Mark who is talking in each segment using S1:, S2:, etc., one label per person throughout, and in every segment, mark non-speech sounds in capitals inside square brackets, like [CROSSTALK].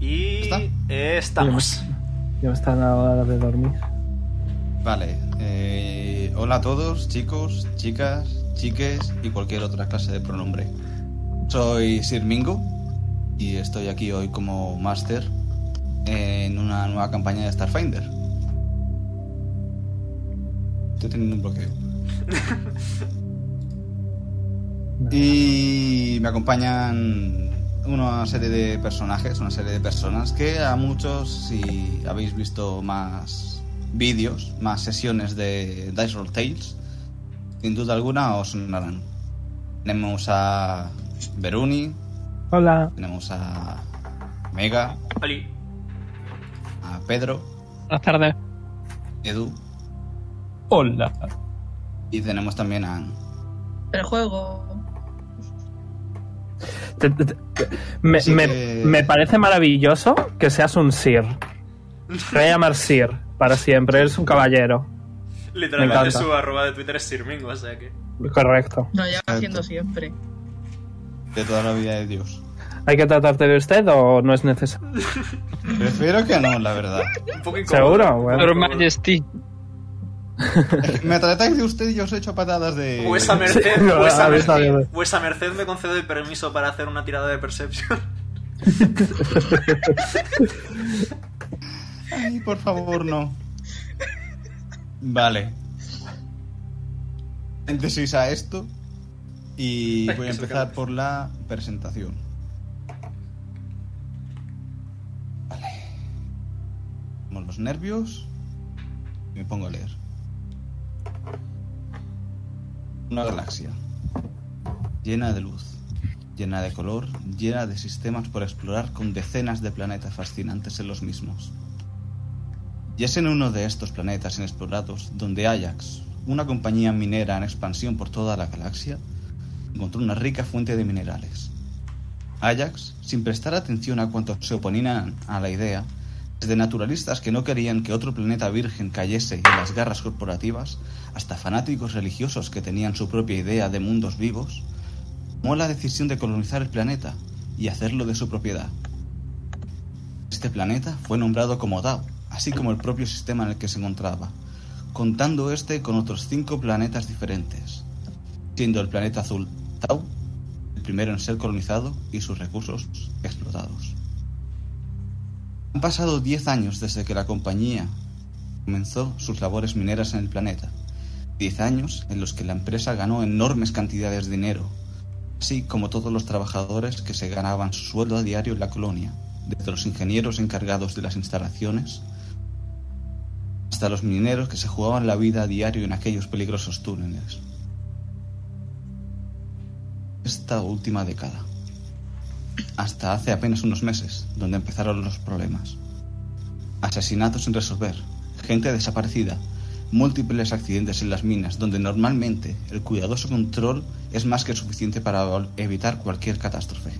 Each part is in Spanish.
S1: Y
S2: ¿Está?
S1: estamos.
S3: Ya me están a la hora de dormir.
S2: Vale. eh, hola a todos, chicos, chicas, chiques y cualquier otra clase de pronombre. Soy Sir Mingo y estoy aquí hoy como máster en una nueva campaña de Starfinder. Estoy teniendo un bloqueo. Y me acompañan una serie de personajes, una serie de personas que a muchos, si habéis visto más vídeos, más sesiones de Dice Roll Tales, sin duda alguna os sonarán. Tenemos a Beruni,
S3: Hola.
S2: tenemos a Mega,
S1: Oli.
S2: a Pedro,
S4: Buenas tardes.
S2: Edu
S4: Hola.
S2: y tenemos también a Ann.
S5: El juego.
S3: Te- te- te- Me,
S2: Así
S3: me-
S2: que-
S3: me parece maravilloso que seas
S2: [LAUGHS]
S3: un Sir. Te voy a llamar Sir para siempre. Eres un caballero. Me
S1: Literalmente
S3: encanta.
S1: su arroba de Twitter es Sirmingo, o sea que.
S3: Correcto.
S5: Lo lleva
S2: Exacto.
S5: haciendo siempre.
S2: de toda la vida de Dios.
S3: ¿Hay que tratarte de usted o no es necesario?
S2: Prefiero que no, la verdad.
S1: Un poco incómodo.
S3: Seguro. Bueno. pues
S4: Your Majesty.
S2: [LAUGHS] Me tratáis de usted y os echo patadas de...
S1: Vuesa merced,
S3: Sí, no,
S1: vuesa,
S3: a ver, está
S1: merced
S3: bien.
S1: vuesa merced me concede el permiso para hacer una tirada de Perception.
S2: Ay, por favor, no. Vale. Paréntesis a esto. Y
S1: Ay,
S2: voy a
S1: que se
S2: empezar
S1: me
S2: por la presentación. Vale. Como los nervios. y Me pongo a leer. Una galaxia. Llena de luz. Llena de color. Llena de sistemas por explorar con decenas de planetas fascinantes en los mismos. Y es en uno de estos planetas inexplorados donde Ajax, una compañía minera en expansión por toda la galaxia, encontró una rica fuente de minerales. Ajax, sin prestar atención a cuantos se oponían a la idea, desde naturalistas que no querían que otro planeta virgen cayese en las garras corporativas, hasta fanáticos religiosos que tenían su propia idea de mundos vivos, tomó la decisión de colonizar el planeta y hacerlo de su propiedad. Este planeta fue nombrado como Tau, así como el propio sistema en el que se encontraba, contando este con otros cinco planetas diferentes, siendo el planeta azul Tau el primero en ser colonizado y sus recursos explotados. Han pasado 10 años desde que la compañía comenzó sus labores mineras en el planeta, 10 años en los que la empresa ganó enormes cantidades de dinero, así como todos los trabajadores que se ganaban su sueldo a diario en la colonia, desde los ingenieros encargados de las instalaciones hasta los mineros que se jugaban la vida a diario en aquellos peligrosos túneles. Esta última década, hasta hace apenas unos meses, donde empezaron los problemas. Asesinatos sin resolver, gente desaparecida, múltiples accidentes en las minas, donde normalmente el cuidadoso control es más que suficiente para ol- evitar cualquier catástrofe.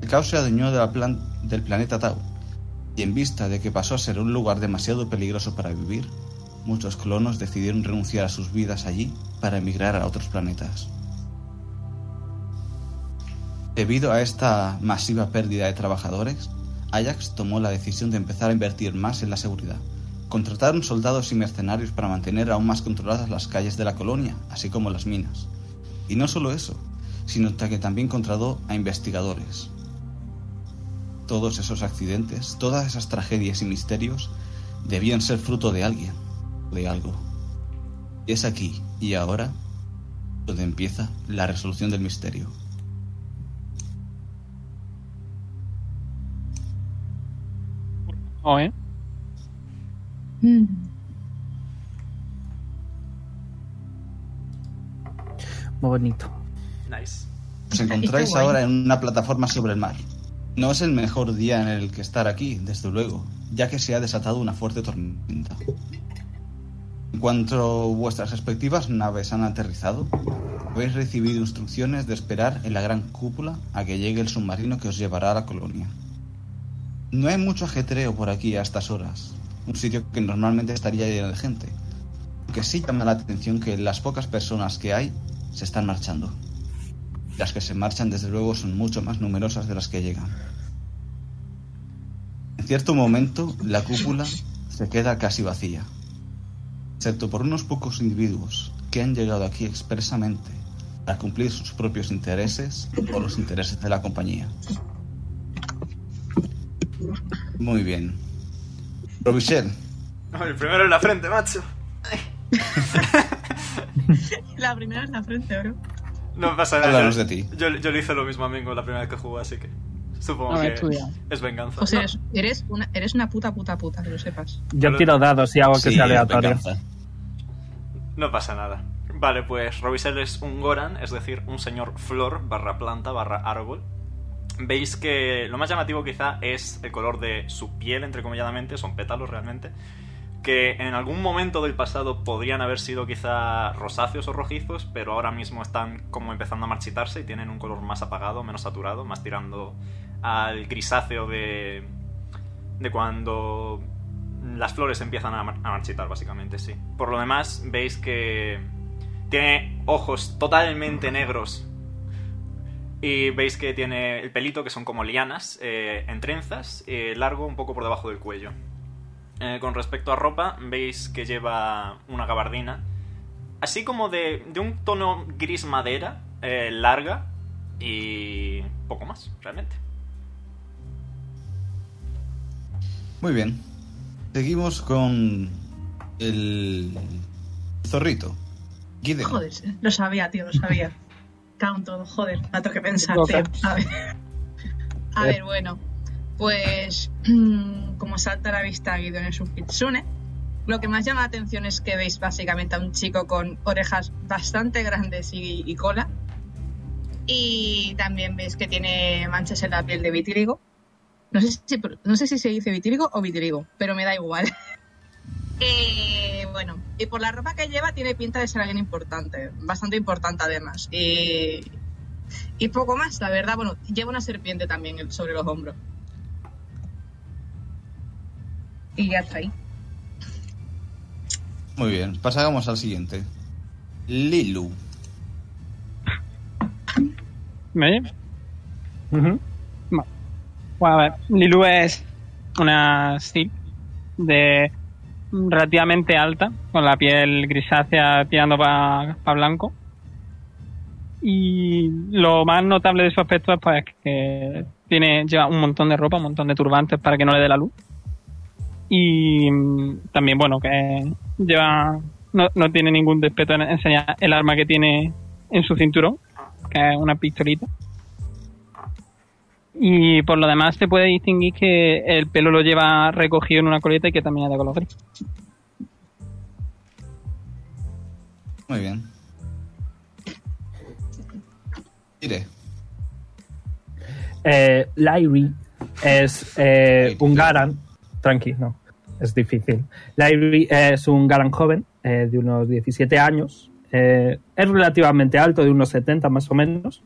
S2: El caos se adueñó de la plan- del planeta Tau, y en vista de que pasó a ser un lugar demasiado peligroso para vivir, muchos colonos decidieron renunciar a sus vidas allí para emigrar a otros planetas. Debido a esta masiva pérdida de trabajadores, Ajax tomó la decisión de empezar a invertir más en la seguridad. Contrataron soldados y mercenarios para mantener aún más controladas las calles de la colonia, así como las minas. Y no solo eso, sino que también contrató a investigadores. Todos esos accidentes, todas esas tragedias y misterios debían ser fruto de alguien, de algo. Y es aquí y ahora donde empieza la resolución del misterio.
S4: Oh, ¿eh?
S5: Mm.
S3: Muy bonito.
S1: [LAUGHS] Nice.
S2: Os
S5: [LAUGHS] Qué
S2: encontráis
S5: guay.
S2: ahora en una plataforma sobre el mar. No es el mejor día en el que estar aquí, desde luego, ya que se ha desatado una fuerte tormenta. En cuanto vuestras respectivas naves han aterrizado, habéis recibido instrucciones de esperar en la gran cúpula a que llegue el submarino que os llevará a la colonia. No hay mucho ajetreo por aquí a estas horas, un sitio que normalmente estaría lleno de gente, aunque sí llama la atención que las pocas personas que hay se están marchando. Las que se marchan, desde luego, son mucho más numerosas de las que llegan. cierto momento, la cúpula se queda casi vacía, excepto por unos pocos individuos que han llegado aquí expresamente para cumplir sus propios intereses o los intereses de la compañía. Muy bien. Robichel,
S1: No, el primero en la frente, macho.
S5: La primera es la frente, bro.
S1: No pasa nada.
S2: háblanos de ti.
S1: Yo, yo le hice lo mismo a Mingo la primera vez que jugó, así que supongo
S4: No, he
S1: que
S4: estudiado.
S1: es venganza.
S5: O sea, eres- eres una, eres una puta puta puta, que lo sepas.
S3: Yo tiro dados y hago que
S2: Sí,
S3: sea aleatorio.
S2: venganza.
S1: No pasa nada. Vale, pues Robisel es un Goran, es decir, un señor flor barra planta barra árbol. Veis que lo más llamativo quizá es el color de su piel, entrecomilladamente, son pétalos realmente, que en algún momento del pasado podrían haber sido quizá rosáceos o rojizos, pero ahora mismo están como empezando a marchitarse y tienen un color más apagado, menos saturado, más tirando al grisáceo de, de cuando las flores empiezan a, mar- a marchitar, básicamente, sí. Por lo demás, veis que tiene ojos totalmente negros. Y veis que tiene el pelito, que son como lianas, eh, en trenzas, eh, largo un poco por debajo del cuello. Eh, con respecto a ropa, veis que lleva una gabardina. Así como de, de un tono gris madera, eh, larga y poco más, realmente.
S2: Muy bien. Seguimos con el zorrito. Guiden.
S5: Joder, lo sabía, tío, lo sabía. Count todo, joder, la tengo que pensar,
S4: Ok.
S5: tío. A ver. A ver, bueno. Pues, mm, como salta a la vista Guidon es un kitsune, lo que más llama la atención es que veis básicamente a un chico con orejas bastante grandes y, y cola. Y también veis que tiene manchas en la piel de vitíligo. No sé si, no sé si se dice vitíligo o vitíligo, pero me da igual. Eh, bueno, y por la ropa que lleva tiene pinta de ser alguien importante, bastante importante además. Y, y poco más, la verdad, bueno, lleva una serpiente también en- sobre los hombros. Y ya está ahí.
S2: Muy bien. Pasamos al siguiente. Lilu.
S4: ¿Me oye?
S3: Ujú.
S4: Bueno, a ver, Lilu es una Sil de relativamente alta, con la piel grisácea tirando para blanco. Y lo más notable de su aspecto es pues, que tiene, lleva un montón de ropa, un montón de turbantes para que no le dé la luz. Y mm, también, bueno, que lleva no, no tiene ningún despeto en enseñar el arma que tiene en su cinturón, que es una pistolita. Y por lo demás se puede distinguir que el pelo lo lleva recogido en una coleta y que también es de color gris.
S2: Muy bien. Mire.
S3: Eh, Lyri es eh, un Garan. Tranqui, no. Es difícil. Lyri es un Garan joven eh, de unos 17 años. Eh, es relativamente alto, de unos 70 más o menos.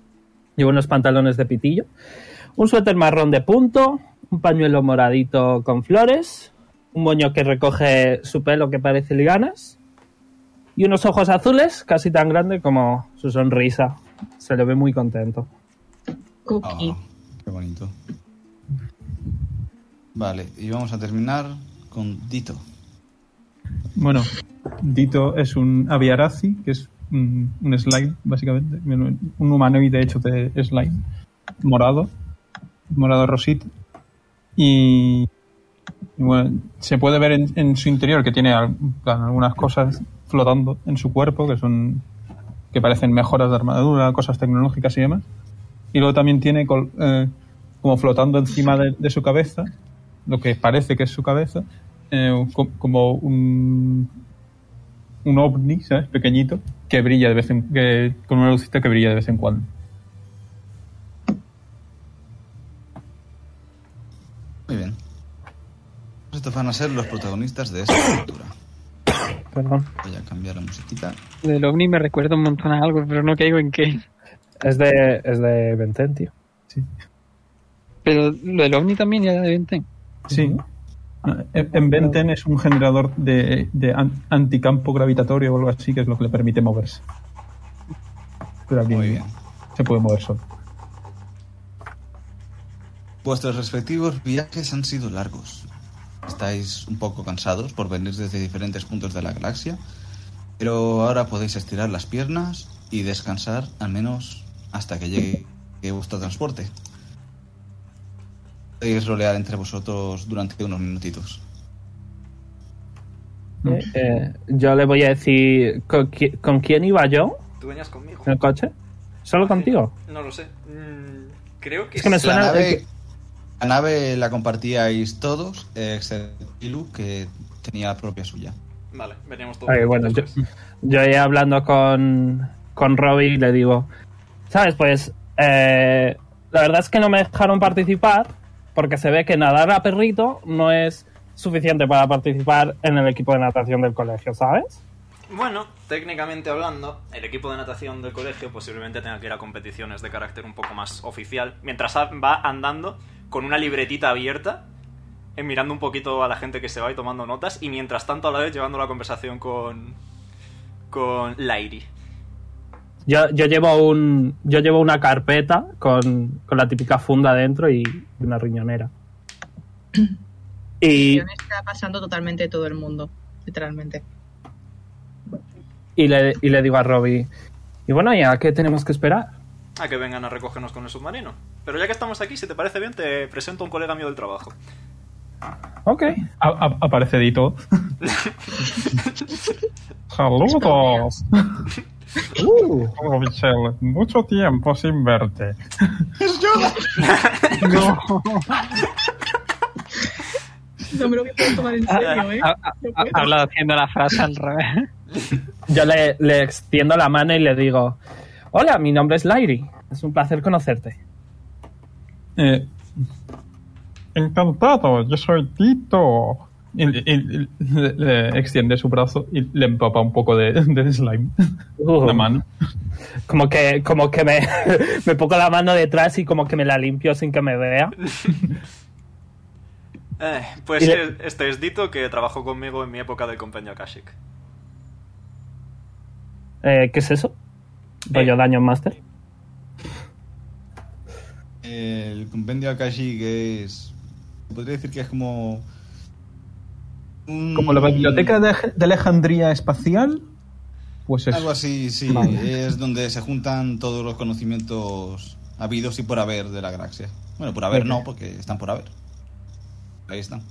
S3: Lleva unos pantalones de pitillo. Un suéter marrón de punto. Un pañuelo moradito con flores. Un moño que recoge su pelo que parece liganas. Y unos ojos azules, casi tan grandes como su sonrisa. Se le ve muy contento.
S2: Ah,
S5: Cookie.
S2: qué bonito. Vale, y vamos a terminar con Dito.
S6: Bueno, Dito es un aviarazi, que es un, un slime, básicamente. Un un humanoide hecho de slime. Morado. Morado rosita. Y, y bueno, se puede ver en, en su interior que tiene al- en plan, algunas cosas flotando en su cuerpo, que son que parecen mejoras de armadura, cosas tecnológicas y demás. Y luego también tiene col- eh, como flotando encima de- de su cabeza lo que parece que es su cabeza, eh, un- co- como un, un ovni, ¿sabes? Pequeñito, que brilla de vez en que, con una lucita que brilla de vez en cuando.
S2: Muy bien. Estos van a ser los protagonistas de esta aventura.
S3: Perdón.
S2: Voy a cambiar la musiquita.
S4: Del ovni me recuerda un montón a algo, pero no caigo en qué.
S3: Es de, es de Benten, tío.
S4: Pero lo del ovni también ya de Venten.
S6: Sí. No, En en Benten es un generador de, de an- anticampo gravitatorio o algo así, que es lo que le permite moverse. Pero aquí
S2: Muy bien.
S6: se puede mover solo.
S2: Vuestros respectivos viajes han sido largos. Estáis un poco cansados por venir desde diferentes puntos de la galaxia, pero ahora podéis estirar las piernas y descansar al menos hasta que llegue que vuestro transporte. Podéis rolear entre vosotros durante unos minutitos.
S7: Eh, eh, yo le voy a decir con, qui- ¿con quién iba yo
S1: ¿Tú venías conmigo?
S7: en el coche. ¿Solo contigo?
S1: No lo sé. Mm, creo que,
S7: Es que me
S1: sí.
S7: suena-
S2: La
S7: eh,
S2: nave,
S7: que-
S2: la nave la compartíais todos, excepto Ilu, que tenía la propia suya.
S1: Vale, veníamos todos.
S7: Ay, Ah, bueno, yo,
S1: juntos.
S7: [LAUGHS] yo ya hablando con, con Robbie y le digo, ¿sabes? Pues eh, la verdad es que no me dejaron participar porque se ve que nadar a perrito no es suficiente para participar en el equipo de natación del colegio, ¿sabes?
S1: Bueno, técnicamente hablando, el equipo de natación del colegio posiblemente tenga que ir a competiciones de carácter un poco más oficial, mientras va andando con una libretita abierta, eh, mirando un poquito a la gente que se va y tomando notas, y mientras tanto a la vez llevando la conversación con con Lairi.
S7: Yo, yo llevo un yo llevo una carpeta con, con la típica funda dentro y una riñonera. Y,
S5: Guión Está pasando totalmente todo el mundo, literalmente.
S7: y le, y le digo a Robbie, y bueno, ¿y a qué tenemos que esperar?
S1: A que vengan a recogernos con el submarino. Pero ya que estamos aquí, si te parece bien, te presento a un colega mío del trabajo.
S7: Ok.
S6: A- a- aparece Dito. Saludos.
S7: Uh.
S6: Hola, Michelle. Mucho tiempo sin verte. ¡Es yo! no.
S5: No me lo voy a poder tomar en serio, ¿eh?
S4: Ha- ha- ha- ha hablado haciendo la frase al revés. [LAUGHS]
S7: Yo le, le extiendo la mano y le digo, hola, mi nombre es Lairi, es un placer conocerte.
S6: Eh, encantado, yo soy Tito. Y, y- y le, le extiende su brazo y le empapa un poco de, de slime
S7: Uh,
S2: Oh.
S6: la mano.
S7: Como que, como que me, [LAUGHS] me pongo la mano detrás y como que me la limpio sin que me vea.
S1: Eh, pues
S7: Y le-
S1: eh, este es Dito, que trabajó conmigo en mi época del compendio Akashic.
S7: Eh, ¿Qué es eso? ¿Rollo Daño Master?
S2: El compendio Akashi que es... Podría decir que es como... un-
S6: Como la biblioteca de, de Alejandría espacial, pues es
S2: Algo así, sí.
S6: Vale.
S2: Es donde se juntan todos los conocimientos habidos y por haber de la galaxia. Bueno, por haber
S7: Ok.
S2: no, porque están por haber. Ahí están.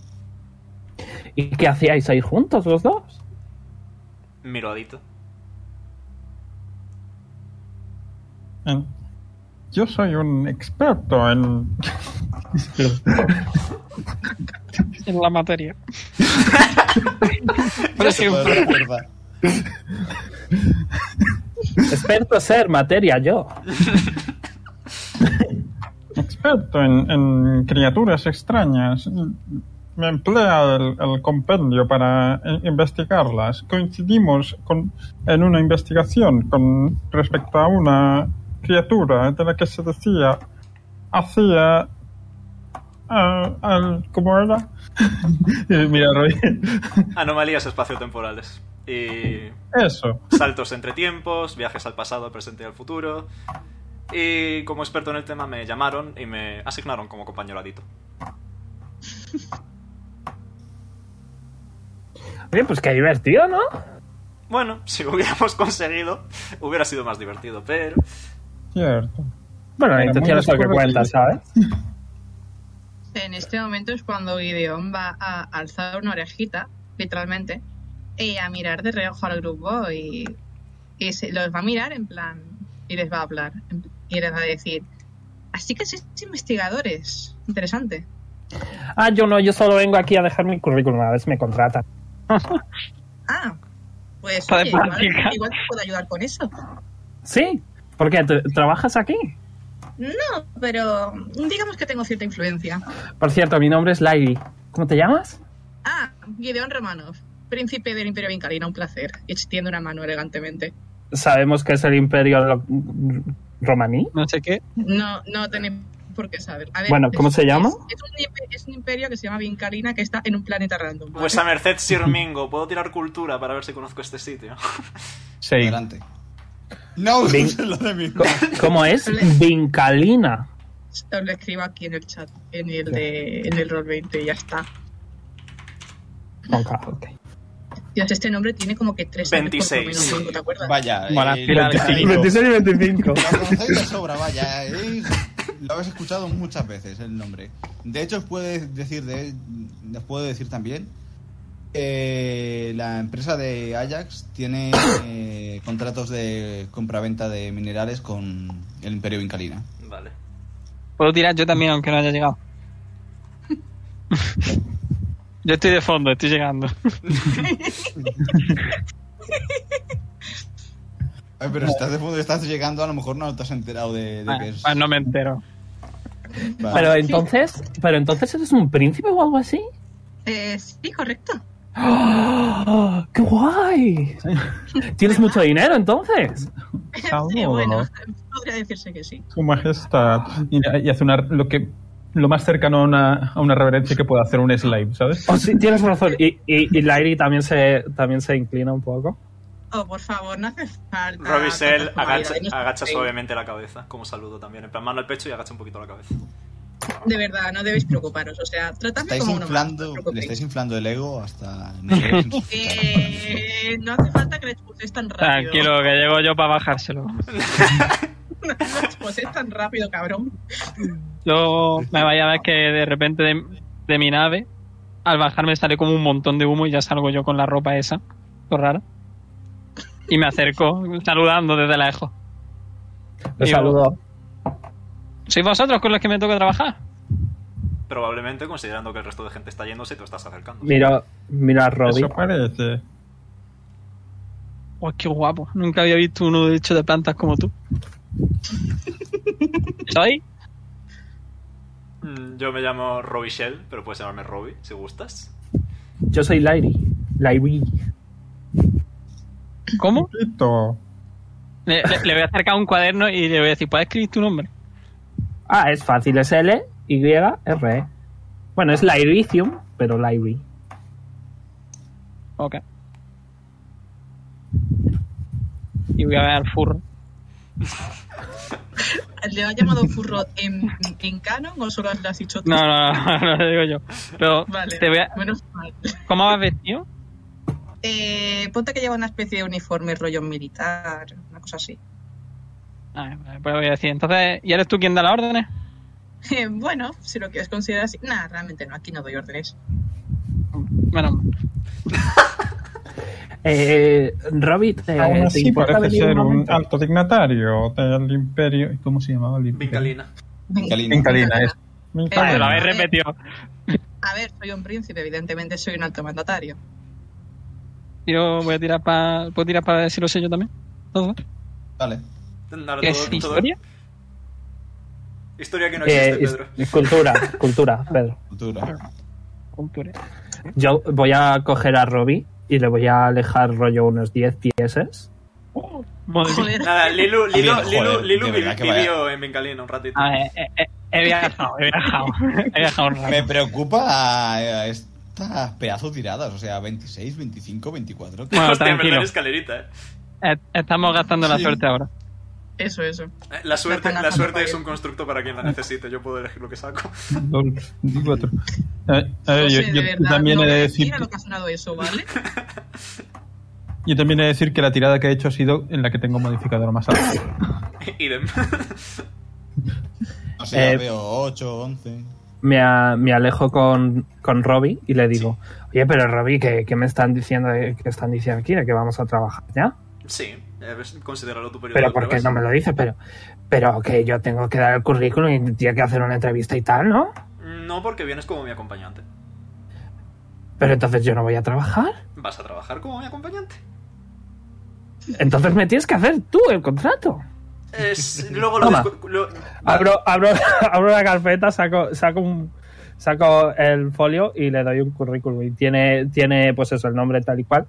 S7: ¿Y qué hacíais ahí juntos los dos?
S1: Miro a Dito.
S6: Eh, Yo soy un experto
S2: [LAUGHS]
S6: en.
S4: En
S2: [LAUGHS]
S4: la materia. Pero
S2: Se puede
S4: siempre.
S2: recordar.
S7: Experto ser materia yo.
S6: experto en, en criaturas extrañas. Me emplea el, el compendio para eh, investigarlas. Coincidimos con, en una investigación con respecto a una criatura de la que se decía hacía. ah, al- ¿Cómo era? [LAUGHS] Eh, Mira, Roy.
S1: Anomalías espaciotemporales. Y
S6: Eso.
S1: saltos entre tiempos, viajes al pasado, al presente y al futuro. Y como experto en el tema me llamaron y me asignaron como compañero a Dito.
S7: Oye, pues qué divertido, ¿no?
S1: Bueno, si hubiéramos [LAUGHS] conseguido, hubiera sido más divertido, pero...
S6: Cierto.
S7: Bueno, la
S6: Era
S7: intención
S6: muy
S7: es lo que
S6: oscuro,
S7: cuenta,
S6: sí.
S7: ¿sabes?
S5: En este momento es cuando Gideon va a alzar una orejita, literalmente, y a mirar de reojo al grupo y, y se- los va a mirar en plan, y les va a hablar, en- y les va a decir, así que sois investigadores, interesante.
S7: Ah, yo no, yo solo vengo aquí a dejar mi currículum, a ver si me contratan.
S5: Ah, pues
S4: Está de
S5: oye, igual,
S4: práctica.
S5: igual te puedo ayudar con eso.
S7: Sí, porque trabajas aquí.
S5: No, pero digamos que tengo cierta influencia.
S7: Por cierto, mi nombre es Lairi. ¿Cómo te llamas?
S5: Ah, Gideon Romanov, príncipe del Imperio Vincalina, un placer. Y extiende una mano elegantemente.
S7: sabemos que es el imperio lo- romaní.
S4: No sé qué.
S5: No, no tenéis por qué saber. A ver,
S7: Bueno,
S5: es-
S7: ¿cómo se llama?
S5: Es, es un, impe- es un imperio que se llama Vincalina que está en un planeta random. ¿vale?
S1: Pues a merced, Sir Mingo, puedo tirar cultura para ver si conozco este sitio. [LAUGHS]
S6: Sí.
S2: Adelante. No, [LAUGHS]
S7: Ven.
S2: lo de mí.
S7: Co- ¿Cómo es?
S5: Le-
S7: Vincalina.
S5: os lo escribo aquí en el chat, en el de, en el rol 20 y ya está.
S7: Nunca, ok.
S5: Dios, este nombre tiene como que tres años por lo
S1: 26.
S5: menos, ¿no? ¿te acuerdas?
S2: [LAUGHS] Vaya,
S4: Bueno,
S2: eh,
S4: mira,
S2: lo que-
S5: [LAUGHS]
S7: 26 y 25.
S2: lo conocéis de sobra, vaya. eh, lo habéis escuchado muchas veces el nombre. De hecho, os puedo decir, de, os puedo decir también que la empresa de Ajax tiene eh, contratos de compraventa de minerales con el Imperio Incalina.
S1: Vale.
S4: Puedo tirar yo también, aunque no
S2: [LAUGHS]
S4: haya llegado. yo estoy de fondo, estoy llegando.
S2: Ay, pero estás de fondo, estás llegando, a lo mejor no te has enterado de, de que es.
S4: Ah, no me entero.
S2: Vale.
S7: Pero entonces, pero entonces eres un príncipe o algo así.
S5: Eh, sí, correcto.
S7: ¡Ah! ¡Qué guay! ¿Tienes mucho dinero entonces? Ah,
S6: Salvo.
S5: sí, [LAUGHS] bueno, podría decirse que sí.
S6: Su majestad. Y, y hace una, lo, que, lo más cercano a una, a una reverencia que pueda hacer un slime, ¿sabes?
S7: Oh, sí, tienes razón. Y, y, y Lairi también se, también se inclina un poco.
S5: Oh, por favor, no hace falta. [LAUGHS]
S1: Robisel
S5: tantas
S1: agacha,
S5: formalidades.
S1: agacha suavemente la cabeza, como saludo también. En plan, mano al pecho y agacha un poquito la cabeza.
S5: De verdad, no debéis preocuparos. O sea, tratadme
S2: Estáis
S5: como uno más. no
S2: inflando,
S5: os
S2: le
S5: preocupéis.
S2: estáis inflando el ego hasta.
S4: [LAUGHS]
S2: niveles insospetables.
S5: Eh, no hace falta que le expulséis tan rápido.
S4: Tranquilo, que llego yo para bajárselo.
S5: [LAUGHS] No le expulséis tan rápido, cabrón.
S4: Yo me vaya a ver que de repente de, de mi nave, al bajarme sale como un montón de humo y ya salgo yo con la ropa esa, lo rara. Y me acerco saludando desde lejos.
S7: Te
S4: Digo,
S7: saludo.
S4: ¿Sois vosotros con los que me toca trabajar?
S1: Probablemente considerando que el resto de gente está yéndose y tú estás acercando.
S7: Miro, miro a Robbie.
S6: Eso parece.
S4: Oh, qué guapo. Nunca había visto uno hecho de plantas como tú. ¿Soy?
S1: Mm, Yo me llamo Robishel, pero puedes llamarme Robbie si gustas.
S7: Yo soy Lairi. Lairi.
S4: ¿Cómo?
S6: Tito.
S4: Le, le- le voy a acercar un cuaderno y le voy a decir, ¿puedes escribir tu nombre?
S7: Ah, es fácil. Es L, Y, R. Bueno, es Lairicium, pero Lairi.
S4: Ok. Y voy a ver al furro.
S5: ¿Le has llamado furro en, en canon o solo le has dicho tú?
S4: No, no, no, [LAUGHS] no lo digo yo. Pero
S5: Vale,
S4: te voy a-
S5: menos mal.
S4: ¿Cómo vas vestido?
S5: Eh, ponte que lleva una especie de uniforme rollo militar, una cosa así.
S4: Ah, vale, pues voy a decir, entonces, ¿y eres tú quien da las órdenes?
S5: Eh, bueno, si lo quieres considerar así. Nada, realmente no, aquí no doy órdenes.
S4: Bueno,
S7: Eh, Robbie, ¿te,
S6: Aún
S7: te
S6: así
S7: importa
S6: parece
S7: venir un
S6: ser un Ah,
S7: momento?
S6: alto dignatario del imperio. ¿Cómo se llamaba el imperio?
S1: Vincalina.
S2: Vincalina.
S6: Vincalina, es.
S5: Pero
S4: te lo
S5: bueno.
S4: habéis repetido.
S5: A ver, soy un príncipe, evidentemente soy un alto mandatario.
S4: Yo voy a tirar para... ¿Puedo tirar para ver si lo sé yo también? Entonces,
S2: Vale.
S1: Ahora
S4: ¿Qué
S1: todo-
S4: es
S1: todo-
S4: historia?
S1: Historia que no
S7: Eh,
S1: existe,
S7: is-
S1: Pedro.
S7: cultura, cultura, Pedro.
S2: Cultura.
S4: Cultura.
S7: Yo voy a coger a Robbie y le voy a alejar rollo unos 10 pieses.
S4: Madre mía.
S5: Joder,
S1: Nada, Lilu, Lilu,
S2: También,
S1: Lilu,
S2: joder,
S1: Lilu
S2: de verdad
S1: vi-
S2: que vaya.
S1: vivió en Vincalina un ratito.
S4: Ah, eh, eh, eh, he viajado, he viajado. [LAUGHS] He viajado un
S2: Me
S4: rato.
S2: preocupa eh, estas pedazos tiradas, o sea, 26, 25, 24.
S1: [LAUGHS] Hostia,
S4: Bueno,
S1: en
S4: tranquilo.
S1: verdad, escalerita, eh.
S4: Eh, Estamos gastando la
S2: Sí.
S4: suerte ahora.
S5: eso, eso.
S1: Eh, La suerte,
S5: Están
S1: la
S5: lanzando
S1: suerte es
S5: pared.
S1: un constructo para quien la necesite. Yo puedo elegir lo que saco. [LAUGHS]
S6: Dos, digo otro. Eh, a ver,
S5: No
S6: yo,
S5: sé,
S6: yo
S5: de verdad,
S6: también
S5: no
S6: he de
S5: voy a
S6: decir,
S5: a lo que ha sonado eso, ¿vale?
S6: yo también he de decir que la tirada que he hecho ha sido en la que tengo modificador más alto.
S1: Idem. [LAUGHS]
S2: O sea,
S7: Eh,
S2: veo 8, 11.
S7: Me, a- me alejo con, con Robbie y le digo, oye, pero Robbie, ¿qué, qué me están diciendo de- qué están diciendo aquí? ¿De que vamos a trabajar ya?
S1: Sí, eh, ves, considéralo tu periodo
S7: Pero
S1: de
S7: ¿por qué
S1: pruebas.
S7: no me lo dices? Pero, pero que yo tengo que dar el currículum y tenía que hacer una entrevista y tal, ¿no?
S1: No, porque vienes como mi acompañante.
S7: Pero entonces yo no voy a trabajar.
S1: ¿Vas a trabajar como mi acompañante?
S7: Entonces me tienes que hacer tú el contrato. [LAUGHS]
S1: Es- luego lo,
S7: Toma.
S1: discu- lo-
S7: Abro, abro, [LAUGHS] abro la carpeta, saco, saco un saco el folio y le doy un currículum y tiene, tiene pues eso, el nombre tal y cual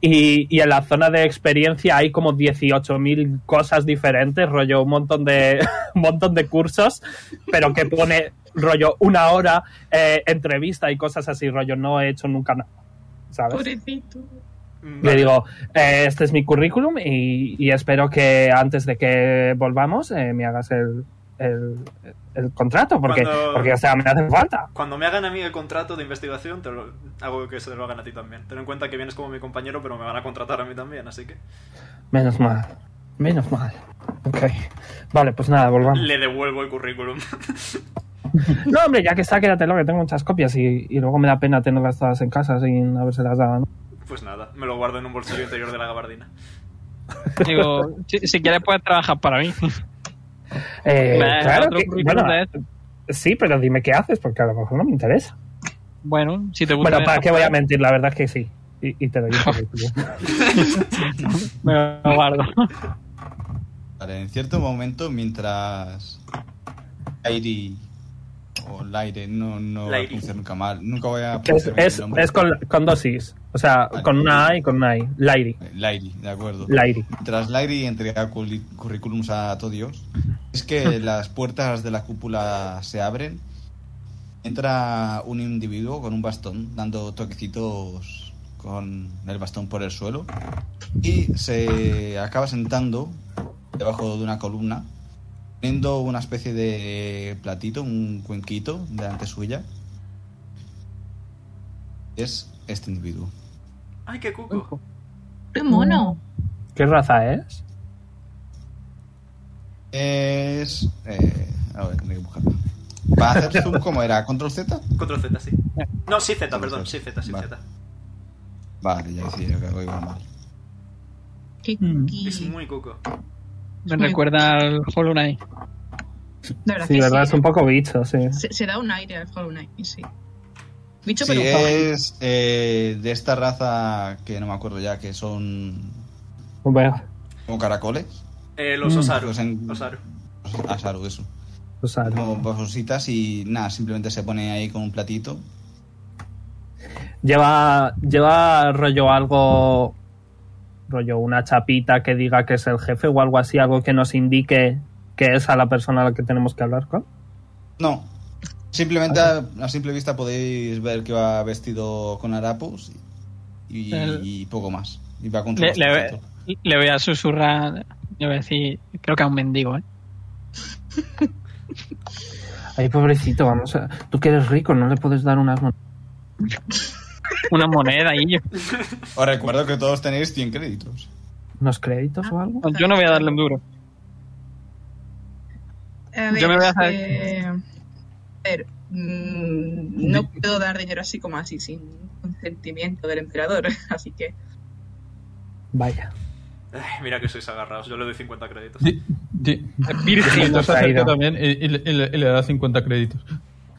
S7: y, y en la zona de experiencia hay como 18.000 cosas diferentes, rollo un montón de [LAUGHS] un montón de cursos pero que pone rollo una hora eh, entrevista y cosas así rollo, no he hecho nunca nada ¿sabes?
S5: Pobrecito.
S1: Vale.
S7: Le digo, eh, este es mi currículum y, y espero que antes de que volvamos eh, me hagas el, el, el contrato, porque,
S1: Cuando-
S7: porque, o sea, me hace falta.
S1: Cuando me hagan a mí el contrato de investigación, te lo- hago que se lo hagan a ti también. Ten en cuenta que vienes como mi compañero, pero me van a contratar a mí también, así que...
S7: Menos mal. Menos mal. Ok. Vale, pues nada, volvamos.
S1: Le devuelvo el currículum. [LAUGHS]
S7: No, hombre, ya que está, quédatelo, que tengo muchas copias y, y luego me da pena tenerlas todas en casa sin habérselas dado, ¿no?
S1: Pues nada, me lo guardo en un bolsillo interior de la gabardina.
S4: Digo, si, si quieres puedes trabajar para mí.
S7: Eh,
S4: Me das
S7: claro
S4: otro
S7: que-
S4: currículum
S7: bueno,
S4: de esto.
S7: sí, pero dime qué haces, porque a lo mejor no me interesa.
S4: Bueno, si te gusta.
S7: Bueno, ¿para qué voy a mentir? La verdad es que sí. Y, y te doy un currículum.
S4: Me lo guardo. [LAUGHS]
S2: Vale, en cierto momento, mientras Airi o Laire, no, no
S1: Lairi.
S2: pronunciar nunca mal, nunca voy a
S7: Es,
S2: pronunciar bien
S7: es,
S2: el nombre.
S7: es con, con dos is. O sea,
S2: Vale.
S7: con una A y con una I. Lairi.
S2: Lairi, de acuerdo.
S7: Lairi.
S2: Mientras Lairi entrega curri- currículums a todo Dios, es que las puertas de la cúpula se abren. Entra un individuo con un bastón, dando toquecitos con el bastón por el suelo. Y se acaba sentando debajo de una columna, poniendo una especie de platito, un cuenquito delante suya. Es este individuo.
S1: ¡Ay, qué cuco!
S5: ¡Qué mono!
S7: ¿Qué raza es?
S2: Es. Eh, a ver, tendré que buscarlo. ¿Va a hacer zoom cómo era? ¿Control Z?
S1: Control Z, sí. No, sí Z, perdón, sí Z, sí
S2: Vale.
S1: Z.
S2: Vale, ya sí, ya que iba mal.
S5: Qué
S6: Mm.
S5: cookie.
S1: Es muy cuco.
S4: Me recuerda al Hollow Knight.
S5: De verdad
S7: Sí,
S5: que
S7: verdad,
S5: sí.
S7: es un poco bicho, sí.
S5: se, se da un aire al Hollow Knight, y sí. Bicho,
S2: Sí,
S5: pero un joven.
S2: es eh, de esta raza que no me acuerdo ya, que son
S7: Hombre,
S2: como caracoles.
S1: Eh, los Osaru.
S2: Los en-
S1: Osaru.
S2: Asaru, eso.
S7: o sea,
S2: Como cositas y nada, simplemente se pone ahí con un platito.
S7: Lleva, lleva rollo algo. Rollo una chapita que diga que es el jefe o algo así, algo que nos indique que es a la persona a la que tenemos que hablar con.
S2: No. Simplemente
S4: Ah,
S2: a, a simple vista podéis ver que va vestido con harapos y,
S4: El-
S2: y poco más. Y va este contra
S4: Le,
S2: los
S4: le ve-
S2: objetos.
S4: le voy a susurrar. Le voy a decir, creo que a un mendigo, ¿eh?
S7: Ay, pobrecito, vamos a. Tú que eres rico, no le puedes dar unas. mon-
S4: Una moneda y yo.
S2: Os recuerdo que todos tenéis 100 créditos.
S7: unos créditos
S5: Ah.
S7: o algo.
S4: Yo no voy a darle un duro.
S5: A ver,
S4: yo me voy a dejar-
S5: eh, a ver, mm, no puedo dar dinero así como así, sin consentimiento del emperador, [LAUGHS] así que...
S7: Vaya.
S1: Ay, mira que sois agarrados, yo le doy 50 créditos.
S6: Di- di-
S7: Virgen,
S6: Dito se acerca
S7: traído.
S6: también y, y le- y le- y le da 50 créditos.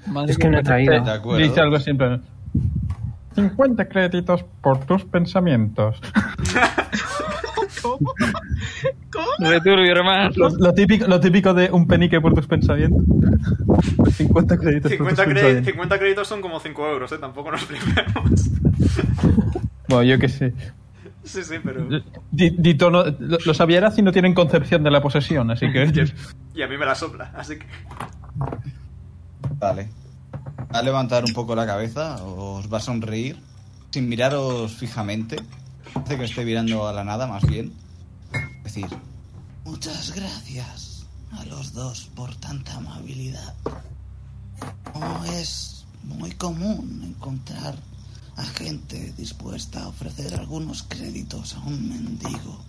S4: Madre
S7: Es que no he
S4: mía.
S7: traído.
S2: De acuerdo.
S6: Dice algo siempre. 50 créditos por
S2: [LAUGHS]
S6: tus pensamientos.
S5: ¿Cómo? ¿Cómo?
S4: Returbio, hermano.
S6: Lo, lo típico, lo típico de un penique por tus pensamientos. 50 créditos
S1: 50,
S6: por tus
S1: cre-
S6: pensamientos.
S1: 50 créditos son como 5 euros, ¿eh? Tampoco nos flipemos.
S6: Bueno, yo qué sé.
S1: [LAUGHS] sí, sí, pero...
S6: Di- Dito no- lo- los Aviarazzi no tienen concepción de la posesión,
S2: [LAUGHS]
S6: así que.
S1: Y a mí me la sopla, así que...
S2: Vale. Va a levantar un poco la cabeza, os va a sonreír, sin miraros fijamente. Parece que esté mirando a la nada, más bien. Es decir, muchas gracias a los dos por tanta amabilidad. No es muy común encontrar a gente dispuesta a ofrecer algunos créditos a un mendigo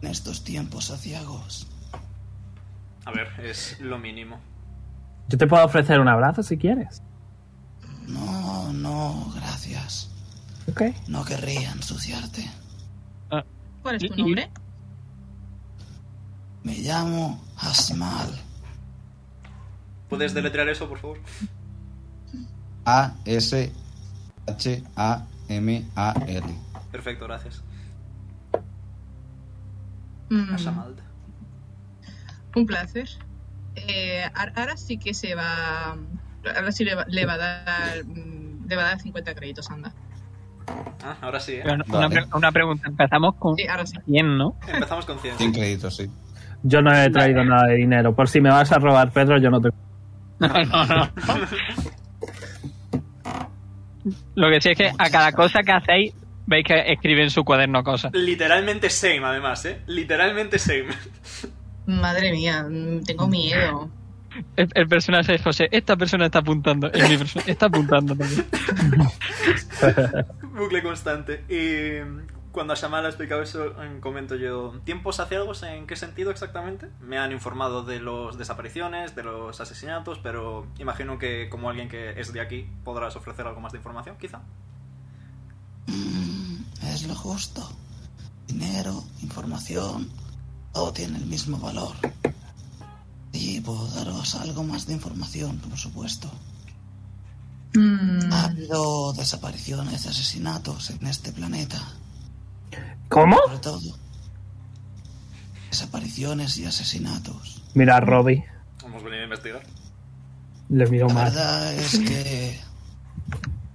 S2: en estos tiempos aciagos.
S1: A ver, es lo mínimo.
S7: Yo te puedo ofrecer un abrazo si quieres.
S2: No, no, gracias.
S7: Ok.
S2: No querría ensuciarte.
S5: ¿Cuál es tu
S4: Y- y-
S5: nombre?
S2: Me llamo Asmal.
S1: ¿Puedes deletrear eso, por favor?
S2: A S H A M A L.
S1: Perfecto, gracias.
S5: Mm,
S1: Asamalda.
S5: un placer. Eh, ar- ahora sí que se va... Ahora sí le va, le va a dar... mm, Le va a dar 50 créditos, anda.
S1: Ah, ahora sí, ¿eh?
S4: Pero no- una,
S2: Vale.
S4: pre- una pregunta. Empezamos con
S5: Sí, ahora sí.
S4: 100, ¿no?
S1: Empezamos con 100.
S2: 100 créditos, sí.
S7: Yo no he traído nada de dinero. Por si me vas a robar, Pedro, yo no te.
S4: Lo que sí es que a cada cosa que hacéis, veis que escribe en su cuaderno cosas.
S1: Literalmente same, además, ¿eh? Literalmente same.
S5: Madre mía, mm, tengo miedo.
S4: El, el personaje es José. Esta persona está apuntando. Y mi persona está apuntando también.
S1: [LAUGHS] Bucle constante. Y cuando Ashamar ha explicado eso, em, comento yo. ¿Tiempos hacia algo? ¿En qué sentido exactamente? Me han informado de las desapariciones, de los asesinatos, pero imagino que como alguien que es de aquí podrás ofrecer algo más de información, quizá.
S3: Mm, Es lo justo. Dinero, información, todo tiene el mismo valor. Y puedo daros algo más de información, por supuesto.
S5: Mm,
S3: Ha habido desapariciones, asesinatos en este planeta.
S7: ¿Cómo?
S3: Sobre todo. Desapariciones y asesinatos.
S7: Mira a Robbie.
S1: Hemos venido a investigar.
S7: Le miro
S3: La
S7: más.
S3: verdad es que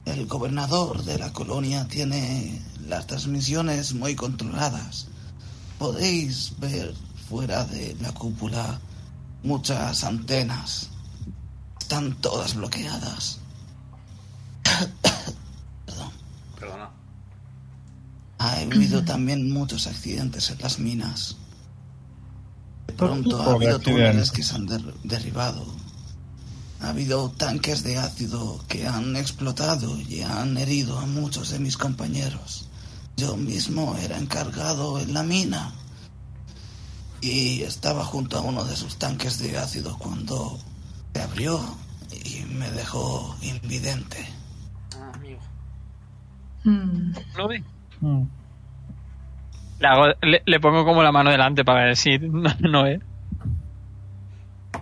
S3: el gobernador de la colonia tiene las transmisiones muy controladas. Podéis ver fuera de la cúpula muchas antenas. Están todas bloqueadas. Perdón.
S1: Perdona.
S3: Ha habido también muchos accidentes en las minas. De pronto ha
S6: Pobre
S3: habido túneles
S6: accidente.
S3: que se han der- derribado. Ha habido tanques de ácido que han explotado y han herido a muchos de mis compañeros. Yo mismo era encargado en la mina y estaba junto a uno de sus tanques de ácido cuando se abrió y me dejó invidente.
S1: Ah, amigo.
S5: mm.
S4: ¿No ve?
S6: Mm.
S4: Le, hago- le- le pongo como la mano delante para ver si no, no ve.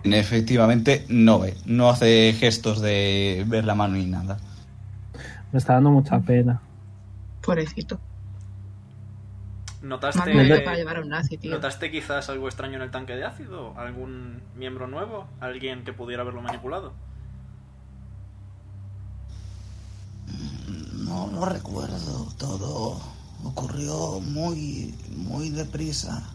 S3: Efectivamente, no ve. No hace gestos de ver la mano ni nada.
S7: Me está dando mucha pena.
S5: Pobrecito.
S1: ¿Notaste,
S5: Manuel me va a llevar a un nazi, tío.
S1: ¿Notaste quizás algo extraño en el tanque de ácido? ¿Algún miembro nuevo? ¿Alguien que pudiera haberlo manipulado?
S3: No lo recuerdo. Todo ocurrió muy, muy deprisa.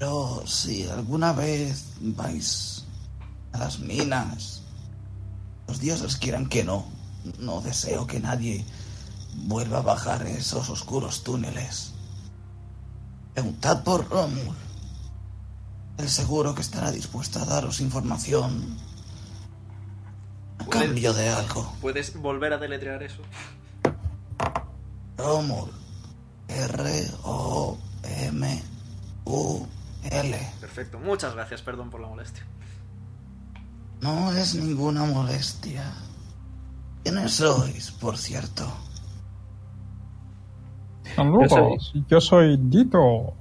S3: Pero si alguna vez vais a las minas, los dioses quieran que no. No deseo que nadie vuelva a bajar esos oscuros túneles. Preguntad por Romul. Él seguro que estará dispuesto a daros información a
S1: Puede-
S3: cambio de algo.
S1: ¿Puedes volver a deletrear eso?
S3: Romul. R-O-M-U-L.
S1: Perfecto. Muchas gracias. Perdón por la molestia.
S3: No es ninguna molestia. ¿Quiénes sois, por cierto?
S6: Son locos.
S7: Yo
S6: Yo
S7: soy-
S6: soy, Dito.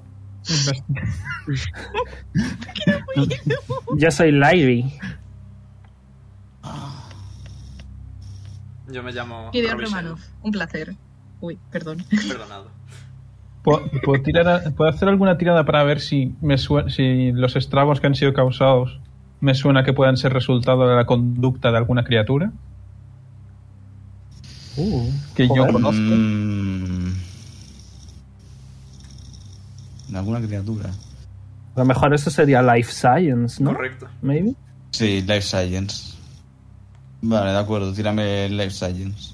S7: Yo soy Lady.
S1: Yo me llamo...
S5: Gideon
S1: Robbie Shell.
S5: Romanov, un placer. Uy, perdón.
S1: [LAUGHS] Perdonado.
S6: ¿Puedo, puedo tirar a- puedo hacer alguna tirada para ver si, me sue- si los estragos que han sido causados me suena que puedan ser resultado de la conducta de alguna criatura?
S7: Uh,
S6: Que yo
S7: joder.
S6: conozco.
S3: Mm. ¿Alguna criatura?
S7: A lo mejor eso sería Life Science, ¿no?
S1: Correcto.
S7: Maybe.
S3: Sí, Life Science. Vale, de acuerdo, tírame Life Science.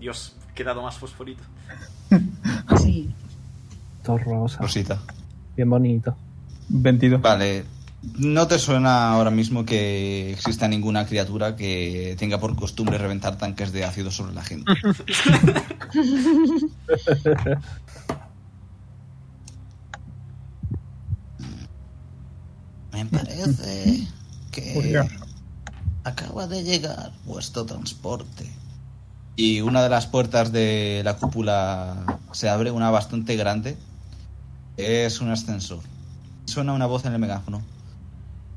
S1: Dios, he quedado más fosforito.
S5: Ah, [LAUGHS] Sí.
S7: Todo rosa.
S2: Pues
S3: Rosita.
S7: Bien bonito.
S6: 22.
S3: Vale. No te suena ahora mismo que exista ninguna criatura que tenga por costumbre reventar tanques de ácido sobre la gente. Me parece que
S6: Oiga.
S3: acaba de llegar vuestro transporte. Y una de las puertas de la cúpula se abre, una bastante grande. Es un ascensor. Suena una voz en el megáfono.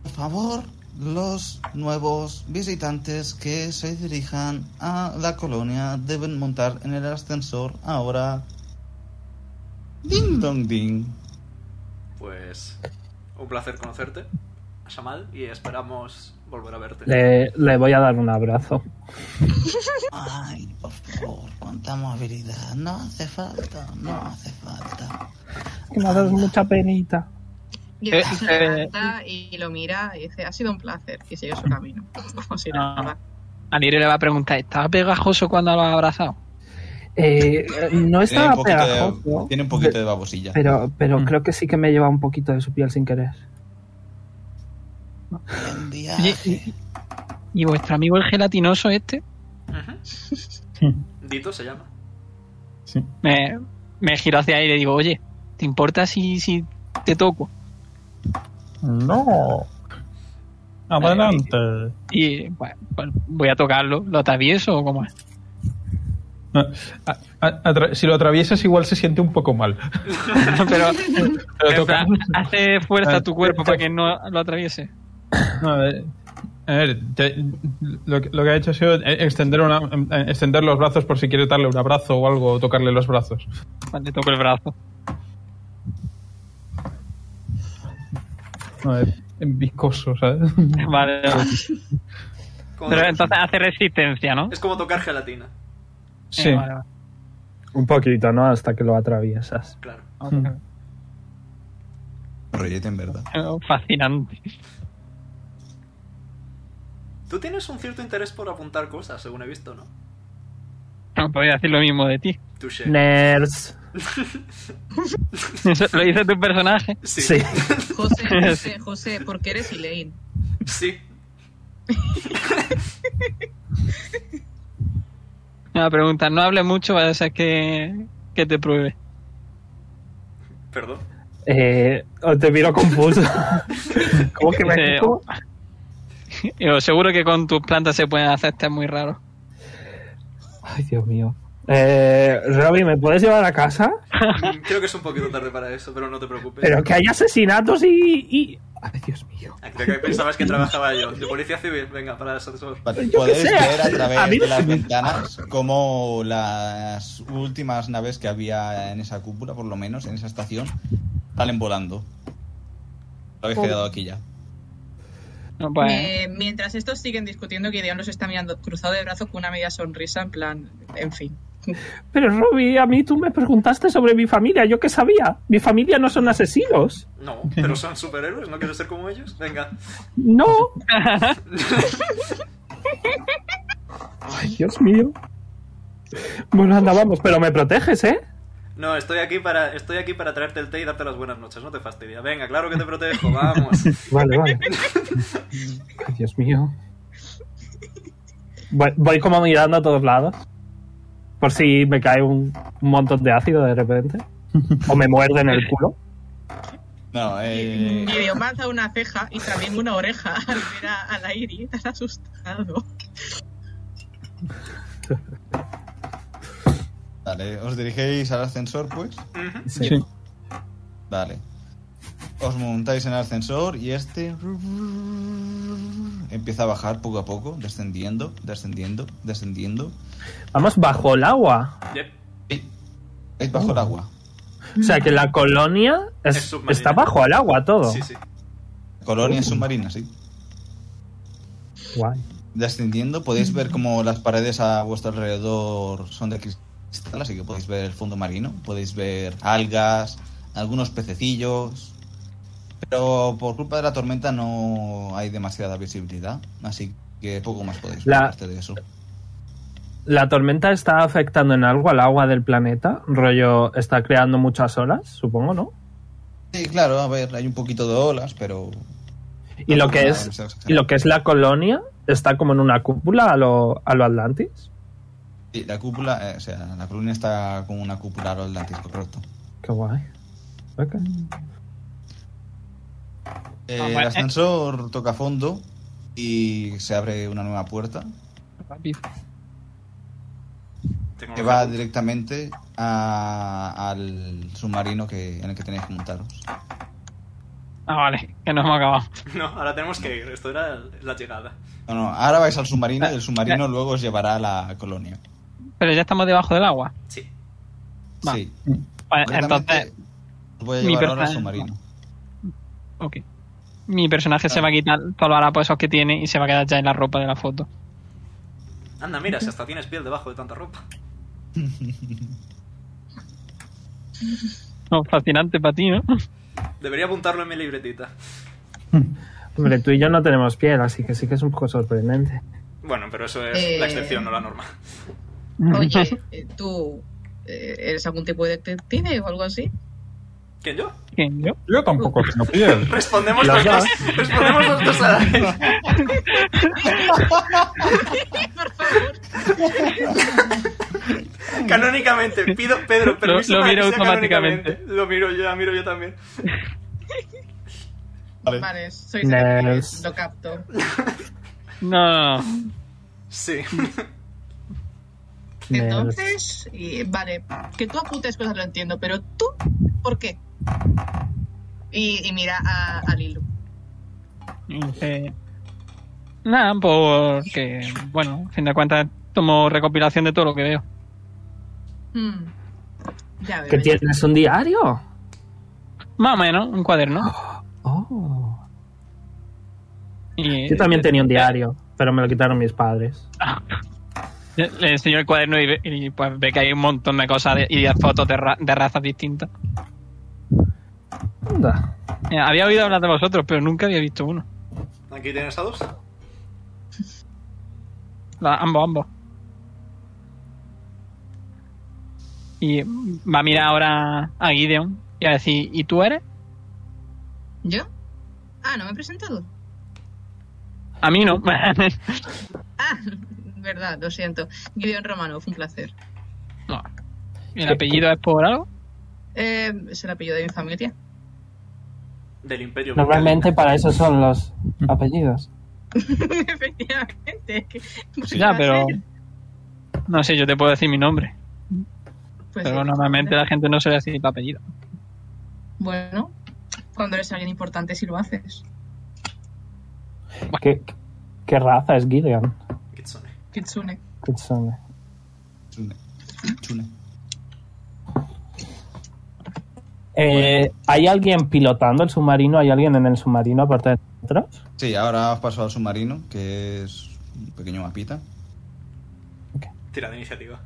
S3: Por favor, los nuevos visitantes que se dirijan a la colonia deben montar en el ascensor ahora. Ding dong ding.
S1: Pues... Un placer conocerte, Shamal, y esperamos volver a verte.
S7: Le, le voy a dar un abrazo.
S3: Ay, por favor, cuánta movilidad. No hace falta, no hace falta.
S7: Que me das mucha penita.
S5: Gideon
S4: Eh,
S5: [LAUGHS] se
S4: eh.
S5: levanta y lo mira y dice, ha sido un placer. Y sigue su camino. [LAUGHS] Como si
S4: No.
S5: nada.
S4: Ah. A Nire le va a preguntar, ¿estaba pegajoso cuando lo has abrazado?
S7: Eh, no
S2: Tiene un
S7: estaba
S2: poquito,
S7: pegajoso.
S2: de, tiene un poquito de babosilla.
S7: Pero, pero
S6: Mm.
S7: creo que sí que me lleva un poquito de su piel sin querer.
S4: Oye, y, y vuestro amigo el gelatinoso este
S1: Ujú. Dito se llama.
S6: Sí.
S4: me, me giro hacia ahí y le digo, oye, ¿te importa si, si te toco?
S6: No. Adelante.
S4: Y bueno, pues voy a tocarlo, ¿lo atravieso o cómo es?
S6: A- a- atra- si lo atraviesas igual se siente un poco mal.
S4: Pero,
S6: Pero
S4: en
S6: toca-
S4: plan, hace fuerza
S6: Ah,
S4: tu cuerpo
S6: toca-
S4: para que no lo atraviese.
S6: No, a ver, a ver, te- lo, que- lo que ha hecho ha sido eh, extender, una, eh, extender los brazos por si quieres darle un abrazo o algo, o tocarle los brazos.
S4: Vale, Le toco el brazo.
S6: A ver, viscoso, ¿sabes? [LAUGHS]
S4: Vale, vale.
S1: Como-
S4: Pero entonces hace resistencia, ¿no?
S1: Es como tocar gelatina,
S6: Sí.
S4: Eh, vale, vale.
S7: Un poquito, ¿no? Hasta que lo atraviesas.
S1: claro.
S6: Mm.
S2: Rollete en verdad.
S4: Oh, Fascinante.
S1: Tú tienes un cierto interés por apuntar cosas, según he visto, ¿no?
S4: No podía decir lo mismo de ti. [LAUGHS]
S1: Touché.
S7: Nerds.
S4: Eso lo dice tu personaje.
S1: sí. [LAUGHS]
S7: Sí.
S1: sí.
S4: [LAUGHS]
S5: José, José, José, porque eres Elaine.
S4: Me va a preguntar, no hables mucho, vaya a ser que, que te pruebe.
S1: Perdón.
S7: Eh, oh, te miro confuso. ¿Cómo que me
S4: Eh,
S7: ¿cómo?
S4: Yo seguro que con tus plantas se pueden hacer test muy raros.
S7: Ay, Dios mío. Eh, Robby, ¿me puedes llevar a casa?
S1: Mm, [LAUGHS] Creo que es un poquito tarde para eso, pero no te preocupes.
S7: Pero que hay asesinatos y. y- Ay, Dios mío.
S1: Ah, Creo que pensabas que trabajaba yo. De policía civil, venga, para asesor.
S2: Vale,
S7: Yo qué
S2: Podéis
S7: sé,
S2: ver a
S7: a
S2: través
S7: mí-
S2: de las
S7: [LAUGHS] Ah.
S2: ventanas como las últimas naves que había en esa cúpula, por lo menos, en esa estación, salen volando. Lo habéis quedado aquí ya.
S4: No, pues,
S5: Eh, mientras estos siguen discutiendo, Gideon los está mirando cruzado de brazos con una media sonrisa, en plan, en fin.
S7: Pero Robby, a mí tú me preguntaste sobre mi familia. ¿Yo qué sabía? Mi familia no son asesinos.
S1: No, pero son superhéroes, ¿no quieres ser como ellos? Venga.
S7: No. Ay, Dios mío. Bueno, anda, vamos, pero me proteges, ¿eh?
S1: No, estoy aquí para estoy aquí para traerte el té y darte las buenas noches, no te fastidia. Venga, claro que te protejo, vamos.
S7: Vale, vale. Ay, Dios mío. Voy, voy como mirando a todos lados. Por si me cae un, un montón de ácido de repente. O me muerde en el culo.
S2: No, eh,
S5: Gideon alza una ceja y también una oreja [LAUGHS] al ver a, a la Iri tan asustado.
S2: vale, os dirigéis al ascensor, pues.
S1: Ujú.
S6: Sí.
S2: Vale. Os montáis en el ascensor y este empieza a bajar poco a poco, descendiendo, descendiendo, descendiendo.
S7: Vamos bajo el agua.
S1: Yep.
S2: Es bajo
S7: Oh.
S2: el agua.
S7: O sea que la colonia es-
S1: Es submarina.
S7: está bajo el agua todo.
S1: Sí, sí.
S7: Oh.
S2: Colonia submarina, sí.
S7: Guay.
S2: descendiendo podéis ver como las paredes a vuestro alrededor son de cristal, así que podéis ver el fondo marino, podéis ver algas, algunos pececillos, pero por culpa de la tormenta no hay demasiada visibilidad, así que poco más podéis ver
S7: La-
S2: aparte de eso.
S7: ¿La tormenta está afectando en algo al agua del planeta? Rollo, está creando muchas olas, supongo, ¿no?
S2: Sí, claro, a ver, hay un poquito de olas, pero...
S7: Y lo que
S2: Nada,
S7: es,
S2: no se exagera.
S7: y lo que es la colonia está como en una cúpula a lo, a lo Atlantis.
S2: Sí, la cúpula, eh, o sea, la colonia está con una cúpula al Atlántico, correcto.
S7: Qué guay. Ok.
S2: Eh,
S4: Ah, bueno,
S2: el
S4: eh.
S2: ascensor toca fondo y se abre una nueva puerta
S4: rápido.
S1: Tengo
S2: que
S1: que-
S2: va directamente a- al submarino que, en el que tenéis que montaros.
S4: Ah, vale, que nos hemos acabado.
S1: [LAUGHS] No, ahora tenemos que ir. Esto era la llegada.
S2: No, no, ahora vais al submarino y el
S4: Eh,
S2: submarino luego os llevará a la colonia.
S4: Pero ya estamos debajo del agua.
S1: Sí.
S4: Va.
S2: Sí.
S4: Vale,
S2: Concretamente,
S4: entonces,
S2: os voy a
S4: mi
S2: llevar ahora al
S4: persona-
S2: submarino.
S4: ok. Mi personaje se va a quitar todos los harapos esos que tiene y se va a quedar ya en la ropa de la foto.
S1: Anda, mira, si hasta tienes piel debajo de tanta ropa.
S4: No, fascinante para ti, ¿no? [LAUGHS]
S1: Debería apuntarlo en mi libretita.
S7: Hombre, tú y yo no tenemos piel, así que sí que es un poco sorprendente.
S1: Bueno, pero eso es
S5: Eh.
S1: la excepción, no la norma.
S4: [LAUGHS]
S5: Oye, eh, ¿tú eh, eres algún tipo de detective o algo así?
S1: ¿Que yo?
S4: ¿Quién yo?
S6: Yo tampoco tengo piel.
S1: Respondemos
S3: Los
S1: los dos. Respondemos los dos a la vez.
S4: [LAUGHS]
S5: Por favor.
S1: Canónicamente, pido Pedro permiso.
S4: lo
S1: para que
S4: miro
S1: sea
S4: automáticamente.
S1: canónicamente. Lo miro yo, la miro yo también.
S2: Vale.
S5: Vale, soy
S3: Nice.
S5: detectives, lo capto.
S4: No, no, no.
S1: Sí.
S5: Entonces, y- vale, que tú apuntes cosas lo entiendo, pero tú, ¿por qué? Y, y mira a, a Lilu.
S4: Y dice, Eh, nada, porque, bueno, a fin de cuentas tomo recopilación de todo lo que veo.
S5: Hmm. Ya veo.
S3: ¿Que
S5: ya
S3: tienes un diario?
S4: Más o menos, un cuaderno.
S3: Oh.
S4: Y,
S3: Yo también tenía un diario, pero me lo quitaron mis padres.
S4: Le le enseño el Eh, cuaderno y, ve, y, pues ve que hay un montón de cosas de- y de fotos de, ra- de razas distintas.
S3: Anda.
S4: Eh, había oído hablar de vosotros, pero nunca había visto uno.
S1: Aquí tienes a dos.
S4: La- ambos, ambos. Y va a mirar ahora a Gideon y a decir, ¿y tú eres?
S5: ¿Yo? Ah, no me he presentado.
S4: A mí no. [LAUGHS]
S5: Ah, verdad, lo siento. Gideon Romanov, un placer.
S4: no. ¿Y ¿El apellido es por algo?
S5: Eh, es el apellido de mi familia. [LAUGHS]
S1: Del Imperio.
S7: Normalmente para eso son los apellidos.
S5: Efectivamente. que-
S2: Sí.
S4: Pues ya, pero... No sé, yo te puedo decir mi nombre.
S5: Pues
S4: Pero
S5: sí.
S4: normalmente la gente no suele decir el apellido.
S5: Bueno, cuando eres alguien importante, si lo haces.
S7: ¿Qué, qué raza es Gideon?
S1: Kitsune.
S5: Kitsune. [LAUGHS]
S7: Kitsune.
S2: Chune. Chune.
S7: Eh, ¿Hay alguien pilotando el submarino? ¿Hay alguien en el submarino aparte de nosotros? [LAUGHS]
S2: Sí, ahora has pasado al submarino, que es un pequeño mapita. [LAUGHS]
S1: Tira de iniciativa.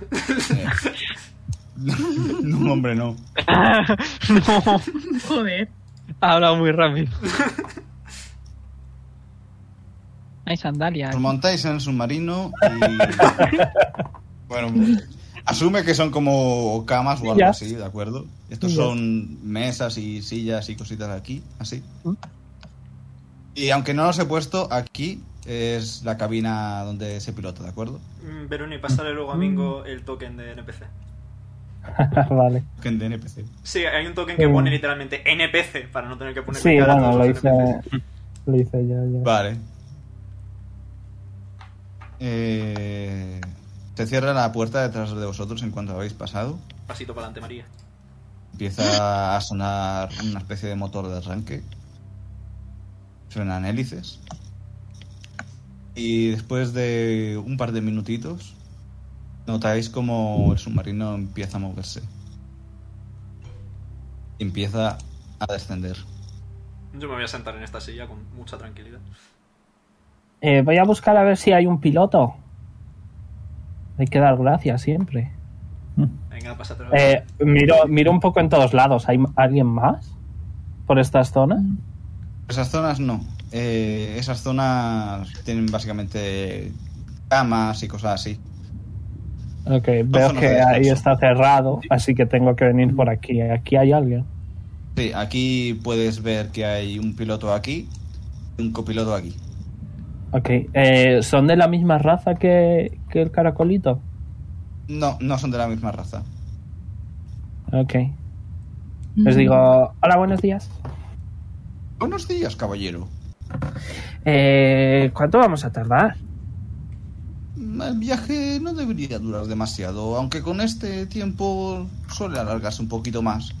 S2: Eh, no, hombre, no.
S4: no,
S5: Joder.
S4: ha hablado muy rápido. [LAUGHS] Hay sandalias.
S2: Os montáis en el submarino y. bueno, asume que son como camas o algo
S7: Sillas.
S2: así, ¿de acuerdo? Estos
S7: Sillas.
S2: son mesas y sillas y cositas aquí, así.
S4: ¿Mm?
S2: Y aunque no los he puesto, aquí es la cabina donde se pilota, ¿de acuerdo?
S1: Mm, Veroni, pásale luego a
S7: Mm.
S1: Mingo el token de NPC.
S7: vale.
S2: Que en NPC.
S1: Sí, hay un token que
S7: Mm.
S1: pone literalmente NPC para no tener que poner
S7: Sí,
S1: cara a
S7: bueno,
S1: todos
S7: lo
S1: los
S7: hice,
S1: NPCs.
S7: lo hice yo. yo.
S2: Vale. Eh, se cierra la puerta detrás de vosotros en cuanto habéis pasado.
S1: Pasito para adelante, María.
S2: Empieza a sonar una especie de motor de arranque. Suenan hélices. Y después de un par de minutitos, notáis como el submarino empieza a moverse. Empieza a descender.
S1: Yo me voy a sentar en esta silla con mucha tranquilidad.
S7: Eh, voy a buscar a ver si hay un piloto. Hay que dar gracias siempre.
S1: Venga, pásate la
S7: Eh, miro, miro un poco en todos lados. ¿Hay alguien más por estas zonas?
S2: Esas zonas no. Eh, esas zonas tienen básicamente camas y cosas así.
S7: Ok, veo
S2: zonas
S7: que
S2: de
S7: ahí
S2: descanso.
S7: está cerrado, así que tengo que venir por aquí. Aquí hay alguien.
S2: Sí, aquí puedes ver que hay un piloto aquí y un copiloto aquí.
S7: Ok, eh, ¿son de la misma raza que, que el caracolito?
S2: No, no son de la misma raza.
S7: Ok, les
S5: Mm.
S7: digo, hola, buenos días.
S2: Buenos días, caballero.
S7: Eh, ¿Cuánto vamos a tardar?
S2: Mm, El viaje no debería durar demasiado, aunque con este tiempo suele alargarse un poquito más.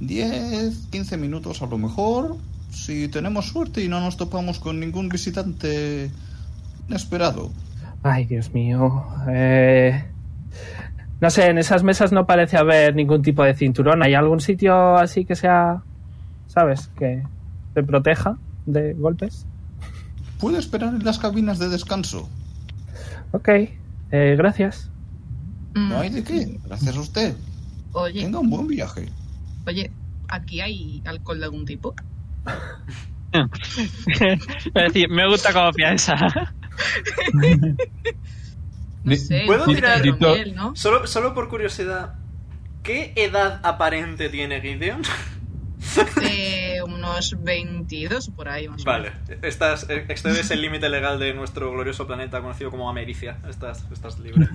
S2: 10, 15 minutos a lo mejor, si tenemos suerte y no nos topamos con ningún visitante inesperado.
S7: Ay, Dios mío. Eh, no sé, en esas mesas no parece haber ningún tipo de cinturón. ¿Hay algún sitio así que sea, sabes, que te proteja de golpes?
S2: Puede esperar en las cabinas de descanso.
S7: Ok, eh, gracias.
S5: Mm,
S2: No hay de qué, gracias a usted.
S5: Oye,
S2: Tenga un buen viaje.
S5: oye, ¿aquí hay alcohol de algún tipo?
S4: es decir, me gusta cómo piensa.
S5: No
S6: Di-
S5: sé,
S1: ¿Puedo
S5: un
S1: tirar-
S5: poquito de romiel,
S6: Dito-
S5: ¿no?
S1: Solo, solo por curiosidad, ¿qué edad aparente tiene Gideon?
S5: Eh, unos 22 por ahí más o
S1: Vale, estás, eh, excedes el límite legal de nuestro glorioso planeta conocido como Americia. Estás, estás libre.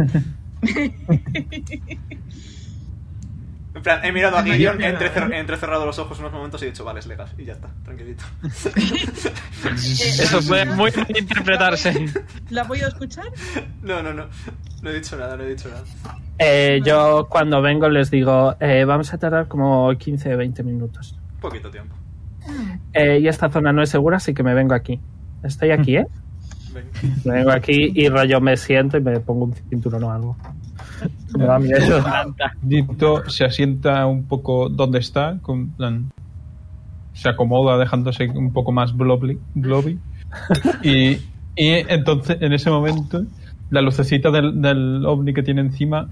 S1: En plan, he mirado a Gideon, he entrecer- he entrecerrado los ojos unos momentos y he dicho, vale, es legal. Y ya está, tranquilito. [LAUGHS]
S5: menos. Eh,
S4: Eso
S5: ¿la
S4: puede
S5: voy a-
S4: muy mal interpretarse.
S5: ¿La voy a escuchar?
S1: No, no, no. No he dicho nada, no he dicho nada.
S7: Eh, yo cuando vengo les digo, eh, vamos a tardar como 15 o 20 minutos.
S1: Poquito tiempo.
S7: Eh, y esta zona no es segura, así que me vengo aquí. Estoy aquí, ¿eh?
S1: Venga.
S7: Me vengo aquí y rollo me siento y me pongo un cinturón o algo. Me da miedo.
S6: Dito se asienta un poco donde está, con plan, se acomoda dejándose un poco más blobly, blobby. y, y entonces, en ese momento, la lucecita del, del ovni que tiene encima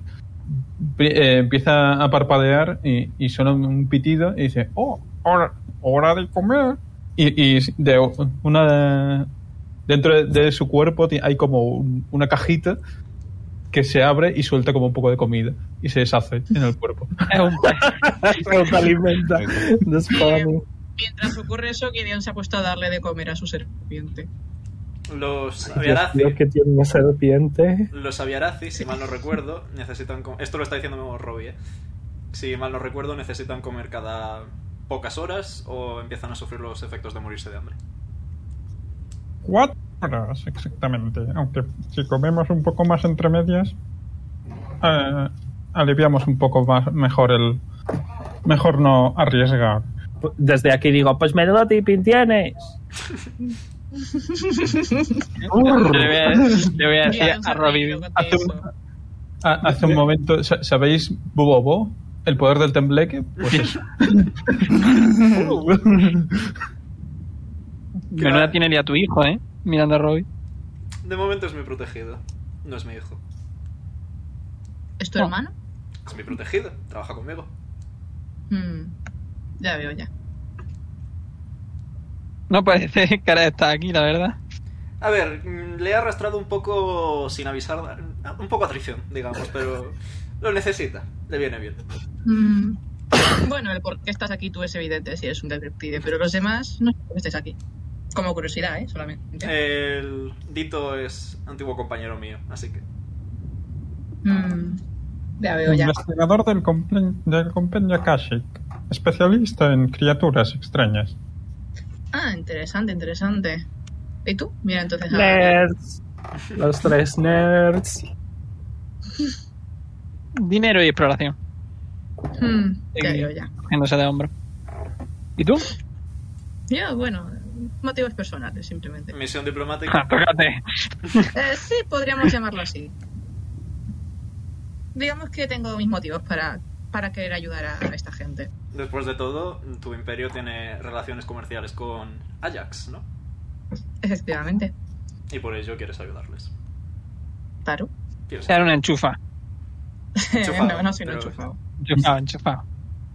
S6: pri- eh, empieza a parpadear y, y suena un pitido y dice, oh, hora, hora de comer. Y, y de una dentro de, de su cuerpo ti- hay como un- una cajita que se abre y suelta como un poco de comida y se deshace en el cuerpo.
S4: Es un-
S7: [LAUGHS] Se alimenta. No es para mí.
S5: Mientras ocurre eso, Gideon se ha puesto a darle de comer a su serpiente.
S1: Los
S7: Dios
S1: Aviarazi,
S7: mío, que tiene una serpiente.
S1: los Aviarazi, si mal no recuerdo, necesitan... com- Esto lo está diciendo Robbie, ¿eh? Si mal no recuerdo, necesitan comer cada pocas horas o empiezan a sufrir los efectos de morirse de hambre.
S6: Cuatro horas exactamente, aunque si comemos un poco más entre medias, eh, aliviamos un poco más, mejor el... Mejor no arriesgar.
S7: Desde aquí digo, pues menudo tipín tienes.
S4: Yo le voy a, le voy a decir
S5: Gideon se
S4: a
S5: ha
S4: Robbie.
S5: reído con
S6: Hace un-
S5: eso.
S6: A- Ah, hace un momento, sa- ¿sabéis Bobobo? El poder del tembleque. Pues eso.
S4: Menuda tiene ya tu hijo, ¿eh? Mirando a Robbie.
S1: De momento es mi protegido. No es mi hijo.
S5: ¿Es tu hermano?
S1: Es mi protegido. Trabaja conmigo.
S5: Hmm, Ya veo, ya.
S4: No parece [LAUGHS] que ahora está aquí, la verdad.
S1: A ver, mm, le he arrastrado un poco sin avisar. Un poco a traición, digamos, pero lo necesita. Le viene bien.
S5: Hmm, Bueno, el por qué estás aquí tú es evidente si eres un detective, pero los demás no sé por qué estés aquí. Como curiosidad, ¿eh? Solamente.
S1: El Dito es antiguo compañero mío, así que.
S5: Hmm, Ya veo, ya.
S6: Investigador del, comple- del compendio Akashic. Especialista en criaturas extrañas.
S5: Ah, interesante, interesante. ¿Y tú? Mira, entonces. ah, a-
S7: Nerds. Los tres nerds.
S4: Dinero y exploración.
S5: Hmm, Ya veo, ya.
S4: Cogiéndose de hombro. ¿Y tú?
S5: Yo, bueno, motivos personales, simplemente.
S1: Misión diplomática.
S4: Ja, [LAUGHS] Tócate.
S5: Eh, sí, podríamos llamarlo así. Digamos que tengo mis motivos para, para querer ayudar a esta gente.
S1: Después de todo, tu imperio tiene relaciones comerciales con Ajax, ¿no?
S5: Efectivamente.
S1: Y por ello quieres ayudarles.
S5: Claro.
S1: Quieres-
S4: Era una enchufa.
S1: Enchufado,
S5: [LAUGHS] no, no soy un
S1: pero-
S5: enchufado.
S4: Enchufado, enchufado.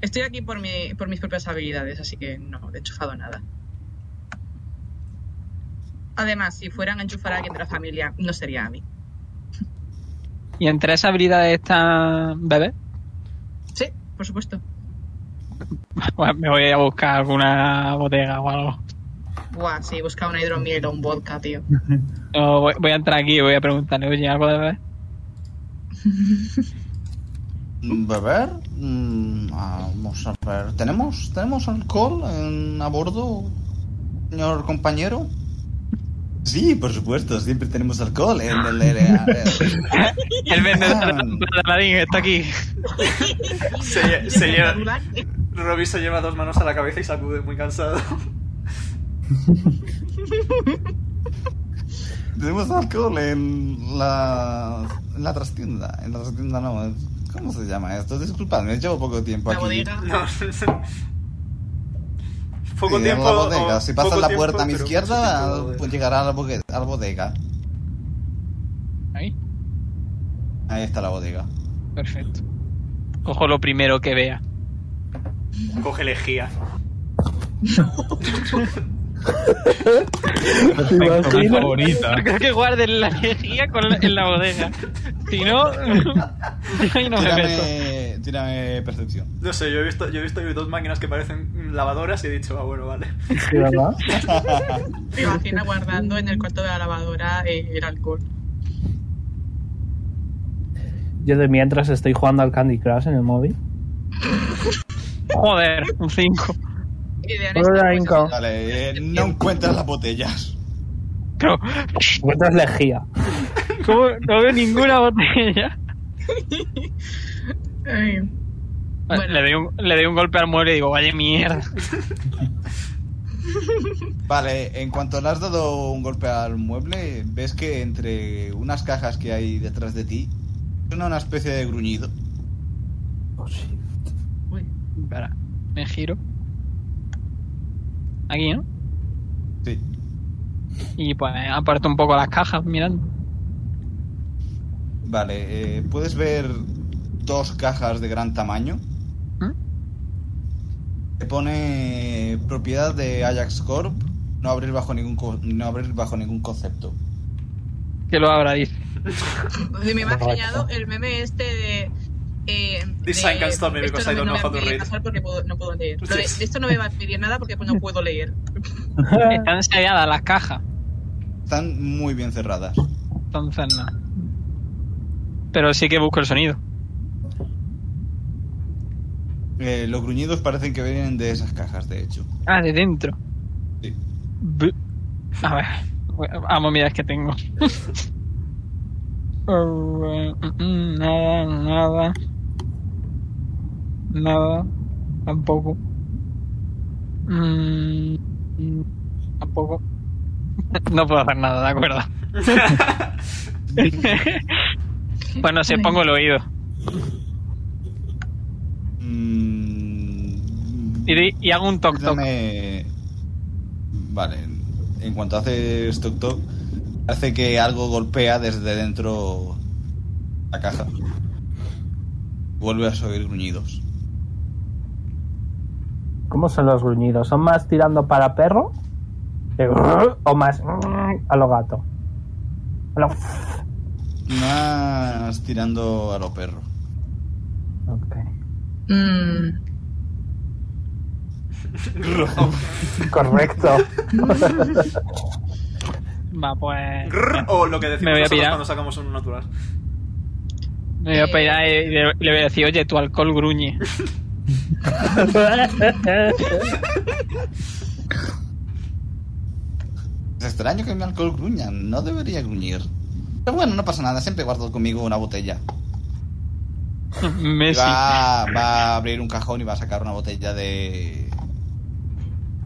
S5: Estoy aquí por, mi, por mis propias habilidades, así que no, de enchufado nada. Además, si fueran a enchufar a alguien de la familia, no sería a mí.
S4: ¿Y entre esas habilidades está bebé?
S5: Sí, por supuesto.
S4: [LAUGHS] Pues me voy a buscar alguna bodega o algo.
S5: Buah, sí, busca una hidromiel o un vodka, tío.
S1: Eh,
S4: No, voy, voy a entrar aquí y voy a preguntarle, oye, ¿algo de bebé?
S2: Beber, mm, vamos a ver. ¿Tenemos, ¿Tenemos alcohol en, a bordo, señor compañero? Sí, por supuesto, siempre tenemos alcohol en [LAUGHS] el
S1: [LAUGHS]
S2: Ah,
S4: El vendedor de la Aladín está aquí.
S1: Se
S5: [LAUGHS]
S1: lle- se lleva-
S5: Durante-
S1: Robbie se lleva dos manos a la cabeza y sacude muy cansado.
S2: Tenemos alcohol en la, en la trastienda. En la trastienda no. es- ¿Cómo se llama esto? Disculpadme, llevo poco tiempo
S5: La
S2: aquí.
S5: bodega.
S1: No. Poco
S2: Eh,
S1: tiempo.
S2: la bodega.
S1: o-
S2: si pasas
S1: poco
S2: la
S1: tiempo,
S2: puerta a mi
S1: pero
S2: izquierda,
S1: mucho tiempo de-
S2: pues llegará a la, bogue- a la bodega.
S4: Ahí,
S2: Ahí está la bodega.
S4: perfecto. Cojo lo primero que vea.
S1: Coge lejía.
S6: Perfecto, mi favorita.
S4: Creo que guarden la energía con la- en la bodega. Si no, [LAUGHS] yo ahí no me meto.
S2: Tírame, tírame percepción.
S1: No sé, yo he visto, yo he visto dos máquinas que parecen lavadoras y he dicho, ah, bueno, vale. [LAUGHS]
S7: Sí, ¿verdad?
S5: Me imagino guardando en el cuarto de la lavadora eh, el alcohol.
S7: Yo de mientras estoy jugando al Candy Crush en el móvil.
S4: Joder, un 5.
S5: Y de
S7: Hola,
S5: Anesta,
S7: Inco.
S1: [LAUGHS]
S5: pues,
S2: Vale, eh, no encuentras las botellas.
S4: No,
S7: Encuentras lejía.
S4: ¿cómo? no veo ninguna botella.
S5: eh, Bueno.
S4: Le, doy un, le doy un golpe al mueble y digo, vaya mierda.
S2: Vale, en cuanto le has dado un golpe al mueble, ves que entre unas cajas que hay detrás de ti, suena una especie de gruñido.
S5: uy,
S4: Espera, me giro. Aquí, ¿no?
S2: Sí.
S4: Y pues aparto un poco las cajas mirando.
S2: Vale, eh, puedes ver dos cajas de gran tamaño.
S4: ¿Mm?
S2: Te pone propiedad de Ajax Corp, no abrir bajo ningún co- no abrir bajo ningún concepto.
S4: Que lo habrá, dice.
S5: me he imaginado el meme este de. Eh,
S1: This
S5: de,
S1: I can't stop me
S5: esto
S1: because
S5: no
S1: I don't
S5: me-
S1: know how to
S5: no me va a
S1: read.
S5: pasar porque puedo- no puedo leer. Lo de,
S1: Sí. Mm.
S5: de esto no me va a pedir nada porque pues no puedo leer.
S4: Están selladas las cajas.
S2: Están muy bien cerradas.
S4: Entonces no. Pero sí que busco el sonido.
S2: Eh, los gruñidos parecen que vienen de esas cajas, de hecho.
S4: Ah, de dentro.
S2: Sí.
S4: B- A ver. Vamos, mira, es que tengo. Eh, mm, nada, nada. Nada. Tampoco. Mm, mm, Tampoco. [LAUGHS] No puedo hacer nada, de acuerdo. [LAUGHS] pues no sé, pongo el oído.
S2: Mm,
S4: Y, di- y hago un toc toc.
S2: Dame- Vale, en cuanto haces toc toc, hace que algo golpea desde dentro la caja. Vuelves a oír gruñidos.
S7: ¿Cómo son los gruñidos? ¿Son más tirando para perro? Que grrr, ¿O más grrr, a lo gato? A lo-
S2: Más tirando a lo perro.
S7: Ok.
S5: Mm,
S4: [LAUGHS]
S7: Correcto.
S4: Va, pues.
S1: Grrr, o lo que decimos
S4: Me voy a
S1: nosotros
S4: pirar.
S1: cuando sacamos un natural.
S4: Me voy a pegar y le le voy a decir, oye, tu
S2: [LAUGHS]
S4: alcohol gruñe.
S2: Es extraño que mi alcohol gruña, no debería gruñir. Pero bueno, no pasa nada, siempre guardo conmigo una botella. Y
S4: Messi.
S2: Va, va a abrir un cajón y va a sacar una botella de.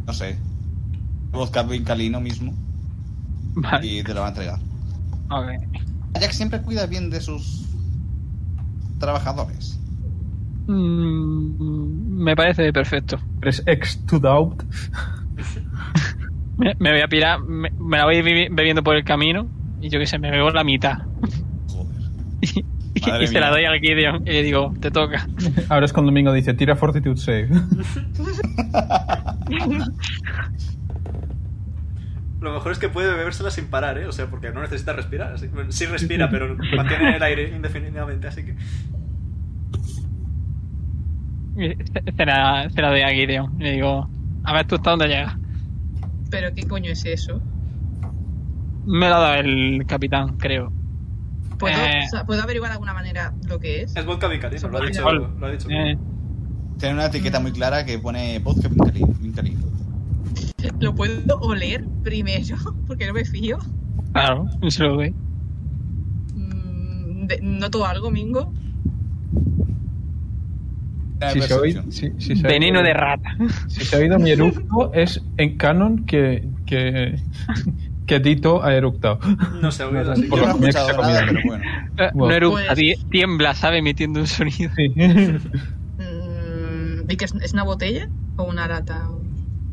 S2: No sé. Vodka vincalino mismo.
S4: Vale,
S2: Y te la va a entregar.
S4: ok.
S2: Ajax siempre cuida bien de sus trabajadores.
S4: Mm, me parece perfecto.
S6: Eres ex to doubt.
S4: Me, me voy a pirar, me, me la voy bebi- bebiendo por el camino y yo qué sé, me bebo la mitad. [LAUGHS]
S2: Joder.
S4: Y,
S2: Madre
S4: se la
S2: mía.
S4: doy al Gideon y le digo, te toca. [LAUGHS]
S6: Ahora es cuando Domingo dice, tira Fortitude Save.
S1: Lo mejor es que puede bebérsela sin parar, ¿eh? O sea, porque no necesita respirar. Así. Bueno, sí respira, pero mantiene el aire indefinidamente, así que...
S4: Y se- Se la, se la doy a Gideon y le digo, a ver tú hasta dónde llegas.
S5: pero qué coño es eso.
S4: Me la ha dado el capitán, creo.
S5: ¿Puedo,
S4: Eh.
S5: o sea, ¿puedo averiguar de alguna manera lo que es?
S1: Es vodka vincalino, lo ha dicho...
S4: Alcohol.
S1: Lo ha dicho.
S4: Eh,
S2: Tiene una etiqueta muy clara que pone vodka vincalino. vincalino.
S5: ¿Lo puedo oler primero? [LAUGHS] Porque no me fío.
S4: claro, se lo doy.
S5: Mm, de- ¿Noto algo, Mingo?
S2: Tira
S6: si, se
S2: percepción.
S6: oí- si, si se
S4: Veneno
S6: oído-
S4: de rata.
S6: Si se ha oído mi eructo, es en canon que, que, que Tito ha eructado. [LAUGHS]
S1: No se ha oído, así
S2: Yo
S1: que...
S2: no he
S6: Tenía que
S2: escuchado
S6: ser
S2: nada,
S6: comida.
S2: pero bueno.
S4: Eh,
S6: Wow.
S4: No eructa,
S5: Pues-
S4: ti- tiembla, sabe, emitiendo un sonido.
S1: [LAUGHS]
S6: Sí.
S5: Mm, ¿Y que es, es una botella o una lata?
S4: Una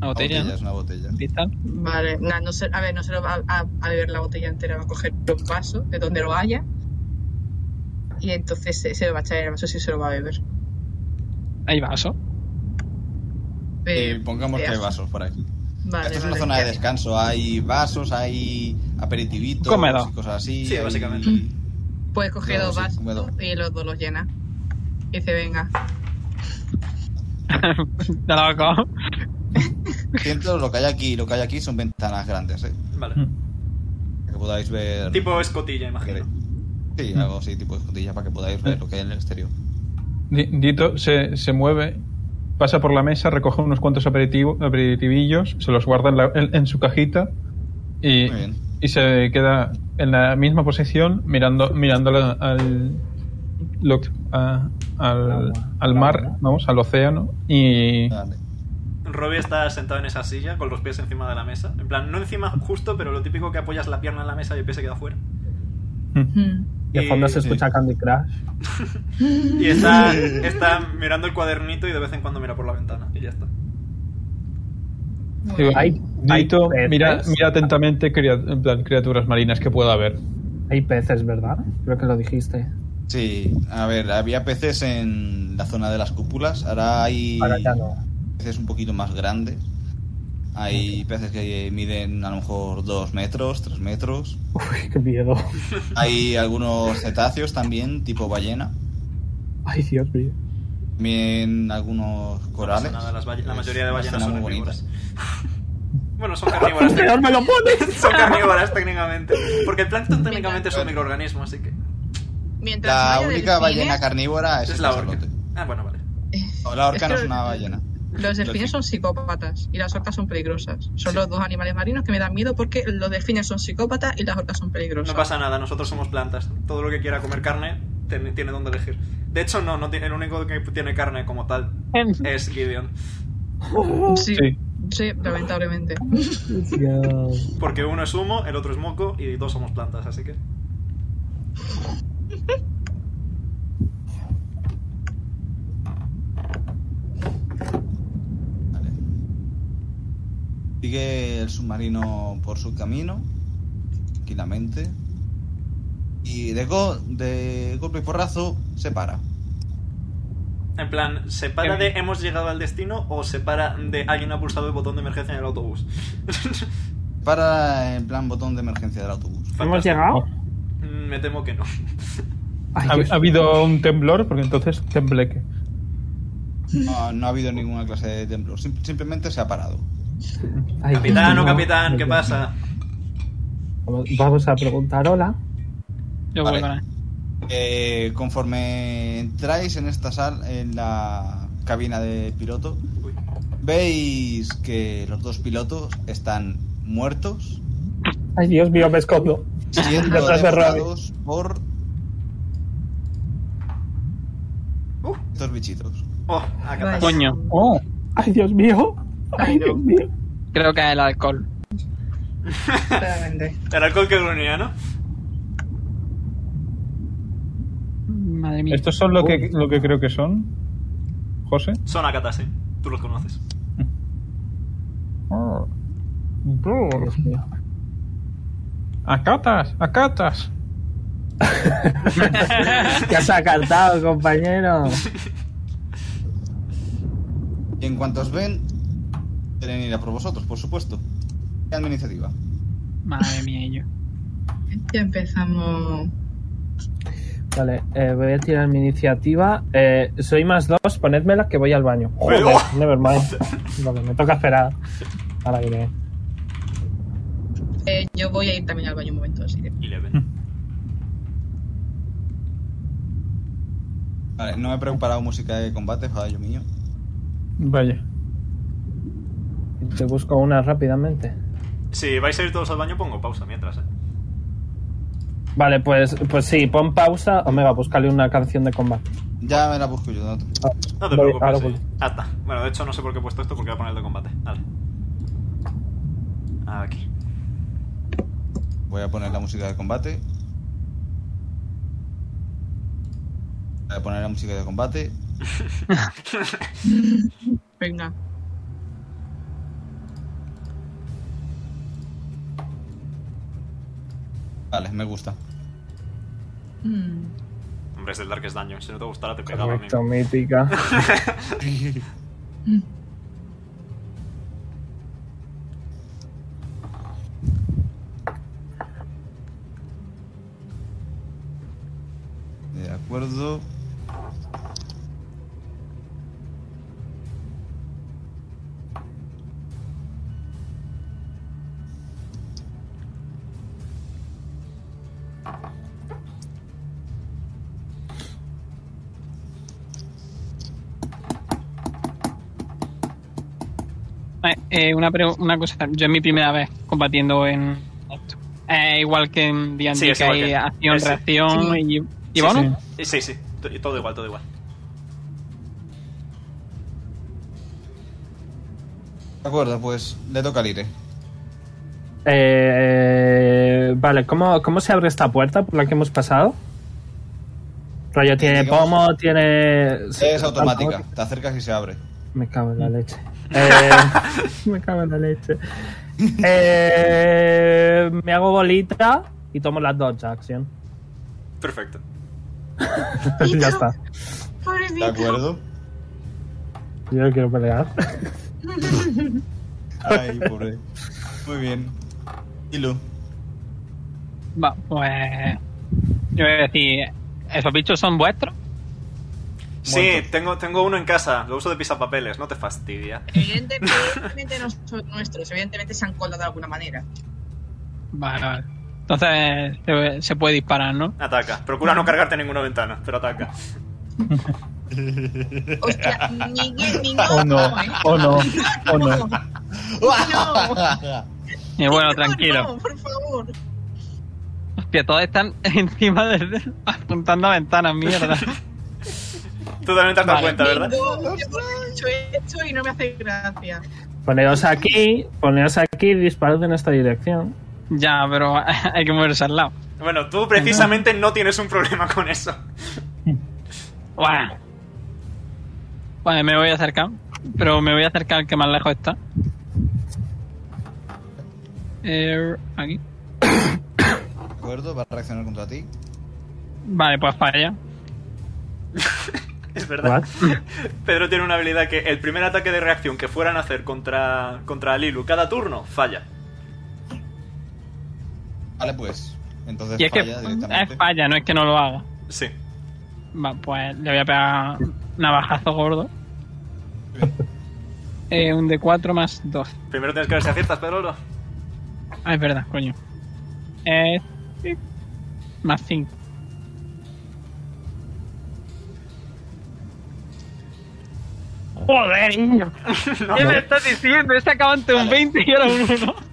S2: Una
S4: [LAUGHS] botella,
S2: botella, es una botella.
S4: ¿no? Cristal.
S5: Vale, na- no sé, a ver, no se lo va a, a beber la botella entera, va a coger un vaso de donde lo haya y entonces se, se lo va a echar en el vaso si se lo va a beber.
S4: Hay vaso.
S5: Eh,
S2: Y pongamos Eh,
S5: de
S2: que hay
S5: ajo.
S2: vasos por aquí.
S5: eh, Vale,
S2: Esto es
S5: vale.
S2: una zona de descanso. Hay vasos, hay aperitivitos
S4: Comedor.
S2: y cosas así.
S1: Sí,
S2: hay-
S1: básicamente.
S5: Pues coge
S2: No,
S5: dos
S2: sí,
S5: vasos
S2: comedor.
S5: y los dos los llena. Y dice, venga.
S4: Te lo hago.
S2: Siento, lo que hay aquí, lo que hay aquí son ventanas grandes, ¿eh?
S7: Mm.
S1: Vale.
S2: Que podáis ver.
S1: Tipo escotilla, imagino.
S2: Sí, algo así, tipo escotilla, para que podáis ver lo que hay en el exterior.
S6: Di- Dito se, se mueve, pasa por la mesa, recoge unos cuantos aperitivo- aperitivillos, se los guarda en, la- en- en su cajita y,
S2: Muy bien.
S6: y se queda en la misma posición mirando mirándola al, lo- a- al, al mar, vamos, al océano y [LAUGHS]
S2: Vale.
S1: Robbie está sentado en esa silla con los pies encima de la mesa. En plan, no encima justo, pero lo típico que apoyas la pierna en la mesa y el pie se queda fuera.
S5: Mm.
S7: De
S1: Y-
S7: fondo se
S2: sí.
S7: escucha Candy
S1: [LAUGHS]
S7: Crush.
S1: Y está, está mirando el cuadernito y de vez en cuando mira por la ventana. Y ya está.
S5: Muy
S6: digo,
S5: bien.
S7: Hay-
S6: Dito
S7: hay
S6: mira,
S7: peces.
S6: mira atentamente cria- en plan, criaturas marinas que pueda haber.
S7: Hay peces, ¿verdad? Creo que lo dijiste.
S2: Sí, a ver, había peces en la zona de las cúpulas. Ahora hay
S7: Ahora ya no.
S2: peces un poquito más grandes. Hay peces que miden a lo mejor 2 metros, 3 metros.
S7: Uy, qué miedo.
S2: [LAUGHS] Hay algunos cetáceos también, tipo ballena.
S7: Ay, Dios mío.
S2: También algunos
S1: No
S2: corales.
S1: pasa nada, las balle- la
S2: Es
S1: mayoría de
S2: una
S1: ballenas
S2: zona
S1: son
S2: muy bonita.
S1: herbívoras. bueno, son carnívoras. tec-
S7: me lo
S1: [LAUGHS]
S7: pones!
S1: son carnívoras técnicamente. Porque el plancton técnicamente es un
S2: Bueno.
S1: microorganismo, así que.
S5: Mientras
S2: La
S5: vaya
S2: única
S5: delfines,
S2: ballena carnívora es,
S1: Es
S2: el
S1: la orca.
S2: cachalote.
S1: Ah, bueno, vale.
S2: No, la orca
S5: Es que
S2: no es
S5: lo-
S2: una ballena.
S5: Los delfines
S2: Delfín.
S5: son psicópatas y las orcas son peligrosas. Son los dos animales marinos que me dan miedo porque los delfines son psicópatas y las orcas son peligrosas.
S1: No pasa nada, nosotros somos plantas. Todo lo que quiera comer carne ten- tiene donde elegir. De hecho, no, no tiene- el único que tiene carne como tal es Gideon.
S5: Sí,
S6: Uh, Sí.
S5: sí, lamentablemente.
S1: Porque uno es humo, el otro es moco y dos somos plantas, así que.
S2: Vale. Sigue el submarino por su camino, tranquilamente. Y de, go- de golpe y porrazo se para.
S1: En plan, ¿se
S7: Em.
S1: para de hemos llegado al destino o se para de alguien ha pulsado el botón de emergencia en el autobús?
S2: Para en plan botón de emergencia del autobús.
S7: ¿Hemos llegado?
S1: Mm, Me temo que no.
S7: Ay,
S6: Ha,
S7: Dios.
S6: ha habido un temblor, porque entonces tembleque.
S2: No, no ha habido ninguna clase de temblor, sim- simplemente se ha parado.
S7: Ay, Dios
S1: Capitán o
S7: mío.
S1: capitán, ¿qué pasa?
S7: Vamos- Vamos a preguntar hola.
S4: Yo
S2: Vale.
S4: voy con él.
S2: Eh, conforme entráis en esta sala, en la cabina de piloto,
S1: Uy.
S2: veis que los dos pilotos están muertos,
S7: Ay, Dios mío, me escondo.
S2: siendo
S7: Detrás de
S2: devorados por
S1: Uh,
S2: estos bichitos.
S1: oh, ah, capaz.
S5: Vaya.
S4: Coño.
S6: Oh,
S7: Ay, Dios mío. Ay, Dios mío.
S4: Creo que es el alcohol.
S5: Claramente.
S1: El alcohol que gruñía, ¿no?
S4: Madre mía.
S6: estos son lo que, lo que creo que son. José.
S1: Son Akatas, sí. Tú los conoces.
S6: Oh.
S7: Dios mío.
S6: Acatas, acatas.
S7: [LAUGHS] Ya se ha cantado, compañero.
S2: Y en cuanto os ven, tienen ir a por vosotros, por supuesto. Vean mi iniciativa.
S4: Madre mía, y yo.
S5: Ya empezamos.
S7: Vale, eh, voy a tirar mi iniciativa. Eh, soy más dos, ponedmela que voy al baño. Joder,
S4: [LAUGHS]
S1: Pero- oh,
S7: nevermind. Vale, me toca esperar. Ahora que
S5: Eh, yo voy a ir también al baño un momento, así que.
S1: Eleven.
S2: Vale, no me he preparado música de combate, fallo mío.
S6: Vaya.
S7: te busco una rápidamente.
S1: Si vais a ir todos al baño, pongo pausa mientras, ¿eh?
S7: Vale, pues, pues sí, pon pausa. Omega, búscale una canción de combate.
S2: Ya me la busco yo, no te-
S1: No te
S7: Vale,
S1: preocupes.
S7: ahora
S1: sí.
S7: vuelvo.
S1: Hasta. Bueno, de hecho no sé por qué he puesto esto porque voy a poner el de combate. Vale. Aquí.
S2: Voy a poner la música de combate. Voy a poner la música de combate.
S5: Venga.
S2: Vale, me gusta.
S5: Mm.
S1: Hombre, es del Darkest Dungeon. Si no te gustara, te pegaba a mí.
S7: Correcto, mítica.
S2: recuerdo.
S4: Eh, eh, una, pre- una cosa, yo es mi primera vez combatiendo en esto. Eh, igual que en D&D
S1: Sí, es
S4: que
S1: igual
S4: hay
S1: que-
S4: acción,
S1: es-
S4: reacción y, y bonus.
S1: Eh, Sí, sí, t- todo igual, todo igual.
S2: De acuerdo, pues le toca al Ire.
S7: Eh, vale, ¿cómo, ¿cómo se abre esta puerta por la que hemos pasado? Rollo, tiene
S2: Digamos-
S7: pomo, tiene...
S2: Es automática, te acercas y se abre.
S7: Me cago en la
S2: [LAUGHS]
S7: leche. Eh, [LAUGHS] me cago en la leche. Eh, me hago bolita y tomo las dos acción.
S1: Perfecto.
S7: [LAUGHS] ya está.
S2: ¿De
S5: Pobrecito.
S2: acuerdo?
S7: Yo no quiero pelear.
S2: Ay, pobre. Muy bien. Ilu.
S4: Va, pues... Yo voy a decir, ¿esos bichos son vuestros?
S1: Sí, tengo, tengo uno en casa, lo uso de pisapapeles, no te fastidia.
S5: Evidentemente no son nuestros, evidentemente se han colado de alguna manera.
S4: Vale, vale. Entonces se, se puede disparar, ¿no?
S1: Ataca, procura
S7: [LAUGHS]
S1: no cargarte ninguna ventana, pero ataca.
S5: Hostia, ni,
S6: [LAUGHS]
S5: ni no,
S6: O no,
S5: ¿eh? [LAUGHS]
S6: o no, o
S5: No,
S6: no.
S4: Y bueno,
S5: no,
S4: tranquilo.
S5: no, por favor.
S4: Hostia, todos están [LAUGHS] encima de... apuntando a ventanas, mierda.
S1: Tú también te has dado
S4: Vale.
S1: cuenta, ¿verdad?
S5: Vengo, yo lo he hecho y no me hace gracia.
S7: Poneos aquí, poneos aquí y disparad en esta dirección.
S4: ya, pero hay que moverse al lado.
S1: Bueno, tú precisamente no tienes un problema con eso. [LAUGHS]
S4: Buah. Vale, me voy a acercar. Pero me voy a acercar al que más lejos está. Eh, aquí.
S2: De acuerdo, va a reaccionar contra ti.
S4: Vale, pues falla.
S1: Es verdad. [LAUGHS] Pedro tiene una habilidad que el primer ataque de reacción que fueran a hacer contra, contra Lilu cada turno falla.
S2: Vale, pues. Entonces
S4: Y es que
S2: falla directamente.
S4: es falla, no es que no lo haga.
S1: Sí.
S4: Va, pues le voy a pegar navajazo gordo. Eh, un de 4 más 2.
S1: Primero tienes que ver si aciertas, Pedro.
S4: Ah, es verdad, coño. Eh, sí. más 5. Joder, niño.
S1: No.
S4: [LAUGHS] ¿Qué me estás diciendo? He sacado ante un 20 y ahora un 1. [LAUGHS]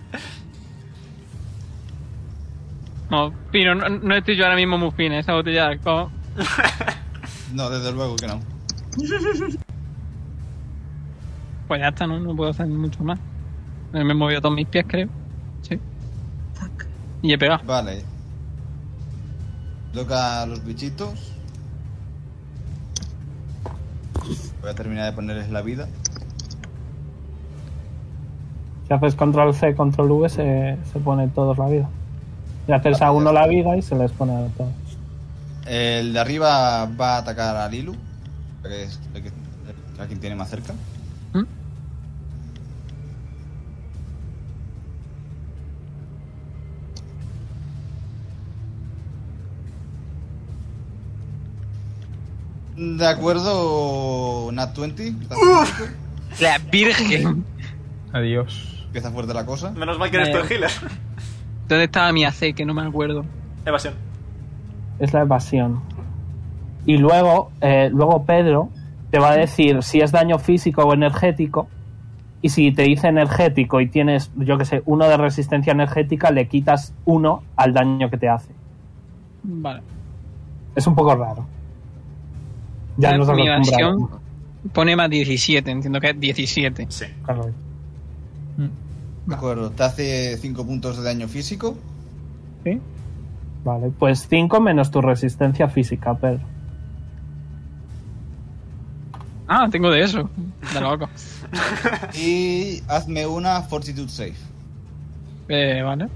S4: No, Pino, no, no estoy yo ahora mismo muy fino. Esa botella de alcohol.
S2: No, desde luego que no.
S4: Pues ya está, ¿no? No puedo hacer mucho más. Eh, Me he movido todos mis pies, creo. Sí.
S5: Fuck.
S4: Y he pegado.
S2: Vale. Toca a los bichitos. Voy a terminar de ponerles la vida.
S7: Si haces control C, control V, se, se pone todos la vida. Si haces a uno la vida y se les pone a todos.
S2: El de arriba va a atacar a Lilu, que es el que, a quien tiene más cerca.
S4: ¿Mm?
S2: De acuerdo, Nat 20.
S4: La Virgen.
S6: Adiós.
S2: Empieza fuerte la cosa.
S1: Menos mal que eres tú el
S4: Vale.
S1: healer. [LAUGHS]
S4: ¿Dónde estaba mi AC? Que no me acuerdo.
S1: Evasión.
S7: es la evasión. Y luego, eh, luego Pedro te va a decir si es daño físico o energético. Y si te dice energético y tienes, yo que sé, uno de resistencia energética, le quitas uno al daño que te hace.
S4: Vale.
S7: Es un poco raro.
S4: Eh,
S7: Ya nos
S4: mi evasión
S7: acostumbramos.
S4: pone más 17. Entiendo que es 17.
S1: Sí.
S7: Correcto.
S2: De acuerdo, te hace 5 puntos de daño físico.
S4: ¿Sí?
S7: Vale, pues 5 menos tu resistencia física, Pedro.
S4: Ah, tengo de eso. De loco.
S2: Y hazme una Fortitude Save.
S4: Eh, vale.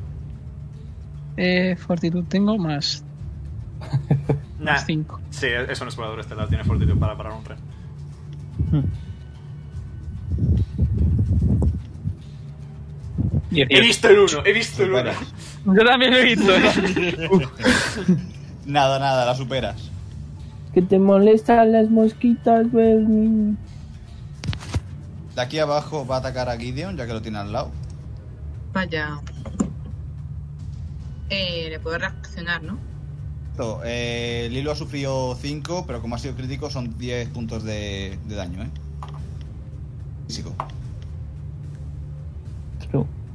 S4: Eh, fortitud tengo más
S1: Nah.
S4: 5.
S1: Sí, es un explorador estelar, tiene fortitud para parar un tren. He visto el uno, he visto el uno.
S2: Superas.
S4: Yo también lo he visto. ¿eh?
S2: Nada, nada, la superas.
S7: Que te molestan las mosquitas, pues, mm. Bernie.
S2: De aquí abajo va a atacar a Gideon, ya que lo tiene al lado.
S5: Vaya. Eh, le puedo reaccionar, ¿no?
S2: Esto, eh, Lilo ha sufrido 5, pero como ha sido crítico, son 10 puntos de, de daño, ¿eh? Físico.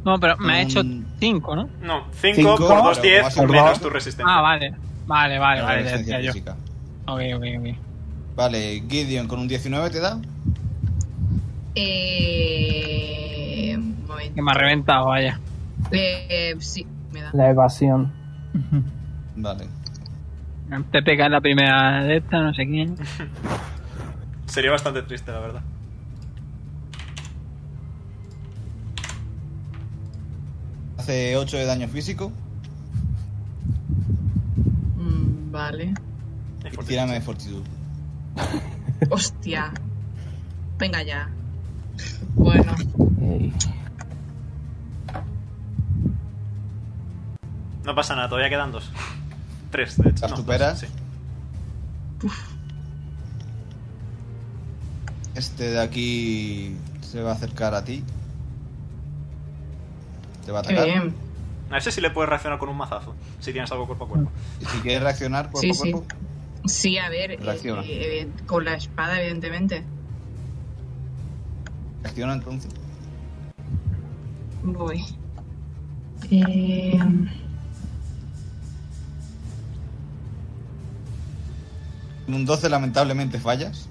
S4: No, pero me ha hecho
S2: Mm.
S4: 5, ¿no?
S1: No, 5
S2: Cinco,
S1: por 2,
S2: pero
S1: 10
S2: vas a
S1: menos
S2: robar.
S1: tu resistencia.
S4: Ah, vale. Vale, vale,
S2: Una
S4: vale. ya
S2: resistencia
S4: decía yo.
S2: física.
S4: Ok, ok, ok.
S2: Vale, Gideon con un 19 te da.
S5: Eh, un
S4: Que
S5: momento.
S4: me ha reventado, vaya.
S5: Eh, sí, me da.
S7: La evasión.
S2: Vale.
S4: Te pega en la primera de esta, no sé quién.
S1: Sería bastante triste, la verdad.
S2: Hace 8 de daño físico.
S5: Mm, vale.
S1: Es
S2: Y
S1: fuerte.
S2: tírame de fortitud.
S5: Hostia. Venga ya. Bueno,
S7: Ey.
S1: No pasa nada, todavía quedan dos. Tres, de hecho.
S2: ¿Las
S1: no,
S2: superas?
S1: dos, sí.
S2: Este de aquí se va a acercar a ti. Te va a
S5: qué
S2: atacar.
S5: bien.
S1: A ese sí le puedes reaccionar con un mazazo, si tienes algo cuerpo a cuerpo.
S2: Y si quieres reaccionar cuerpo
S5: Sí,
S2: a
S5: sí.
S2: cuerpo,
S5: Sí, a ver, eh,
S2: Reacciona.
S5: eh, eh, con la espada, evidentemente.
S2: reacciona entonces.
S5: Voy. Eh,
S2: En un 12 lamentablemente fallas.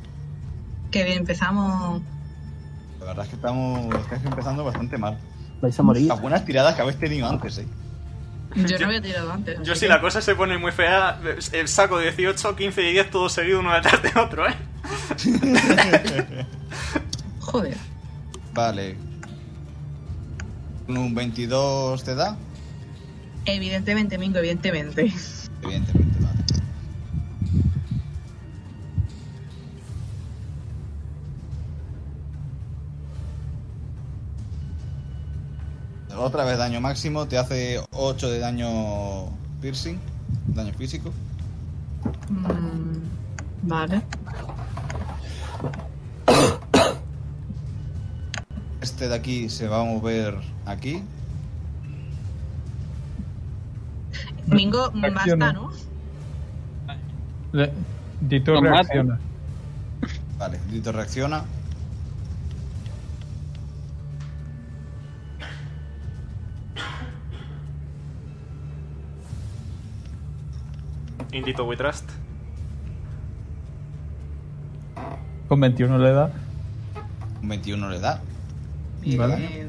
S5: que bien, empezamos.
S2: La verdad es que estamos estás empezando bastante mal.
S7: Vais a morir.
S2: Las buenas tiradas que habéis tenido antes, eh.
S5: Yo
S1: Yo-
S5: no había tirado antes.
S1: Yo
S5: así
S1: si
S5: que-
S1: la cosa se pone muy fea, eh, saco 18, 15 y 10 todo seguido uno detrás de otro, ¿eh?
S5: Joder.
S2: Vale. Con Un 22 te da.
S5: Evidentemente, Mingo, evidentemente.
S2: Evidentemente, vale. Otra vez daño máximo, te hace 8 de daño piercing, daño físico.
S5: Mm, vale.
S2: Este de aquí se va a mover aquí.
S5: Mingo, mm,
S6: Reacciono.
S5: basta, ¿no?
S6: Le- Dito
S4: Lo mato.
S6: reacciona.
S2: Vale, Dito reacciona.
S1: Indito We Trust.
S6: Con 21 le da.
S2: Un 21 le da. Vale.
S5: Eh,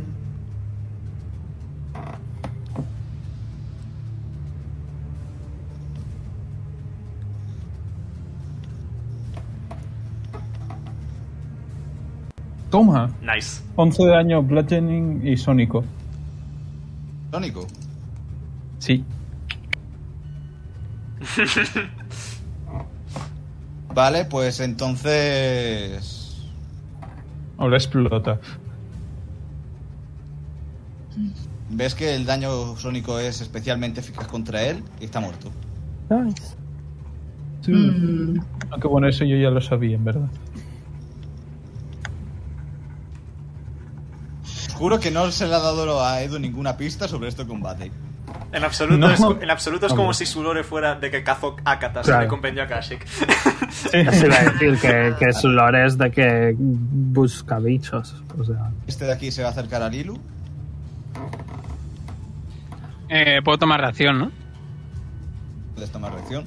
S6: Toma.
S1: Nice.
S6: 11 de daño bludgeoning y sónico.
S2: Sónico.
S6: Sí.
S2: Vale, pues entonces.
S6: Ahora explota.
S2: Ves que el daño sónico es especialmente eficaz contra él y está muerto.
S7: Nice.
S6: Sí.
S5: mm,
S6: Aunque bueno, eso yo ya lo sabía, en verdad.
S2: Os juro que no se le ha dado a Edu ninguna pista sobre este combate.
S1: En absoluto,
S6: No.
S1: es, en absoluto es como
S6: Hombre.
S1: si su lore fuera de que cazó Akatas y
S3: Claro.
S1: le compendió a Kashyyyk.
S7: [LAUGHS]
S3: Ya se iba a decir que, que su lore es de que busca bichos. O sea,
S2: Este de aquí se va a acercar a Lilu.
S4: Eh, puedo tomar reacción, ¿no?
S2: Puedes tomar reacción.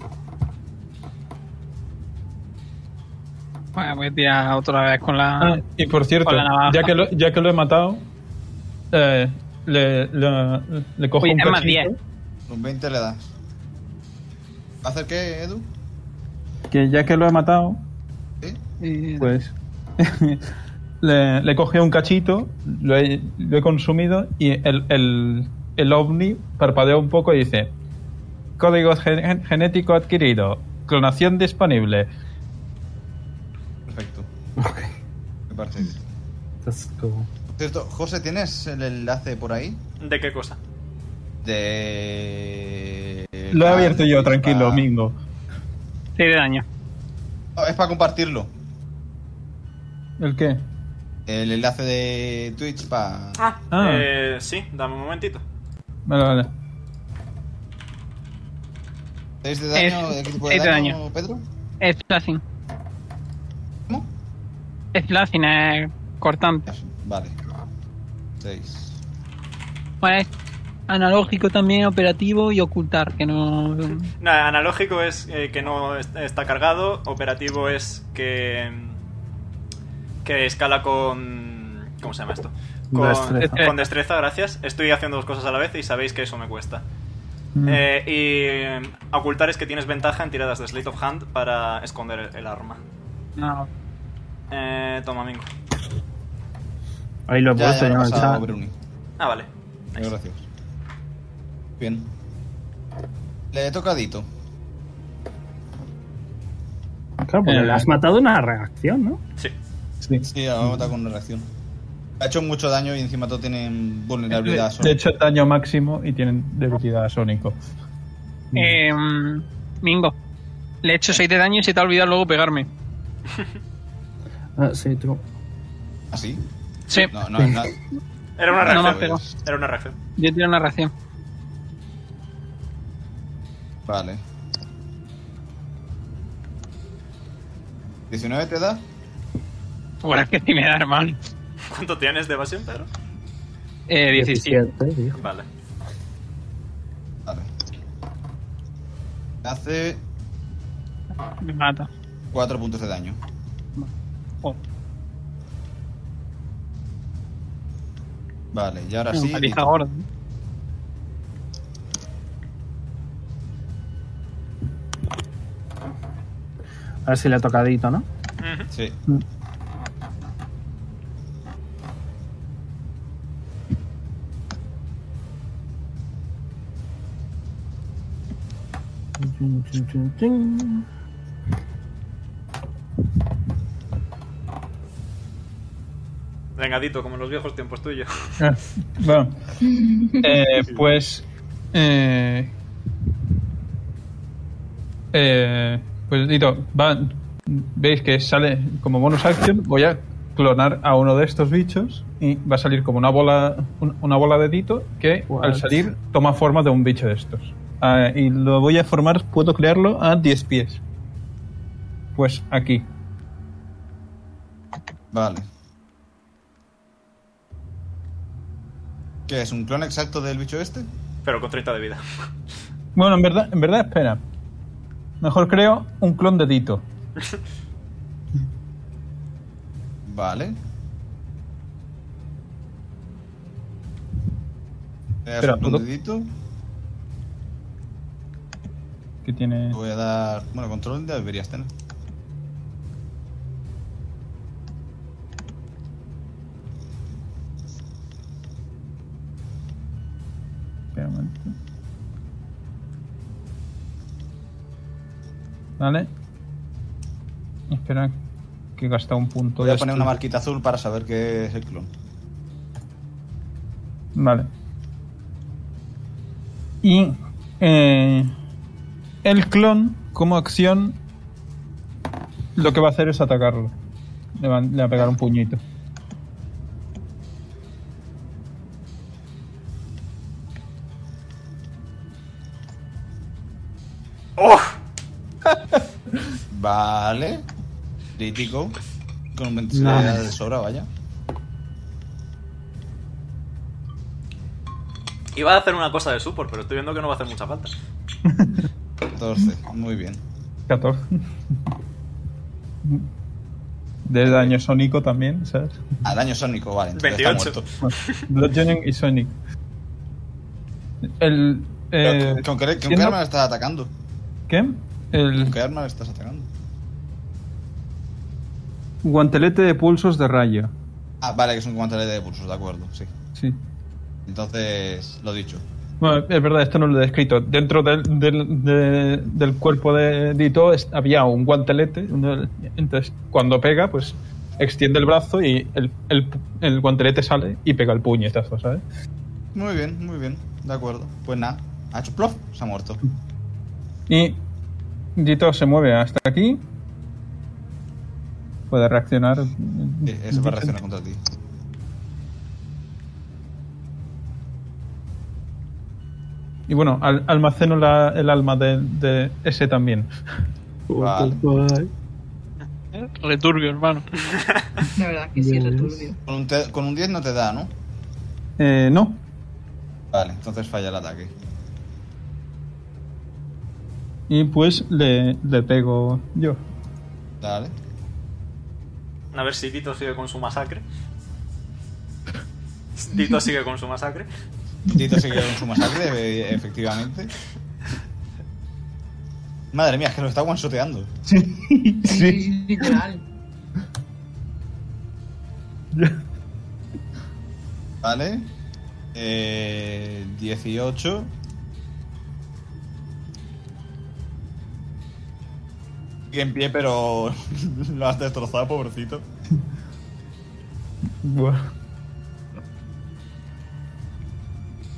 S4: Bueno, voy a tirar otra vez con la.
S6: Ah, y por cierto,
S4: Con la navaja.
S6: ya que lo, ya que lo he matado, eh, le, le, le cojo
S4: Uy,
S6: un
S4: es más
S6: cachito.
S4: 10.
S2: Un 20 le das. ¿Va a hacer qué, Edu?
S6: Que ya que lo he matado,
S2: ¿Sí?
S4: Eh,
S6: pues [LAUGHS] le, le coge un cachito, lo he, lo he consumido y el, el, el ovni parpadea un poco y dice código gen- genético adquirido, clonación disponible.
S2: Perfecto. Me parece bien.
S3: es como-
S2: Por Cierto, José, ¿tienes el enlace por ahí?
S1: ¿De qué cosa?
S2: De...
S6: Lo he abierto yo, tranquilo,
S2: Ah,
S6: Mingo.
S4: 6 de daño.
S2: No, es para compartirlo.
S6: ¿El qué?
S2: El enlace de Twitch para.
S1: Ah,
S6: Ah.
S1: eh, sí, dame un momentito.
S6: Vale, vale.
S2: 6 de daño,
S4: Es-
S2: ¿de qué tipo de
S4: seis de
S2: daño,
S4: daño.
S2: Pedro?
S4: Es slashing.
S2: ¿Cómo?
S4: Es slashing, es cortante.
S2: Vale. 6.
S4: Bueno, es analógico también, operativo y ocultar, que no...
S1: Nada, analógico es eh, que no est- está cargado, operativo es que que escala con ¿cómo se llama esto? Con
S7: Destreza.
S1: con destreza, gracias. Estoy haciendo dos cosas a la vez y sabéis que eso me cuesta.
S6: Mm.
S1: Eh, y eh, ocultar es que tienes ventaja en tiradas de Slate of Hand para esconder el, el arma.
S4: no.
S1: Eh, toma, Mingo.
S7: Ahí lo he
S2: Ya,
S7: puesto
S2: ya lo
S7: ya
S2: he
S7: en el
S2: pasado,
S7: chat.
S2: Bruni.
S1: Ah, vale. Nice.
S2: Gracias. Bien. Le toca a Dito.
S7: Claro, porque
S6: Eh,
S7: le has matado una reacción, ¿no?
S1: Sí.
S6: Sí.
S2: Sí, ahora vamos a con una reacción. Ha hecho mucho daño y encima todo tienen vulnerabilidad.
S6: De,
S2: solo.
S6: de hecho, es daño máximo y tienen debilidad a Sónico.
S4: Eh, mm, Mingo, le he hecho 6 de daño y se te ha olvidado luego pegarme.
S7: Ah, sí, true.
S2: ¿Ah, sí?
S4: Sí,
S2: No, no, no.
S1: Era una
S4: No
S1: reacción.
S4: me has pegado.
S1: Era una reacción.
S4: yo tiro una reacción.
S2: Vale. ¿19 te da?
S4: Ahora es que sí me da, hermano.
S1: ¿Cuánto tienes de evasión, Pedro?
S4: Eh, 17.
S7: dijo.
S1: Vale.
S2: Vale. Hace
S4: Me mata.
S2: 4 puntos de daño.
S4: Oh,
S2: Vale, y ahora
S4: una
S2: sí.
S4: paliza
S2: Dito.
S4: gorda.
S7: A ver si le ha tocadito, [LAUGHS] ¿no?
S1: Ujú.
S2: Sí.
S7: Chun, chun, chun, chun.
S1: Venga, Dito, como en los viejos tiempos tuyos.
S6: Ah, bueno. Eh, pues. Eh, eh, pues, Dito, va- veis que sale como bonus action. Voy a clonar a uno de estos bichos y va a salir como una bola un- una bola de Dito que
S7: What?
S6: al salir toma forma de un bicho de estos. Ah, y lo voy a formar, puedo crearlo a 10 pies. Pues aquí.
S2: Vale. ¿Qué es? ¿Un clon exacto del bicho este?
S1: [LAUGHS] Pero con 30 de vida.
S6: Bueno, en verdad, en verdad, espera. Mejor creo un clon de Dito.
S2: Vale. Voy a
S6: Espera,
S2: hacer un
S6: ¿puedo?
S2: dedito.
S6: Que tiene.
S2: Le Voy a dar. Bueno, control ya deberías tener.
S6: Espera un momento. Vale. Espera, que he gastado un punto.
S2: Voy
S6: de
S2: a poner
S6: esto.
S2: una marquita azul para saber que es el clon.
S6: Vale. Y eh, el clon, como acción, lo que va a hacer es atacarlo. Le va, le va a pegar un puñito.
S1: ¡Oh!
S2: Vale. Crítico. Con un 27 de sobra, vaya.
S1: Iba a hacer una cosa de support, pero estoy viendo que no va a hacer mucha falta.
S2: 14. Muy bien.
S6: 14. De daño sónico también, ¿sabes?
S2: Ah, daño sónico, vale. entonces está
S1: 28.
S2: muerto.
S6: Bueno, Bludgeoning y Sonic. El.
S2: Pero
S6: Eh,
S2: ¿Con, con, qué- con qué
S6: siendo-
S2: arma le estás atacando?
S6: ¿Qué? El
S2: ¿Con qué arma le estás atacando?
S6: guantelete de pulsos de rayo.
S2: Ah, vale, que es un guantelete de pulsos, de acuerdo, sí.
S6: Sí.
S2: Entonces, lo dicho.
S6: Bueno, es verdad, esto no lo he descrito. Dentro del, del, de- del cuerpo de Dito es- había un guantelete. uno- Entonces, cuando pega, pues extiende el brazo y el, el, el guantelete sale y pega el puñetazo, ¿sabes?
S2: Muy bien, muy bien, de acuerdo. Pues nada, ha hecho plof, se ha muerto.
S6: Y Dito se mueve hasta aquí. puede reaccionar.
S2: Sí, Eh, eso va a reaccionar contra ti.
S6: Y bueno, al- almaceno la- el alma de, de ese también.
S2: Vale.
S4: Returbio, hermano.
S5: La verdad que sí, returbio.
S2: Con un, te- con un 10 no te da, ¿no?
S6: Eh, no,
S2: Vale, entonces falla el ataque.
S6: y pues le, le pego yo.
S2: Dale.
S1: A ver si Tito sigue con su masacre. Tito sigue con su masacre.
S2: Tito sigue con su masacre, [LAUGHS] e- efectivamente. Madre mía, es que lo está guansoteando.
S5: Sí, literal.
S2: Vale. Eh, 18. Sigue en pie, pero [LAUGHS] lo has destrozado, pobrecito.
S6: Buah.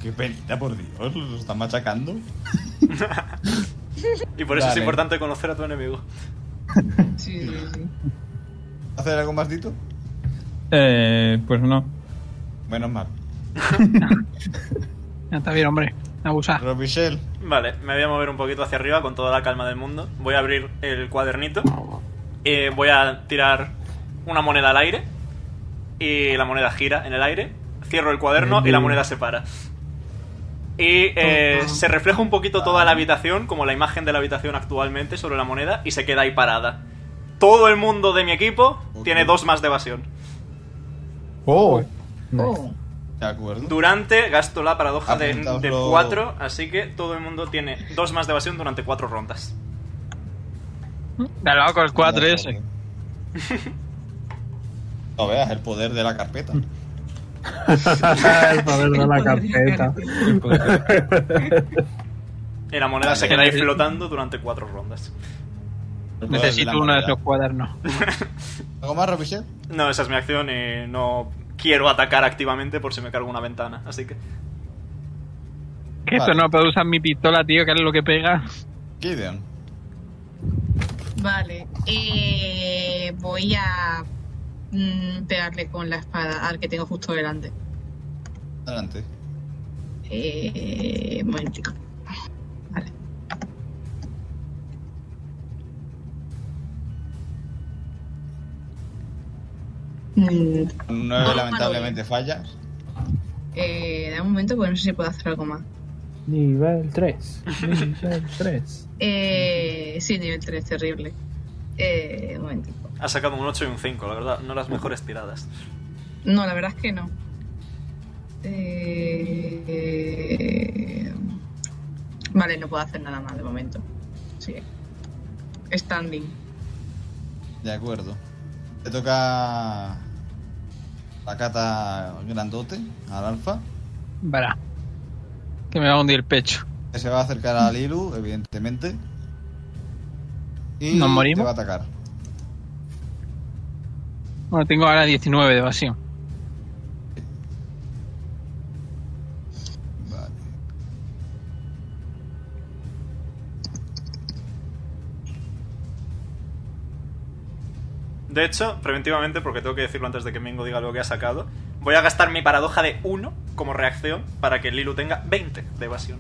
S2: Qué penita, por Dios, los están machacando.
S1: Y por eso es
S2: Vale.
S1: importante conocer a tu enemigo.
S5: Sí, sí, sí.
S2: ¿Hacer algo más, Tito?
S6: Eh, pues no.
S2: Menos mal.
S4: Ya está bien, hombre. Abusar.
S2: Robichel,
S1: Vale, me voy a mover un poquito hacia arriba con toda la calma del mundo. Voy a abrir el cuadernito. Eh, voy a tirar una moneda al aire. Y la moneda gira en el aire. Cierro el cuaderno y la moneda se para. Y eh, se refleja un poquito toda la habitación, como la imagen de la habitación actualmente sobre la moneda, y se queda ahí parada. Todo el mundo de mi equipo
S2: Ok.
S1: tiene dos más de evasión.
S6: Oh,
S5: Oh,
S2: de acuerdo.
S1: Durante, gasto la paradoja de, de
S2: Apuntadlo.
S1: cuatro, así que todo el mundo tiene dos más de evasión durante cuatro rondas.
S4: De loco, el 4
S2: De
S4: ese.
S2: acuerdo. No veas el poder de la carpeta.
S7: el poder de la carpeta.
S6: Pues,
S1: Y la moneda
S2: Vale.
S1: se queda ahí
S6: [LAUGHS]
S1: flotando durante cuatro rondas.
S2: El poder la
S4: Necesito uno de
S2: moneda.
S4: esos cuadernos.
S2: ¿Algo más, Robichel?
S1: No, esa es mi acción y no quiero atacar activamente por si me cargo una ventana. Así que
S4: Que esto
S2: Vale.
S4: no puedo usar mi pistola, tío, que es lo que pega.
S2: Gideon.
S5: Vale. Eh, voy a mm, pegarle con la espada al que tengo justo delante.
S2: Adelante.
S5: Eh, un momentico. Vale. Mm,
S2: Un 9
S5: No,
S2: lamentablemente falla.
S5: eh, da un momento porque no sé si puedo hacer algo más.
S7: Nivel 3. Nivel 3.
S5: Eh, sí, nivel 3, terrible. Eh, un momentico.
S1: ha sacado un 8 y un 5, la verdad. No las
S6: [LAUGHS]
S1: mejores tiradas.
S5: No, la verdad es que no. Eh, vale, no puedo hacer nada más de momento. Sí. Standing.
S2: De acuerdo. Te toca la cata grandote, al alfa.
S4: Verá. Que me va a hundir el pecho.
S2: que se va a acercar al Ilu, evidentemente. Y
S4: ¿Nos morimos?
S2: te va a atacar.
S4: Bueno, tengo ahora 19 de evasión.
S2: Vale.
S1: De hecho, preventivamente, porque tengo que decirlo antes de que Mingo diga lo que ha sacado, voy a gastar mi paradoja de 1 como reacción para que Lilu tenga 20 de evasión.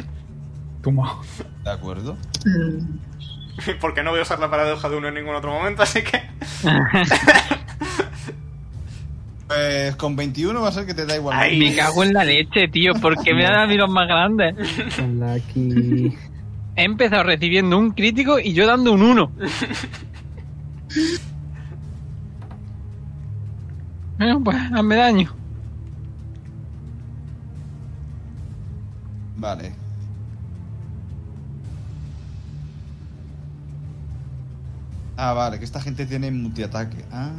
S1: [LAUGHS]
S6: toma.
S2: De acuerdo.
S5: Mm,
S1: porque no voy a usar la paradoja de 1 en ningún otro momento, [LAUGHS] así que...
S2: Pues con 21 va a ser que te da igual.
S1: Ay,
S4: Me cago en la leche, tío. porque me dan a mí los más grandes?
S7: Lucky.
S4: He empezado recibiendo un crítico y yo dando un [LAUGHS] 1. bueno, pues hazme daño.
S2: Vale. Ah, vale, que esta gente tiene multiataque. Ah.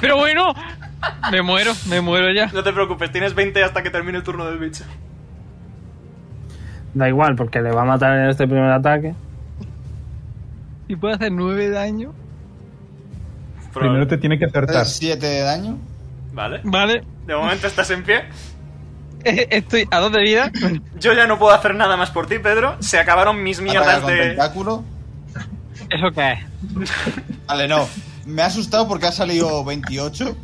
S4: Pero bueno, me muero, me muero ya.
S1: No te preocupes, tienes 20 hasta que termine el turno del bicho.
S7: Da igual, porque le va a matar en este primer ataque.
S4: Si puedo hacer 9 daño,
S6: Primero te tiene que acertar.
S2: 7 de daño.
S1: Vale.
S4: vale. [LAUGHS]
S1: De momento estás en pie.
S4: Eh, Estoy a dos de vida.
S1: Yo ya no puedo hacer nada más por ti, Pedro. Se acabaron mis
S4: este.
S2: Ataca
S1: mierdas
S2: con
S1: de...
S2: tentáculo.
S4: ¿Eso qué es?
S2: Vale, no. Me ha asustado porque ha salido 28.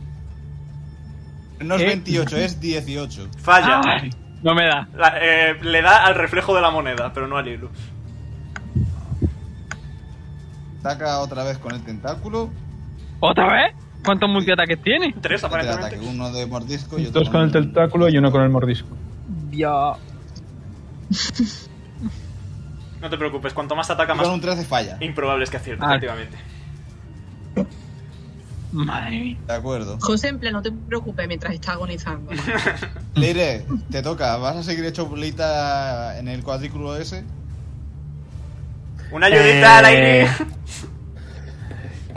S2: No es
S4: ¿Eh?
S2: 28, es 18.
S1: Falla.
S4: Ay, no me da.
S1: La- eh, le da al reflejo de la moneda, pero no al hilo.
S2: Ataca otra vez con el tentáculo.
S4: ¿Otra vez? ¿Cuántos multiataques tiene?
S1: Tres,
S2: Otro ataque,
S1: aparentemente.
S2: Este uno de mordisco y otro
S6: Dos con el tentáculo y uno con el mordisco.
S4: Ya.
S1: No te preocupes, cuanto más ataca,
S2: Y
S1: más
S2: Con un 13 falla.
S1: improbable es que acierte,
S4: Ah.
S1: efectivamente.
S4: Madre mía.
S2: De acuerdo.
S5: José, en plan, no te preocupes mientras está agonizando.
S2: Leire, te toca. ¿Vas a seguir hecho bolita en el cuadrículo ese?
S1: Una ayudita al
S7: Eh,
S1: aire.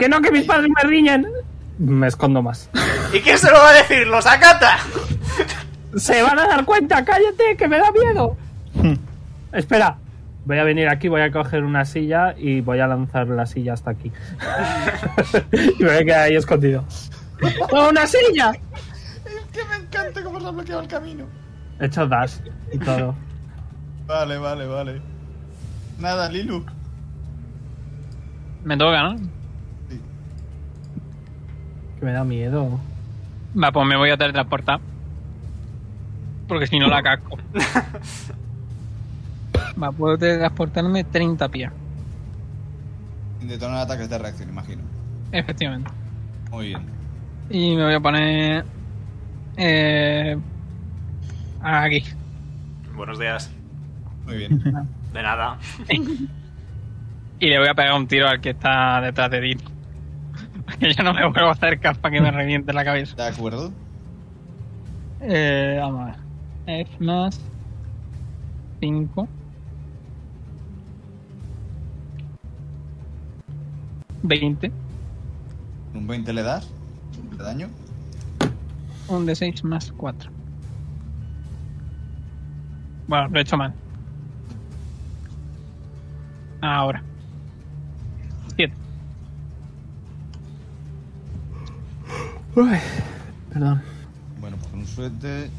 S7: ¡Que no, que mis padres me riñen! Me escondo más.
S1: ¿Y quién se lo va a decir? ¡Los acata!
S7: ¡Se van a dar cuenta! ¡Cállate, que me da [LAUGHS] miedo! Espera. Voy a venir aquí, voy a coger una silla y voy a lanzar la silla hasta [LAUGHS] aquí. y me voy a quedar ahí escondido. [LAUGHS] ¡Oh, una silla!
S2: Es que me encanta cómo se ha bloqueado el camino.
S7: He hecho dash y todo.
S2: Vale, vale, vale. Nada, Lilu.
S4: Me toca, ¿no?
S7: Que me da miedo.
S4: Va, pues me voy a teletransportar. Porque si no la casco. [LAUGHS] Va, puedo teletransportarme 30 pies.
S2: Sin detonar ataques de reacción, imagino.
S4: Efectivamente.
S2: Muy bien.
S4: Y me voy a poner. Eh, aquí.
S1: Buenos días.
S2: Muy bien.
S1: De nada.
S4: Y le voy a pegar un tiro al que está detrás de [LAUGHS] Dito. Que ya no me vuelvo a acercar para que me reviente la cabeza.
S2: De acuerdo.
S4: Eh, vamos a ver. F más 5. 20.
S2: Un 20 le das. De daño.
S4: Un de 6 más 4. Bueno, lo he hecho mal. Ahora. 7.
S7: Uy, perdón.
S2: Bueno, pues con un suerte.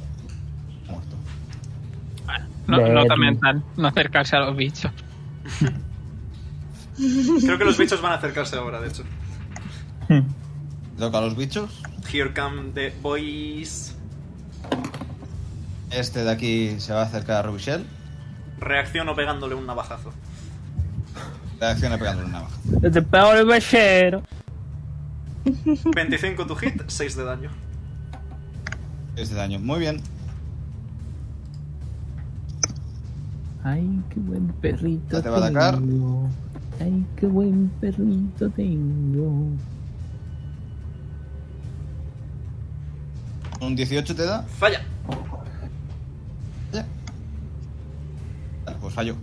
S2: Muerto.
S4: No,
S7: Deadly.
S4: nota mental, no acercarse a los bichos.
S1: Creo que los bichos van a acercarse ahora, de hecho.
S2: Le Toca a los bichos.
S1: Here come the boys.
S2: Este de aquí se va a acercar a Robichel.
S1: Reacciono pegándole un navajazo.
S2: Reacciona pegándole una navaja.
S7: Es el peor bechero.
S1: 25 tu hit, 6 de daño.
S2: Este daño. Muy bien.
S7: Ay, qué buen perrito
S2: Ya te va a atacar.
S7: tengo. Ay, qué buen perrito tengo.
S2: Un 18 te da.
S1: Falla.
S2: Ya. Vale, Pues falló.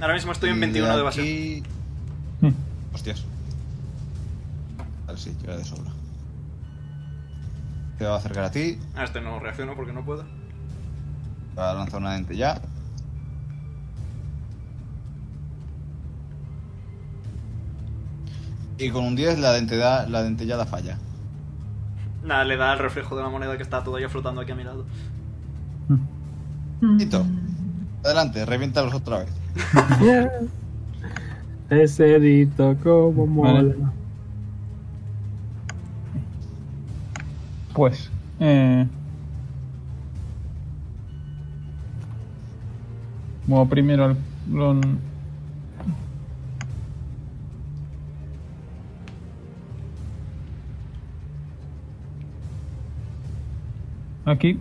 S1: Ahora mismo estoy
S2: Y
S1: en 21 de base.
S2: aquí- Hostias. Vale, sí, lleva de sobra. Te va a acercar a ti.
S1: A este no reacciono porque no puedo.
S2: te Va a lanzar una dente ya. Y con un 10 la dentellada, la dentellada falla.
S1: Nada, le da el reflejo de la moneda que está todavía flotando aquí a mi lado.
S2: Tito, adelante, reviéntalos otra vez.
S7: Ese dito como mola.
S6: Vale. Pues. Eh, muevo primero al clon. Aquí.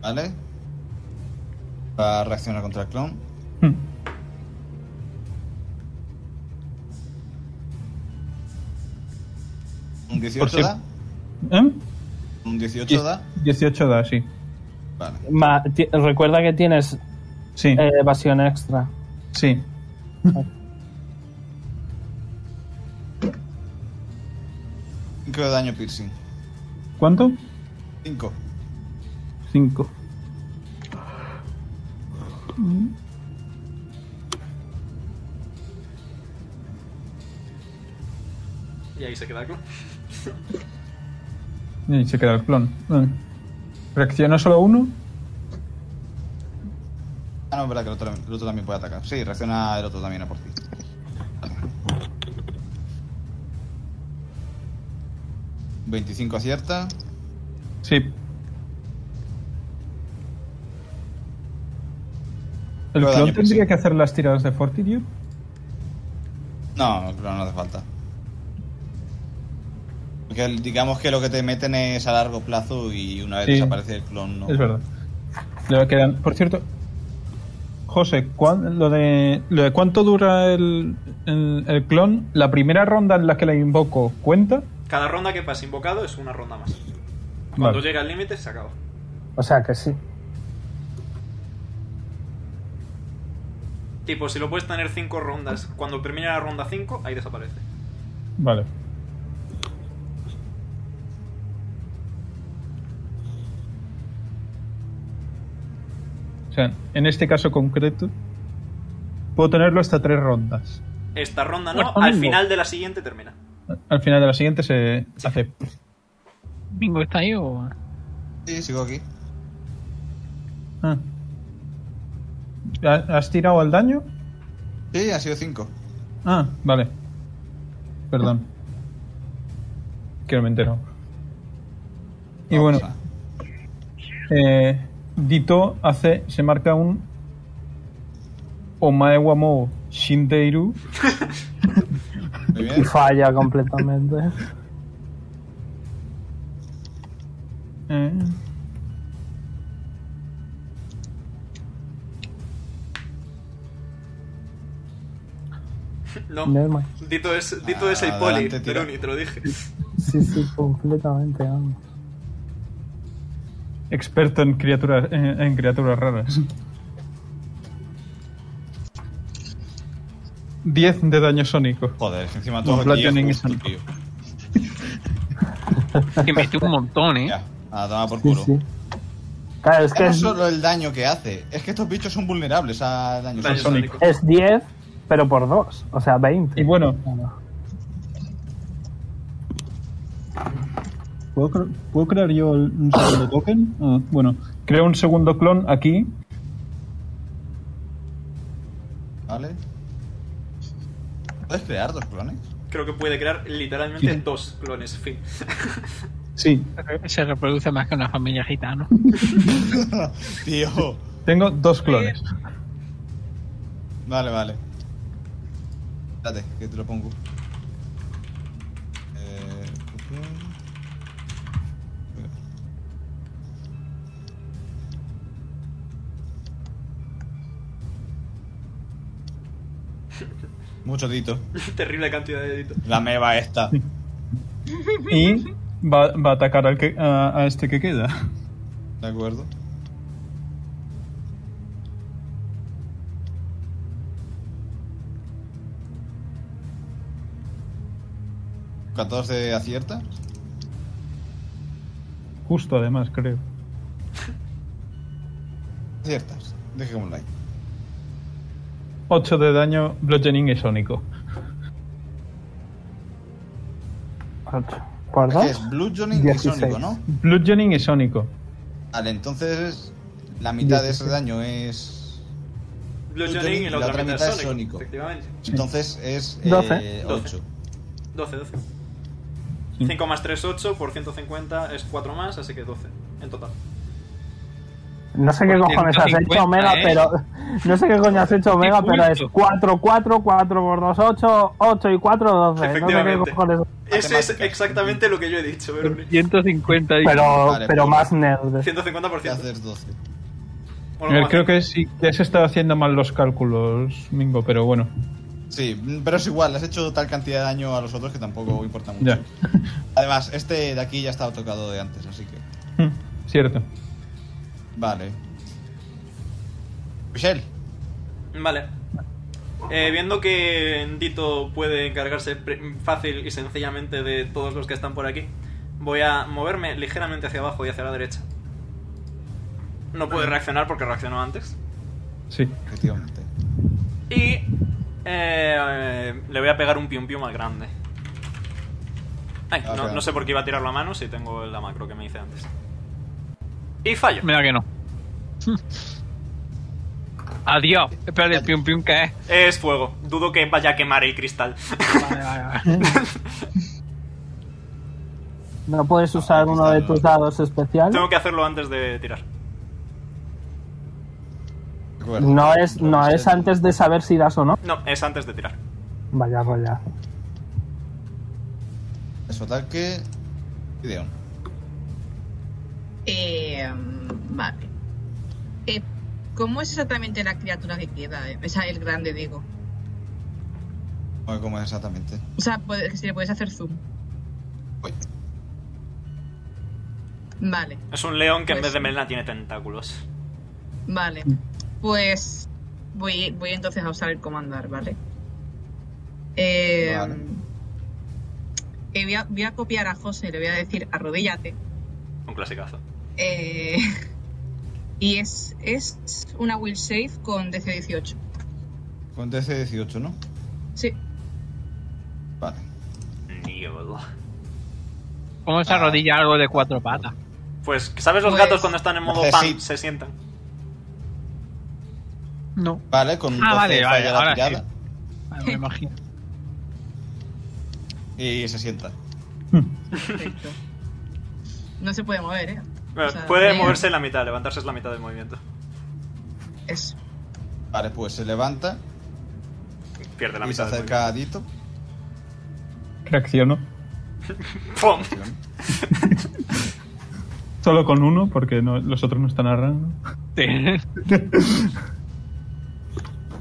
S2: ¿Vale? Va a reaccionar contra el clon.
S6: Hmm.
S2: Un 18
S6: si-
S2: da.
S6: ¿Eh?
S2: Un 18 da.
S6: 18 da, sí.
S2: Vale.
S7: Ma- ti- recuerda que tienes
S6: Sí,
S7: eh, evasión extra.
S6: sí.
S2: Cinco de daño piercing.
S6: ¿Cuánto?
S2: 5.
S6: 5.
S1: Y ahí se queda claro.
S6: Y se queda el clon. Vale. ¿Reacciona solo uno?
S2: Ah, no, es verdad que el otro, el otro también puede atacar. Sí, reacciona el otro también a por ti. Vale. 25 acierta.
S6: Sí. ¿El
S2: Pero daño
S6: clon tendría
S2: piercing.
S6: que hacer las tiradas de Fortitude?
S2: No, no, no hace falta. Porque el- digamos que lo que te meten es a largo plazo y una vez
S6: Sí.
S2: desaparece el clon, no.
S6: Es verdad. Le quedan. Por cierto, José, ¿cuán- lo, de, lo de cuánto dura el, el- el clon, la primera ronda en la que la invoco, ¿cuenta?
S1: Cada ronda que pasa invocado es una ronda más. Cuando
S6: Vale.
S1: llega al límite se acaba.
S7: O sea que sí.
S1: Tipo, si lo puedes tener 5 rondas, cuando termina la ronda 5, ahí desaparece.
S6: Vale. O sea, en este caso concreto, puedo tenerlo hasta tres rondas.
S1: Esta ronda
S4: Bueno,
S1: no, al
S4: domingo.
S1: final de la siguiente termina. [LAUGHS]
S6: Al final de la siguiente se hace.
S4: ¿Bingo está ahí o.?
S2: Sí, sigo aquí.
S6: Ah. ¿Ha- ¿Has tirado al daño?
S2: Sí, ha sido 5.
S6: Ah, vale. Perdón. Que no me entero. Y bueno, eh, Dito hace, se marca un Omae wa mo Shindeiru.
S2: Muy
S7: Y
S2: bien.
S7: falla [LAUGHS] completamente.
S6: Eh,
S1: No,
S7: Nevermind.
S1: Dito es, Dito es el poli,
S2: Ah, Adelante, tira.
S1: pero ni te lo dije.
S7: Sí, sí, completamente. vamos.
S6: experto en criaturas, en, en criaturas [LAUGHS] raras. 10 de daño sónico.
S2: Joder, que encima
S6: Un
S2: todo
S6: plato
S2: aquí es
S6: en
S2: justo,
S6: inglés.
S2: tío.
S4: Que mete un montón, ¿eh?
S2: Ya, a tomar por
S7: Sí,
S2: culo.
S7: sí. Claro, es
S2: Ya
S7: que
S2: No
S7: es,
S2: solo el daño que hace, es que estos bichos son vulnerables a daños.
S1: Daño
S2: Son-
S1: sónico.
S7: [LAUGHS] es 10, pero por 2. O sea, 20.
S6: Y bueno,
S7: Claro.
S6: ¿Puedo, cre- puedo crear yo el- un segundo token? Ah, bueno, creo un segundo clon aquí.
S2: ¿Vale? ¿Puedes crear dos clones? [LAUGHS]
S1: Creo que puede crear literalmente
S6: Sí.
S1: dos clones, fin. [LAUGHS]
S6: Sí.
S4: Se reproduce más que una familia
S7: [LAUGHS]
S4: gitana.
S2: Tío.
S6: Tengo dos clones.
S2: Vale, vale. Espérate, que te lo pongo. Eh, Mucho tito.
S1: Terrible cantidad de Dito.
S2: La meba esta.
S6: Y va, va a atacar al que, a, a este que queda. [LAUGHS]
S2: De acuerdo. ¿14 acierta?
S6: Justo además, creo.
S2: Aciertas. Deje un like.
S6: 8 de daño, bludgeoning y sónico.
S7: 8. ¿Por
S2: ¿Qué
S7: 2?
S2: es? Blue Johnny y
S7: 16.
S2: Sónico, ¿no?
S6: Bludgeoning y sónico.
S2: Vale, entonces la mitad de ese daño es.
S1: Blue
S2: Blue
S1: Johnny y la otra mitad es Sonic.
S2: Sónico.
S1: Efectivamente.
S2: Entonces es. eh,
S7: Doce.
S2: 8.
S1: 12, 12.
S6: Sí.
S1: 5 más 3, 8, por 150 es 4 más, así que 12 en total.
S7: No sé qué cojones has hecho,
S4: 150,
S7: Omega,
S4: ¿eh?
S7: pero. No sé qué coño has hecho, Omega, pero es
S4: justo.
S7: 4, 4, 4 por 2, 8, 8 y 4, 12. No sé qué
S1: Efectivamente.
S7: cojones.
S1: Eso es
S2: Matemáticas.
S1: exactamente lo que yo he dicho, Veroni.
S4: 150 y.
S7: Pero,
S2: Vale,
S7: pero
S2: pues-
S7: más nerd.
S1: 150 por
S2: ¿Qué
S1: 100.
S2: haces 12?
S6: A ver, creo que sí, ya se está haciendo mal los cálculos, Mingo, pero bueno. [LAUGHS]
S2: Sí, mm, pero es igual, has hecho tal cantidad de daño a los otros que tampoco importa mucho.
S6: Ya.
S2: Además, este de aquí ya estaba tocado de antes, así que.
S6: Hmm, Cierto.
S2: Vale. Michelle,
S1: Vale. Eh, viendo que Dito puede encargarse pre- fácil y sencillamente de todos los que están por aquí, voy a moverme ligeramente hacia abajo y hacia la derecha. No puede reaccionar porque reaccionó antes.
S6: Sí.
S2: efectivamente.
S1: Y eh, le voy a pegar un pium pium al grande. Ay,
S2: Ah,
S1: no,
S2: claro.
S1: no sé por qué iba a tirarlo a mano si tengo la macro que me hice antes. Y fallo.
S4: Mira que no. [LAUGHS] Adiós. Espérate, el pium pium que es.
S1: Es fuego. Dudo que vaya a quemar el cristal.
S4: Vale, vale, vale.
S7: [LAUGHS] No puedes usar uno de tus dados
S1: [LAUGHS]
S7: especiales.
S1: Tengo que hacerlo antes de tirar.
S2: Recuerda.
S7: No es, no es antes de saber si das o no.
S1: No, es antes de tirar.
S7: Vaya, vaya.
S2: Es su ataque. Gideon.
S5: Eh, vale. Eh, ¿Cómo es exactamente la criatura que queda? Eh? Esa es el grande, digo.
S2: Bueno, ¿Cómo es exactamente?
S5: O sea, puede- si le puedes hacer zoom.
S2: Uy.
S5: Vale,
S1: Es un león que en
S5: Pues
S1: vez de
S5: sí.
S1: melena tiene tentáculos.
S5: vale. Pues voy, voy entonces a usar el comandar, ¿vale? Eh,
S2: Vale.
S5: eh, voy, a, voy a copiar a José, le voy a decir arrodíllate.
S1: Un clasicazo.
S5: Eh, [LAUGHS] y es, es una will save con DC-18.
S2: Con DC 18, ¿no?
S5: Sí,
S2: Vale.
S1: Niebla.
S4: ¿Cómo
S2: Ah.
S4: se arrodilla algo de cuatro patas?
S1: Pues, ¿sabes los
S5: Pues-
S1: gatos cuando están en modo
S2: Necesi-
S1: pan se sientan?
S4: No,
S2: Vale, con 12
S4: Ah, vale, vale,
S2: falla la
S4: ahora
S2: tirada
S4: no Ah, me imagino.
S2: y se sienta.
S6: Hmm,
S5: perfecto. No se puede mover, ¿eh?
S1: Eh,
S5: O sea,
S1: Puede
S5: león.
S1: moverse la mitad, levantarse es la mitad del movimiento.
S5: Eso.
S2: Vale, pues se levanta
S1: Pierde la
S2: y se
S1: mitad del
S2: acerca a Dito.
S6: Reacciono.
S1: movimiento.
S2: [LAUGHS]
S1: ¡Pum!
S6: Solo con uno, porque no- los otros no están narrando.
S4: Sí.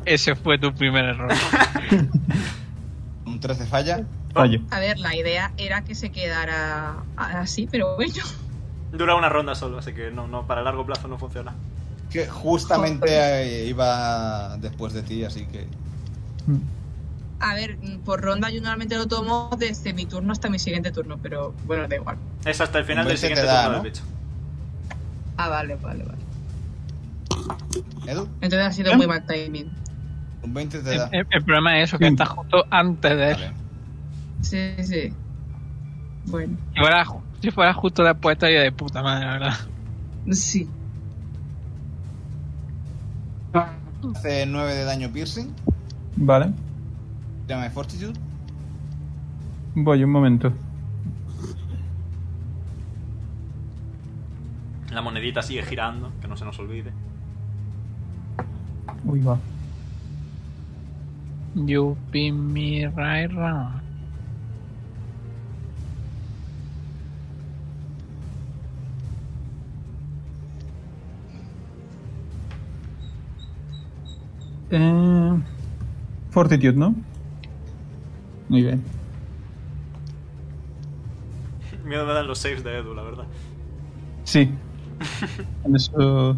S4: Ese fue tu primer error.
S2: Un 13 falla.
S6: Fallo.
S5: A ver, la idea era que se quedara así, pero bueno.
S1: Dura una ronda solo, así que no, no, para largo plazo no funciona.
S2: Que justamente eh, iba después de ti, así que.
S6: Hmm,
S5: A ver, mm, por ronda yo normalmente lo tomo desde mi turno hasta mi siguiente turno, pero bueno, da igual.
S1: Es hasta el final
S2: Un
S1: del
S2: 20 te
S1: siguiente
S2: da,
S1: turno
S2: ¿no?
S1: del bicho.
S5: Ah, vale, vale, vale.
S2: Edu,
S5: Entonces ha
S1: ¿Eh?
S5: sido muy mal timing.
S2: un 20 te
S4: El,
S2: da.
S4: el- el problema es eso, que
S6: Sí.
S4: está justo antes de él.
S2: Vale.
S5: Sí, sí. Bueno,
S4: Si fuera, ju- si fuera justo después estaría de puta madre, la verdad.
S5: sí.
S2: Hace 9 de daño piercing.
S6: Vale.
S2: Llame Fortitude.
S6: Voy un momento.
S1: La monedita sigue girando, que no se nos olvide.
S6: Uy, va.
S4: You be me right round.
S6: Eh, fortitude, ¿no? Muy bien.
S1: Miedo me dan los saves de Edu, la verdad.
S6: Sí. En eso.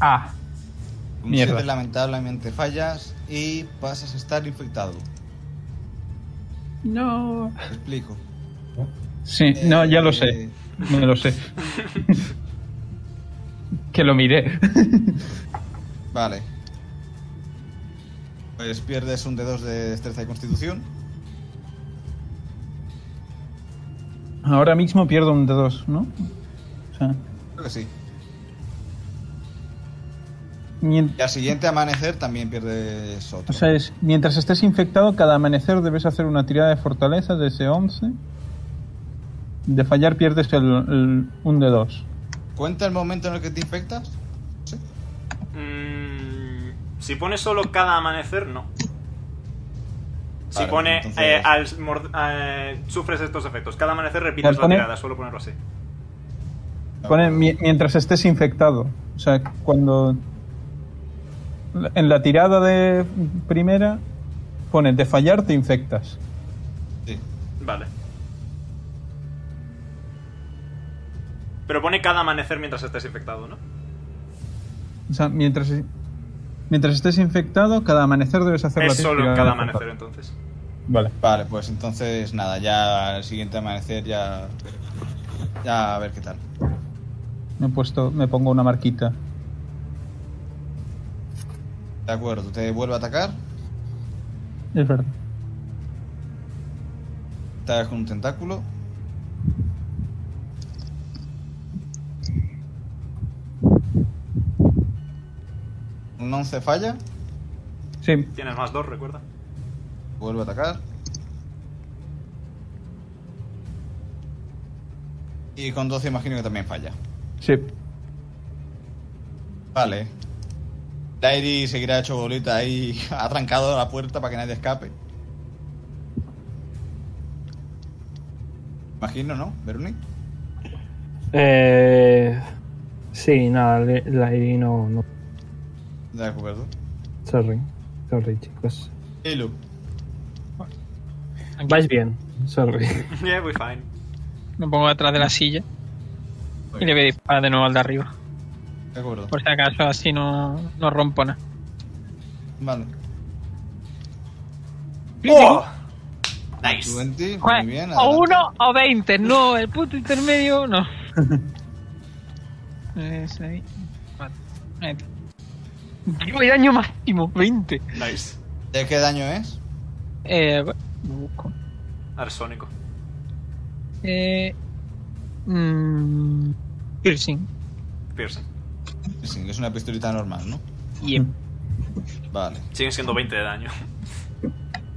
S6: Ah,
S2: Un
S6: Mierda.
S2: 7 lamentablemente fallas y pasas a estar infectado.
S4: No.
S2: Te explico.
S6: sí, no, ya lo sé.
S2: Eh,
S6: Me lo sé. que lo miré.
S2: Vale. Pues pierdes un de 2 de destreza y constitución.
S6: Ahora mismo pierdo un de dos, ¿no? O sea,
S2: Creo que sí.
S6: mien-
S2: Y al siguiente amanecer también pierdes otro.
S6: o sea, es- mientras estés infectado, cada amanecer debes hacer una tirada de fortaleza de ese 11. De fallar pierdes el, el- un de dos.
S2: ¿Cuenta el momento en el que te infectas? Sí.
S1: Mm, si pone solo cada amanecer, no. Si
S2: Vale,
S1: pone
S2: entonces-
S1: eh, al mord- eh, sufres estos efectos. Cada amanecer repites
S6: ¿Las
S1: la
S6: pone?
S1: tirada, suelo ponerlo así.
S6: Pone mi- mientras estés infectado. O sea, cuando. En la tirada de primera, pone de fallar te infectas.
S2: Sí.
S1: Vale. Pero pone cada amanecer mientras estés infectado, ¿no?
S6: O sea, mientras. Mientras estés infectado, cada amanecer debes hacer la
S1: Es solo
S6: tirada
S1: cada
S6: de fortaleza.
S1: amanecer entonces.
S6: Vale.
S2: Vale, pues entonces nada, ya al siguiente amanecer ya. Ya a ver qué tal.
S6: Me he puesto. Me pongo una marquita.
S2: De acuerdo, te vuelve a atacar.
S6: Es verdad.
S2: Estás con un tentáculo. Un 11 falla.
S6: Sí.
S1: Tienes más dos, recuerda.
S2: Vuelve a atacar. Y con 12 imagino que también falla.
S6: Sí.
S2: Vale. Dairi seguirá hecho bolita ahí, [LAUGHS] atrancado a la puerta para que nadie escape. Imagino, ¿no, Veroni?
S7: Eh, sí, nada, le- la ID no, no.
S2: De acuerdo.
S7: Sorry. Sorry, chicos.
S2: Ilu.
S7: Vais bien. Sorry.
S1: [LAUGHS] Yeah, we fine.
S4: Me pongo detrás de la silla y le voy a disparar de nuevo al de arriba.
S2: De acuerdo.
S4: Por si acaso así no, no rompo nada.
S2: Vale.
S1: ¡Oh! Nice.
S2: 20, muy
S4: Joder,
S2: bien.
S4: o
S2: adelante.
S4: uno o veinte, no, el puto
S2: [LAUGHS]
S4: intermedio no. Es ahí. Vale, ahí está. Digo, y daño máximo, 20.
S1: Nice.
S2: ¿De qué daño es?
S4: Eh, bueno, lo busco.
S1: Arsónico.
S4: Eh, mm, piercing.
S1: Piercing.
S2: Sí, que es una pistolita normal, ¿no?
S4: Yep.
S2: [LAUGHS] Vale.
S1: Siguen siendo 20 de daño. [LAUGHS]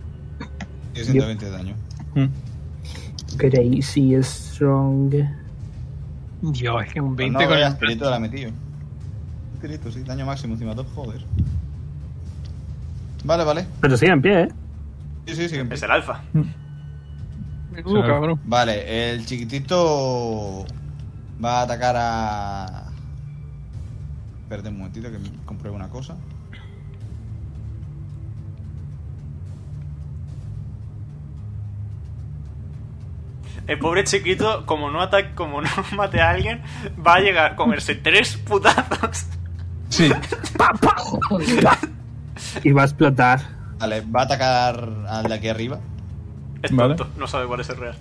S2: Tiene 120 de daño.
S6: Mm.
S7: Crazy strong.
S4: Dios, es que un
S2: Pues
S4: 20
S2: no,
S4: con
S2: vaya,
S4: el
S2: tirito la metido. Un Tirito, sí, daño máximo encima top, joder. Vale, vale.
S7: Pero sigue en pie, ¿eh?
S2: Sí, sí, sí.
S1: Es el alfa.
S4: Uh, cabrón.
S2: Vale, el chiquitito va a atacar a. Espérate un momentito que me compruebe una cosa.
S1: El pobre chiquito, como no ataque, como no [LAUGHS] mate a alguien, va a llegar a comerse tres putazos.
S6: Sí. [LAUGHS]
S7: Y va a explotar.
S2: Vale, va a atacar al de aquí arriba.
S1: Es
S6: Vale.
S1: tonto, no sabe cuál es el real.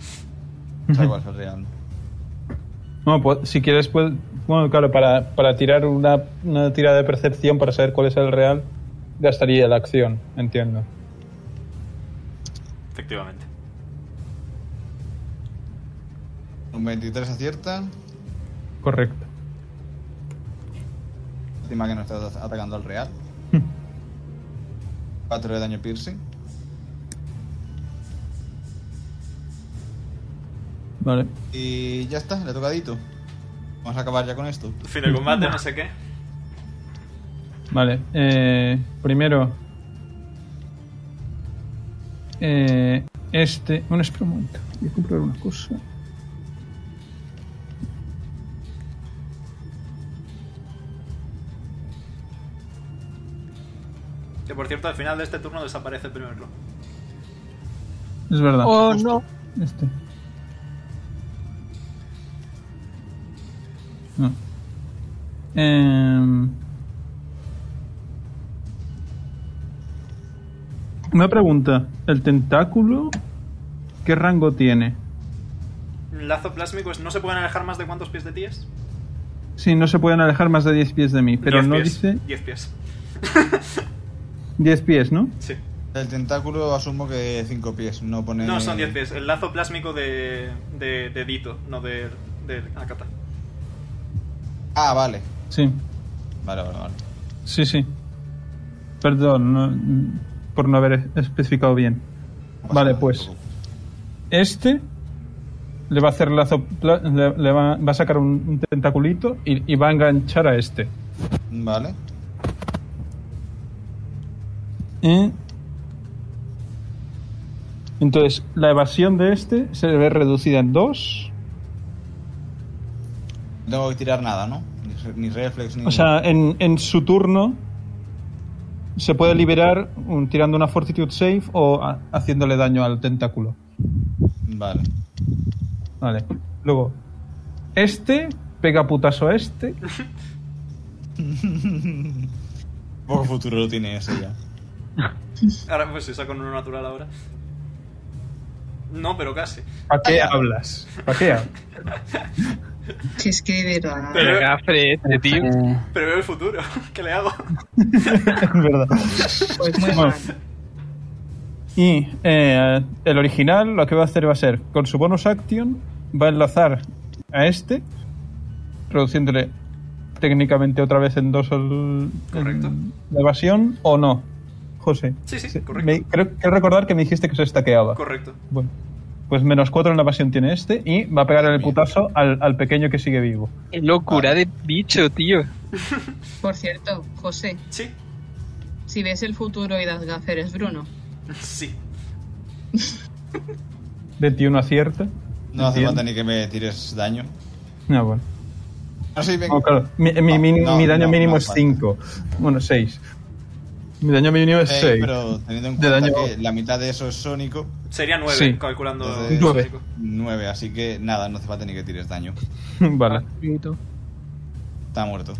S2: Da igual, es real.
S6: No, pues, si quieres, pues. Bueno, claro, para, para tirar una, una tirada de percepción para saber cuál es el real, gastaría la acción, entiendo.
S1: Efectivamente.
S2: Un 23 acierta.
S6: Correcto.
S2: Lástima que no estás atacando al
S6: [LAUGHS]
S2: real. 4 de daño piercing.
S6: Vale.
S2: Y ya está, le ha tocadito. Vamos a acabar ya con esto.
S1: Fin de combate, no sé qué.
S6: Vale. eh, primero. eh, este. Un espera un momento. Voy a comprar una cosa.
S1: Que por cierto, al final de este turno desaparece el primer clon.
S6: Es
S2: Ah.
S6: verdad.
S4: Oh no.
S6: Este. No. Em, Una pregunta. ¿El tentáculo qué rango tiene?
S1: Lazo plásmico es no se pueden alejar más de cuántos pies de ti es?
S6: Sí, no se pueden alejar más de 10 pies de mí, pero
S1: 10
S6: no
S1: pies.
S6: dice
S1: 10 pies.
S6: 10 pies, ¿no?
S1: Sí.
S2: El tentáculo asumo que 5 pies, no pone...
S6: Eh.
S1: No, son 10 pies. El lazo plásmico de, de, de Dito, no de, de Akata.
S2: Ah, vale.
S6: Sí,
S2: Vale, vale, vale.
S6: sí, sí. Perdón no- por no haber especificado bien.
S2: No pasa
S6: Vale,
S2: nada,
S6: pues.
S2: tampoco.
S6: Este le va a hacer lazo. pla- Le, le va, va a sacar un, un tentaculito y, y va a enganchar a este.
S2: Vale.
S6: Y- Entonces, la evasión de este se ve reducida en dos.
S2: No tengo que tirar nada, ¿no? Ni, re- ni reflex, ni...
S6: O sea, en, en su turno se puede liberar un- tirando una fortitude save o ha- haciéndole daño al tentáculo.
S2: Vale.
S6: Vale. Luego, este pega putazo a este.
S2: Poco futuro lo tiene ese ya.
S1: Ahora, pues si saco uno natural ahora. No, pero casi.
S6: ¿Para qué hablas? ¿Para
S1: [LAUGHS]
S6: qué hablas? [LAUGHS]
S5: Si es que de verdad.
S1: Pero-
S4: Pero gafre este,
S2: [LAUGHS]
S4: tío.
S7: Eh.
S1: Pero veo el futuro. [LAUGHS] ¿Qué le
S6: [LAUGHS]
S1: hago?
S6: Es verdad.
S5: Pues muy
S6: Bueno.
S5: mal.
S6: Y eh, el original lo que va a hacer va a ser, con su bonus action, va a enlazar a este, reduciéndole técnicamente otra vez en dos el,
S1: Correcto.
S6: en la evasión, o no, José.
S1: Sí, sí,
S6: Se-
S1: correcto.
S6: me- creo que recordar que me dijiste que se estaqueaba.
S1: Correcto.
S6: Bueno, Pues menos 4 en la pasión tiene este y va a pegar el putazo al, al pequeño que sigue vivo.
S4: Qué locura de bicho, tío.
S5: Por cierto, José,
S1: Sí,
S5: si ves el futuro y das gafas, eres Bruno.
S1: sí.
S6: 21 acierta.
S2: No hace
S6: Bien.
S2: falta ni que me tires daño.
S6: No, bueno.
S2: Ah, sí, venga.
S6: No, claro. Mi, mi-
S2: No,
S6: mi-
S2: no,
S6: mi daño
S2: no,
S6: mínimo
S2: no
S6: es
S2: falta.
S6: 5. Bueno, 6. Mi daño mínimo es
S2: Seis,
S6: 6.
S2: Eh, pero teniendo en
S6: De
S2: cuenta
S6: daño.
S2: que la mitad de eso es sónico,
S1: Sería 9,
S6: Sí.
S1: calculando.
S2: Entonces-
S6: Nueve.
S2: 9, así que nada, no hace falta ni que tires daño.
S6: [LAUGHS] vale.
S2: Está muerto.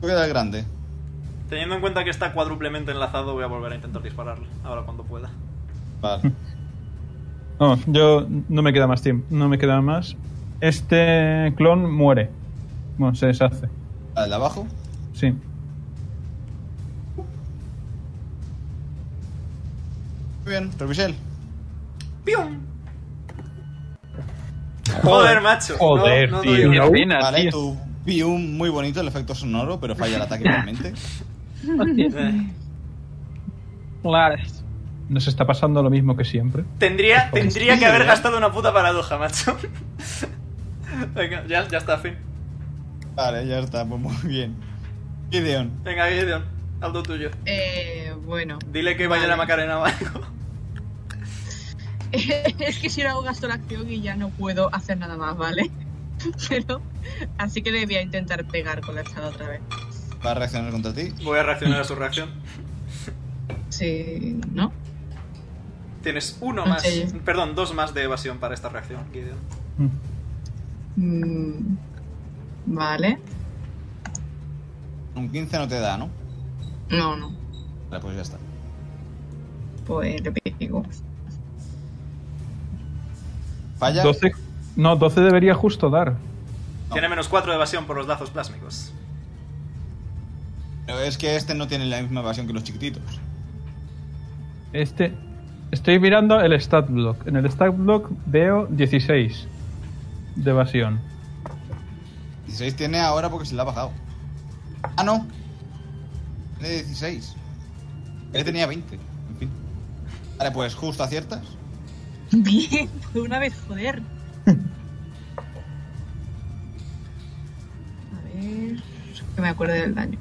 S2: Tú quedas grande.
S1: Teniendo en cuenta que está cuádruplemente enlazado, voy a volver a intentar dispararle. Ahora cuando pueda.
S2: Vale.
S6: No, yo no me queda más tiempo. No me queda más. Este clon muere. Bueno, se deshace.
S2: Al de abajo.
S6: Sí.
S2: Muy bien, Revisel.
S1: ¡Pium! Joder, macho.
S6: Joder,
S1: no, no
S6: tío.
S1: doy
S4: Qué
S1: bien.
S4: pena,
S2: Vale,
S4: tío.
S2: tu pium muy bonito el efecto sonoro, pero falla el ataque igualmente.
S1: Eh,
S4: Claro.
S6: Nos está pasando lo mismo que siempre.
S1: Tendría, tendría que
S2: sí,
S1: haber
S2: ¿eh?
S1: gastado una puta paradoja, macho. [LAUGHS] Venga, ya, ya está, fin.
S2: Vale, ya está, pues muy bien. Gideon,
S1: Venga, Gideon, algo tuyo.
S5: Eh, bueno.
S1: Dile que vaya
S5: Vale.
S1: la Macarena o algo.
S5: [LAUGHS] es que si no hago gasto la acción y ya no puedo hacer nada más, ¿vale? [LAUGHS] Pero. Así que le voy a intentar pegar con la espada otra vez.
S2: va a reaccionar contra ti.
S1: Voy a reaccionar a su reacción.
S5: Sí. ¿No?
S1: Tienes uno
S5: Ah,
S1: más.
S5: sí.
S1: Perdón, dos más de evasión para esta reacción, Gideon.
S6: Mm.
S5: Mm, vale.
S2: Un 15 no te da, ¿no?
S5: No, no.
S2: Vale, pues ya está.
S5: Pues le pego.
S2: Falla.
S6: 12. No, 12 debería justo dar.
S2: No.
S1: Tiene menos cuatro de evasión por los lazos plásmicos.
S2: Pero es que este no tiene la misma evasión que los chiquititos.
S6: Este. Estoy mirando el stat block. En el stat block veo 16 de evasión.
S2: 16 tiene ahora porque se la ha bajado. Ah, no. Tiene 16. Él tenía 20. En fin. Vale, pues justo aciertas.
S5: [LAUGHS] Bien, por una vez, joder. [LAUGHS] A ver. Que me acuerde del daño.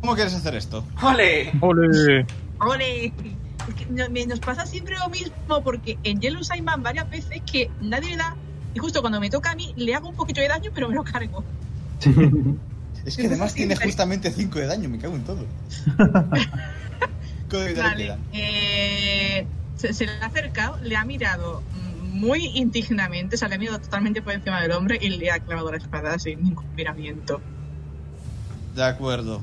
S2: ¿Cómo quieres hacer esto?
S1: ¡Ole!
S6: ¡Ole!
S5: ¡Ole! Es que no- me- nos pasa siempre lo mismo porque en Yellow Sandman varias veces que nadie le da y justo cuando me toca a mí le hago un poquito de daño pero me lo cargo.
S2: Es que además tiene justamente 5 de daño, me cago en todo. ¿Cómo de daño
S5: Vale. eh, se, se le ha acercado, le ha mirado mm, muy indignamente, o sea, le ha mirado totalmente por encima del hombre y le ha clavado la espada sin ningún miramiento.
S2: De acuerdo.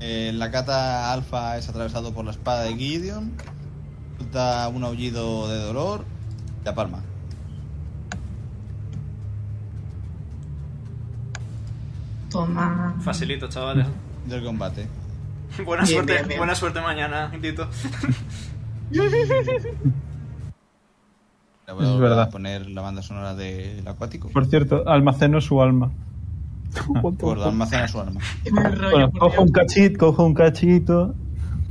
S2: Eh, la cata alfa es atravesado por la espada de Gideon. Resulta un aullido de dolor. La palma.
S5: Toma.
S1: Facilito, chavales.
S2: Del combate.
S1: Buena
S5: Bien,
S1: suerte,
S5: bien, bien.
S1: buena suerte mañana, Tito.
S2: Le voy a
S6: Es
S2: volver a
S6: verdad.
S2: poner la banda sonora del acuático.
S6: Por cierto, almaceno su alma.
S2: Gordo, almacena su arma.
S5: Qué mal rollo,
S6: Bueno,
S5: por
S6: cojo
S5: Dios.
S6: un cachito, cojo un cachito,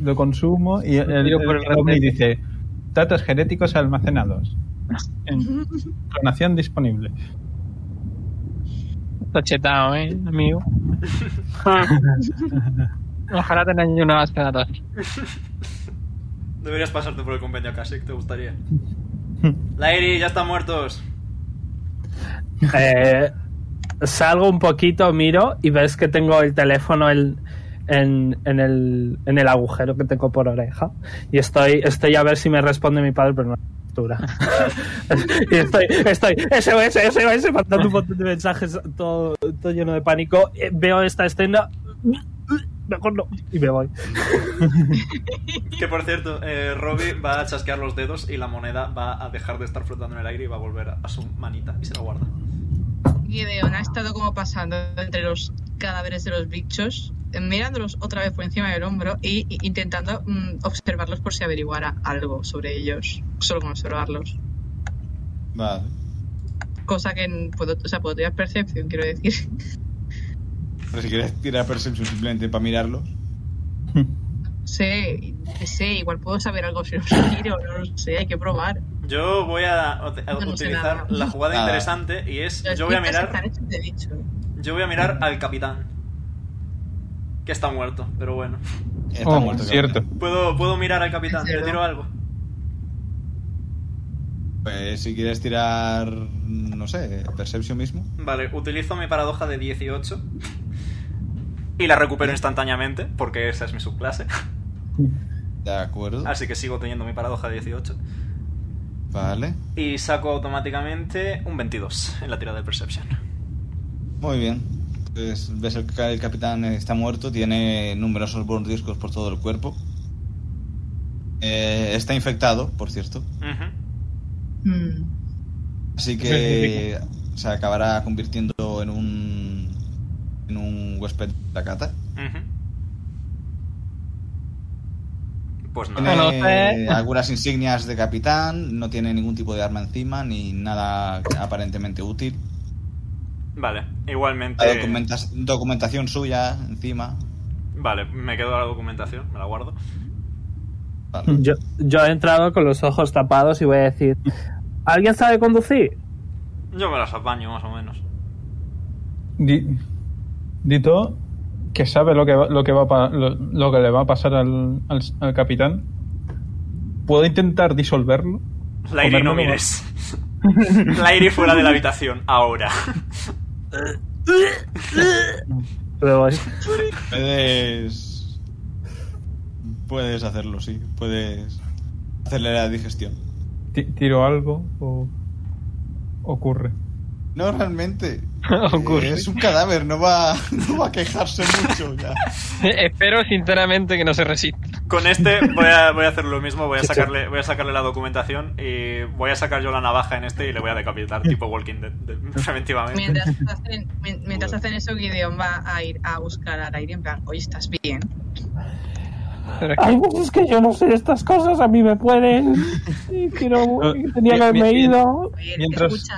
S6: lo consumo y el, el,
S4: Tiro por el
S6: el ovni
S4: ratete.
S6: dice datos genéticos almacenados. En clonación disponible.
S4: Está chetado, eh, amigo.
S7: Ah.
S4: Ojalá tengan yo una base de datos.
S1: Deberías pasarte por el convenio Kashyyyk, te gustaría.
S2: [LAUGHS]
S1: Lairi, ya están muertos.
S7: Eh, salgo un poquito, miro y ves que tengo el teléfono en, en- en el, en el agujero que tengo por oreja. Y estoy, estoy a ver si me responde mi padre, pero no hay altura. [LAUGHS] y estoy, estoy, SOS, SOS, mandando un montón de mensajes, todo, todo lleno de pánico. Eh, Veo esta escena, mejor no, y me voy.
S1: Que por cierto, eh, Robbie va a chasquear los dedos y la moneda va a dejar de estar flotando en el aire y va a volver a su manita y se la guarda.
S5: Gideon ha estado como pasando entre los cadáveres de los bichos, eh, mirándolos otra vez por encima del hombro y, y- intentando mm, observarlos por si averiguara algo sobre ellos, solo con observarlos.
S2: Vale.
S5: [LAUGHS] Cosa que n- puedo, o sea, puedo tirar percepción, quiero decir.
S2: Pero si quieres tirar Perception simplemente para mirarlo.
S5: Sí, sí, igual puedo saber algo [LAUGHS] si los tiro, no lo sé, hay que probar.
S1: Yo voy a, a
S5: no sé
S1: utilizar
S5: nada.
S1: la jugada
S2: Nada.
S1: interesante y es
S5: Los
S1: yo voy a
S5: dientes
S1: mirar
S5: están hechos de bicho.
S1: yo voy a mirar al capitán que está muerto, pero bueno.
S2: Está
S6: Oh,
S2: muerto,
S6: cierto.
S2: cabrón.
S1: Puedo puedo mirar al capitán,
S5: Es
S1: le tiro algo.
S2: Pues si quieres tirar, no sé, Perception mismo.
S1: Vale, utilizo mi paradoja de 18 y la recupero instantáneamente porque esa es mi subclase, [LAUGHS]
S2: De acuerdo.
S1: así que sigo teniendo mi paradoja de 18
S2: Vale.
S1: y saco automáticamente un 22 en la tirada de perception.
S2: Muy bien. Pues ves el, ca- el capitán está muerto, tiene numerosos burn discos por todo el cuerpo. Eh, está infectado, por cierto.
S1: Ujú.
S5: Mm,
S2: Así que se acabará convirtiendo en un en un huésped de la cata.
S1: Ujú. Pues
S2: Tiene
S1: nada.
S4: Bueno, eh.
S2: algunas insignias de capitán, no tiene ningún tipo de arma encima ni nada aparentemente útil.
S1: Vale,
S2: La
S1: igualmente.
S2: documenta- documentación suya encima.
S1: Vale, me quedo la documentación, me la guardo.
S2: Vale.
S7: Yo, yo he entrado con los ojos tapados y voy a decir, ¿alguien sabe conducir?
S1: Yo me las apaño más o menos.
S6: Di- Dito que sabe lo que va, lo que va a pa- lo, lo que le va a pasar al, al- al capitán. Puedo intentar disolverlo.
S1: Lairi, no
S6: Comérmelo.
S1: mires. Lairi fuera de la habitación, ahora.
S7: Luego es-
S2: Puedes. Puedes hacerlo, sí. Puedes hacerle la digestión.
S6: Ti- tiro algo o ocurre.
S2: No, realmente.
S4: Ocurre.
S2: eh, Es un cadáver, no va, [LAUGHS] no va a quejarse mucho [LAUGHS] ya.
S4: Espero sinceramente que no se resista.
S1: Con este voy a, voy a hacer lo mismo, voy a, sacarle, voy a sacarle la documentación y voy a sacar yo la navaja en este y le voy a decapitar, tipo Walking Dead, de- preventivamente.
S5: Mientras hacen, mien- mientras hacen eso, Gideon va a ir a buscar a Lairi en plan, oye, ¿estás bien?
S4: Pero es que-
S7: Hay veces pues que yo no sé estas cosas, a mí me pueden. Y quiero, tenía que haberme
S6: bien, bien.
S7: ido.
S5: Oye,
S6: Mientras
S5: escucha,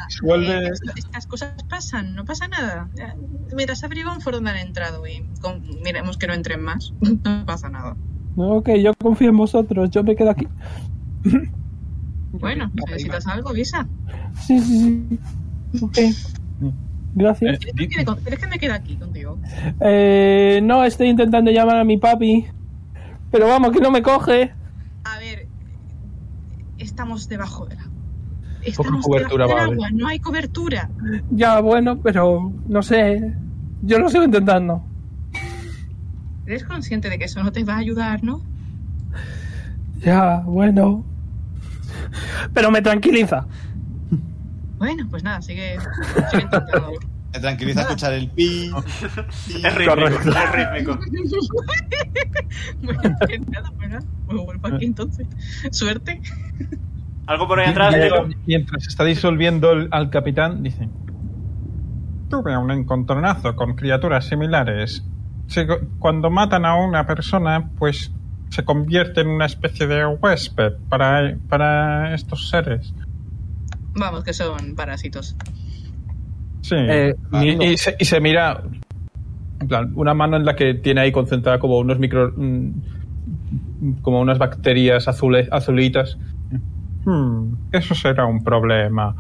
S5: eh,
S6: vuelve-
S5: es- estas cosas pasan, no pasa nada. Eh, Mientras abrigo un foro donde han entrado y con- miremos que no entren más, [LAUGHS] no pasa nada.
S7: No, que yo confío en vosotros, yo me quedo aquí.
S5: Bueno, necesitas algo, Visa.
S7: Sí, sí, sí. Ok. Gracias.
S6: Eh,
S5: ¿Quieres
S6: di-
S5: que, me, quieres que me quede aquí contigo?
S7: Eh, no, estoy intentando llamar a mi papi. Pero vamos, que no me coge.
S5: A ver, estamos debajo del agua. Estamos
S6: cobertura
S5: debajo
S6: va a
S5: del
S6: haber.
S5: agua, no hay cobertura.
S7: Ya, bueno, pero no sé. Yo lo sigo intentando.
S5: Eres consciente de que eso no te va a ayudar, ¿no?
S7: Ya, bueno. Pero me tranquiliza.
S5: Bueno, pues nada, sigue, sigue intentando.
S2: Me tranquiliza escuchar el pi.
S1: Es rítmico, es rítmico.
S5: [LAUGHS] bueno, pues nada, pues nada. Bueno, vuelvo
S6: Ah.
S5: aquí entonces. Suerte.
S1: Algo por ahí atrás, digo.
S6: Mientras está disolviendo el- al capitán, dicen: Tuve un encontronazo con criaturas similares. Se- cuando matan a una persona, pues se convierte en una especie de huésped para, para estos seres.
S5: Vamos, que son parásitos.
S6: Sí.
S7: Eh,
S6: y,
S7: Mingo.
S6: y se, y se mira, en plan, una mano en la que tiene ahí concentrada como unos micro. mm, como unas bacterias azule- azulitas. Hmm, eso será un problema.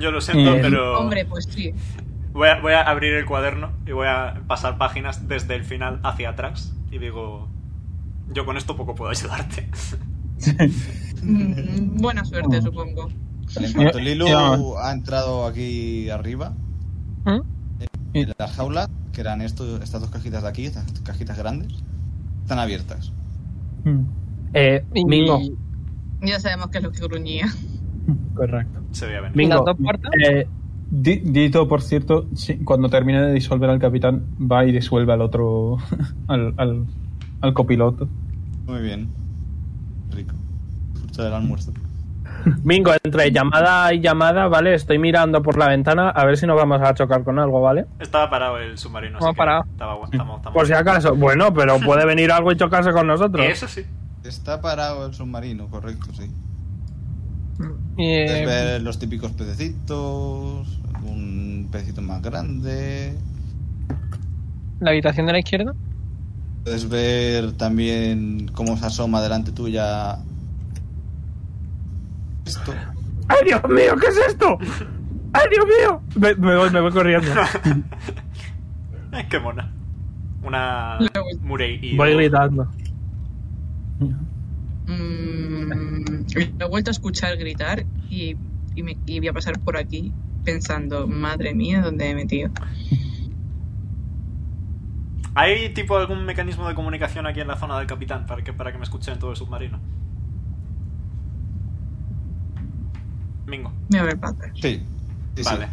S1: Yo lo siento,
S6: Eh,
S4: Oh.
S1: pero.
S5: Hombre, pues sí.
S1: Voy a, voy a abrir el cuaderno y voy a pasar páginas desde el final hacia atrás y digo, yo con esto poco puedo ayudarte. [LAUGHS]
S5: Mm, buena
S2: Oh.
S5: suerte, supongo.
S2: Vale, En cuanto
S6: Ya.
S2: Lilo ha entrado aquí arriba, Eh,
S4: ¿Mm?
S2: en las jaulas, que eran esto, estas dos cajitas de aquí, estas cajitas grandes, están abiertas.
S6: Hmm.
S7: Eh,
S4: y-
S7: Mingo.
S5: Ya sabemos qué es lo que gruñía. [LAUGHS]
S7: Correcto.
S1: Se veía venir.
S7: Mingo.
S4: Las dos puertas.
S7: eh,
S6: Di- Dito, por cierto, sí, cuando termina de disolver al capitán, va y disuelve al otro. [LAUGHS] al, al, al copiloto.
S2: Muy bien. Rico. Disfruta del almuerzo.
S7: Mingo, entre llamada y llamada, ¿vale? Estoy mirando por la ventana a ver si nos vamos a chocar con algo, ¿vale?
S1: Estaba parado el submarino. así
S4: Estaba
S1: que
S4: parado.
S1: Estaba, guay, estamos, estamos-
S7: Por si acaso. Bueno, pero puede venir algo y chocarse con nosotros.
S1: Eso sí.
S2: Está parado el submarino, correcto, sí.
S4: Y, eh,
S2: Puedes ver los típicos pececitos, un pececito más grande,
S4: la habitación de la izquierda.
S2: Puedes ver también cómo se asoma delante tuya. Esto.
S7: ¡Ay, Dios mío! ¿Qué es esto? ¡Ay, Dios mío! Me, me voy, me voy corriendo.
S1: Ay, [LAUGHS] Qué mona. Una Murei y
S7: Voy gritando.
S5: Mm, lo he vuelto a escuchar gritar y, y me- y voy a pasar por aquí pensando, madre mía, ¿dónde me he metido?
S1: ¿Hay tipo algún mecanismo de comunicación aquí en la zona del capitán para que, para que me escuchen todo el submarino? Mingo.
S5: Me voy a ver patas.
S2: Sí. sí, sí.
S1: Vale.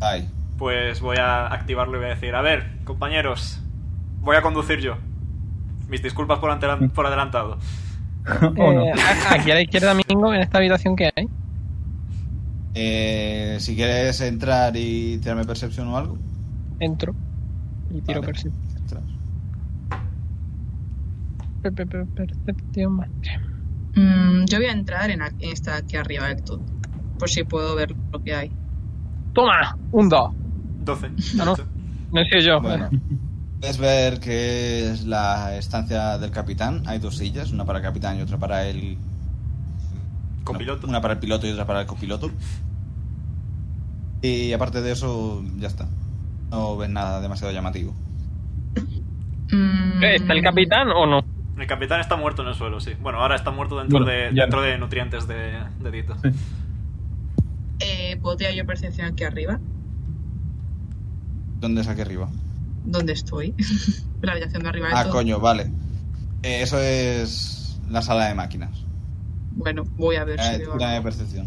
S2: Ahí.
S1: Pues voy a activarlo y voy a decir, a ver, compañeros, voy a conducir yo. Mis disculpas por, antelan- por adelantado.
S6: [LAUGHS]
S7: Oh,
S6: o no.
S4: Eh, a- aquí a la izquierda, Mingo, en esta habitación que hay.
S2: Eh, si quieres entrar y tirarme percepción o algo.
S4: Entro y tiro
S2: Vale.
S4: perce-
S2: entras.
S4: per- per- per- percepción. más tres.
S5: Mm, yo voy a entrar en, a- en esta aquí arriba del todo, por si puedo ver lo que hay.
S4: ¡Toma! Un 2.
S1: 12.
S4: Ah, no. No sé yo.
S2: Bueno. Puedes ver que es la estancia del capitán. Hay dos sillas, una para el capitán y otra para el
S1: Copiloto.
S2: No, una para el piloto y otra para el copiloto. Y aparte de eso, ya está. No ves nada demasiado llamativo.
S5: Mm,
S4: Eh, ¿Está el capitán o no?
S1: El capitán está muerto en el suelo, sí. Bueno, ahora está muerto dentro,
S6: Bueno,
S1: de,
S6: ya
S1: dentro de nutrientes de, de Dito.
S5: Eh, ¿Podría yo percepción aquí arriba?
S2: ¿Dónde es aquí arriba?
S5: ¿Dónde estoy? [LAUGHS] la habitación de arriba del
S2: Ah,
S5: todo.
S2: coño, vale. Eh, eso es la sala de máquinas.
S5: Bueno, voy a ver si
S2: Eh,
S5: veo
S2: tírame
S5: algo.
S2: percepción.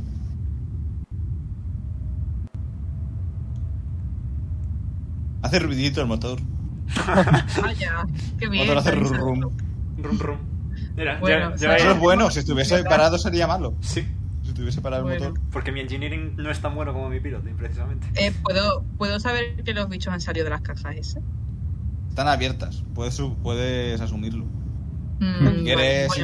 S2: Hace ruidito el motor.
S5: Vaya, Ah, qué
S2: El
S5: bien.
S2: motor hace
S5: está
S2: rum
S5: avisando.
S2: rum.
S1: Rum, rum. Mira,
S5: Bueno,
S1: ya- ya
S5: ¿sabes?
S2: Eso es
S1: veis-
S2: bueno. Si estuviese parado sería malo.
S1: Sí,
S2: Si estuviese parado el
S5: Bueno.
S2: motor.
S1: porque mi engineering no es tan bueno como mi piloting, precisamente.
S5: Eh, ¿puedo, ¿Puedo saber que los bichos han salido de las cajas esas?
S2: Están abiertas. Puedes, puedes asumirlo.
S5: Mm,
S2: [LAUGHS] ¿Quieres
S5: bueno, pues ya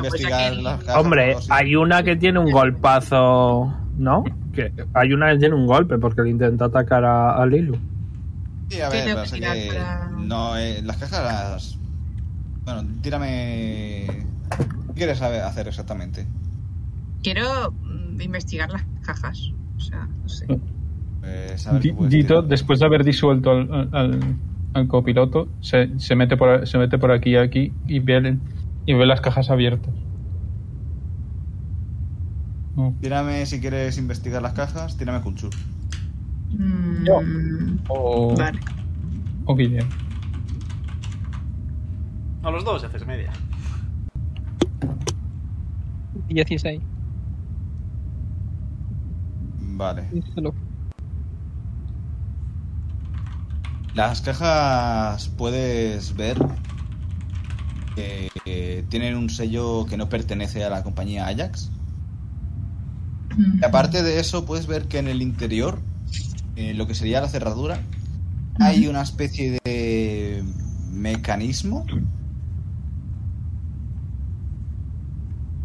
S2: investigar
S5: que-
S2: las cajas?
S7: Hombre,
S2: o sí?
S7: hay una que tiene un golpazo. ¿No? Que hay una que tiene un golpe porque le intenta atacar a, a Lilu.
S2: Sí, a
S5: ¿Qué
S2: ver,
S5: tengo que
S2: pasa
S5: tirar
S2: que
S5: para-
S2: no, eh, las cajas las- Bueno, tírame... ¿Qué quieres saber- hacer exactamente?
S5: Quiero mm, investigar las cajas. O sea, no sé.
S2: Eh, saber qué
S6: Di-
S2: puedes
S6: Dito,
S2: tirar.
S6: después de haber disuelto al, al- al copiloto, se, se mete por, se mete por aquí y aquí y ve, el- y ve las cajas abiertas. No.
S2: Tírame si quieres investigar las cajas, tírame Kunchu.
S5: Mm,
S6: Yo. O,
S5: Vale.
S6: o Guille.
S1: A los dos haces media.
S4: 16.
S2: Vale.
S4: Díselo.
S2: Las cajas puedes ver que que tienen un sello que no pertenece a la compañía Ajax. Y aparte de eso, puedes ver que en el interior, en lo que sería la cerradura, hay una especie de mecanismo.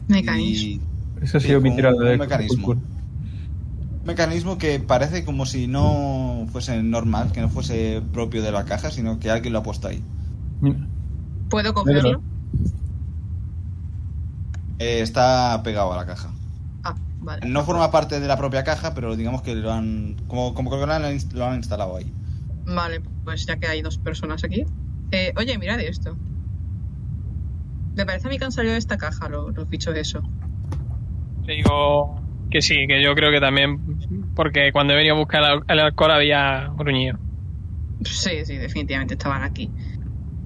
S5: Mecanismo.
S2: y-
S6: Eso ha
S2: Sí,
S6: sido mi
S2: un-
S6: tirada
S2: un
S6: de
S2: mecanismo.
S6: cultura.
S2: mecanismo que parece como si no fuese normal, que no fuese propio de la caja, sino que alguien lo ha puesto ahí.
S6: Mira,
S5: ¿Puedo cogerlo?
S6: Negro.
S2: Eh, está pegado a la caja.
S5: Ah, vale.
S2: No forma parte de la propia caja, pero digamos que lo han. Como, como que lo han, inst- lo han instalado ahí.
S5: Vale, pues ya que hay dos personas aquí. Eh, oye, mirad esto. Me parece a mí que han salido de esta caja lo- los bichos eso.
S4: Le digo que sí, que yo creo que también. Porque cuando he venido a buscar al- el alcohol había gruñido.
S5: Sí, sí, definitivamente estaban aquí.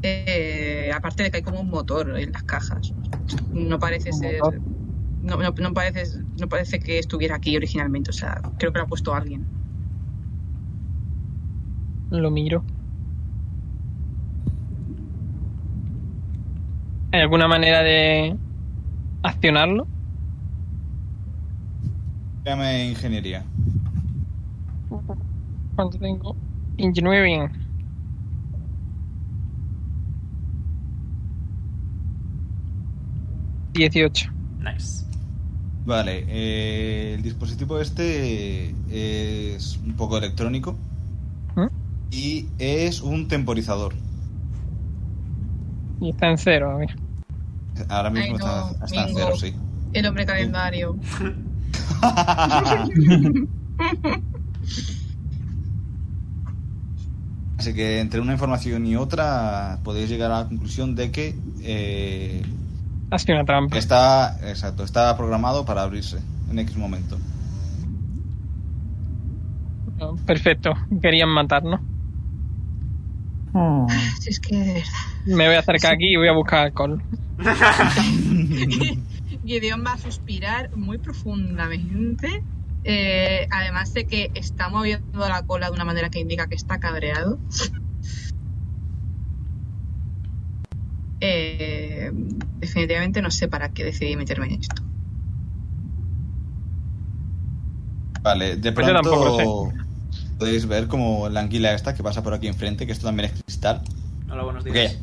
S5: Eh, aparte de que hay como un motor en las cajas. No parece
S4: ¿Un
S5: ser.
S4: motor?
S5: No, no, no parece, no parece que estuviera aquí originalmente. O sea, creo que lo ha puesto alguien.
S4: Lo miro. ¿Hay alguna manera de accionarlo?
S2: Llame ingeniería.
S4: ¿Cuánto tengo? Engineering. Dieciocho.
S1: Nice.
S2: Vale, eh, el dispositivo este es un poco electrónico
S4: ¿Mm?
S2: y es un temporizador.
S4: Y está en cero, mira.
S2: Ahora mismo
S5: Ay, no,
S2: está, está en
S5: bingo.
S2: cero, sí.
S5: El hombre calendario.
S2: Así que entre una información y otra podéis llegar a la conclusión de que eh,
S4: Ha sido una trampa.
S2: está, exacto, está programado para abrirse en X momento.
S4: Perfecto. Querían matarnos.
S5: Si es que de verdad.
S4: Me voy a acercar aquí y voy a buscar alcohol.
S5: Gideon va a suspirar muy profundamente. eh, además de que está moviendo la cola de una manera que indica que está cabreado. Eh, definitivamente no sé para qué decidí meterme en esto.
S2: Vale, de
S4: Pues yo
S2: pronto
S4: tampoco
S2: podéis ver como la anguila esta que pasa por aquí enfrente, que esto también es cristal,
S1: Hola, buenos
S2: ¿Qué?
S1: días.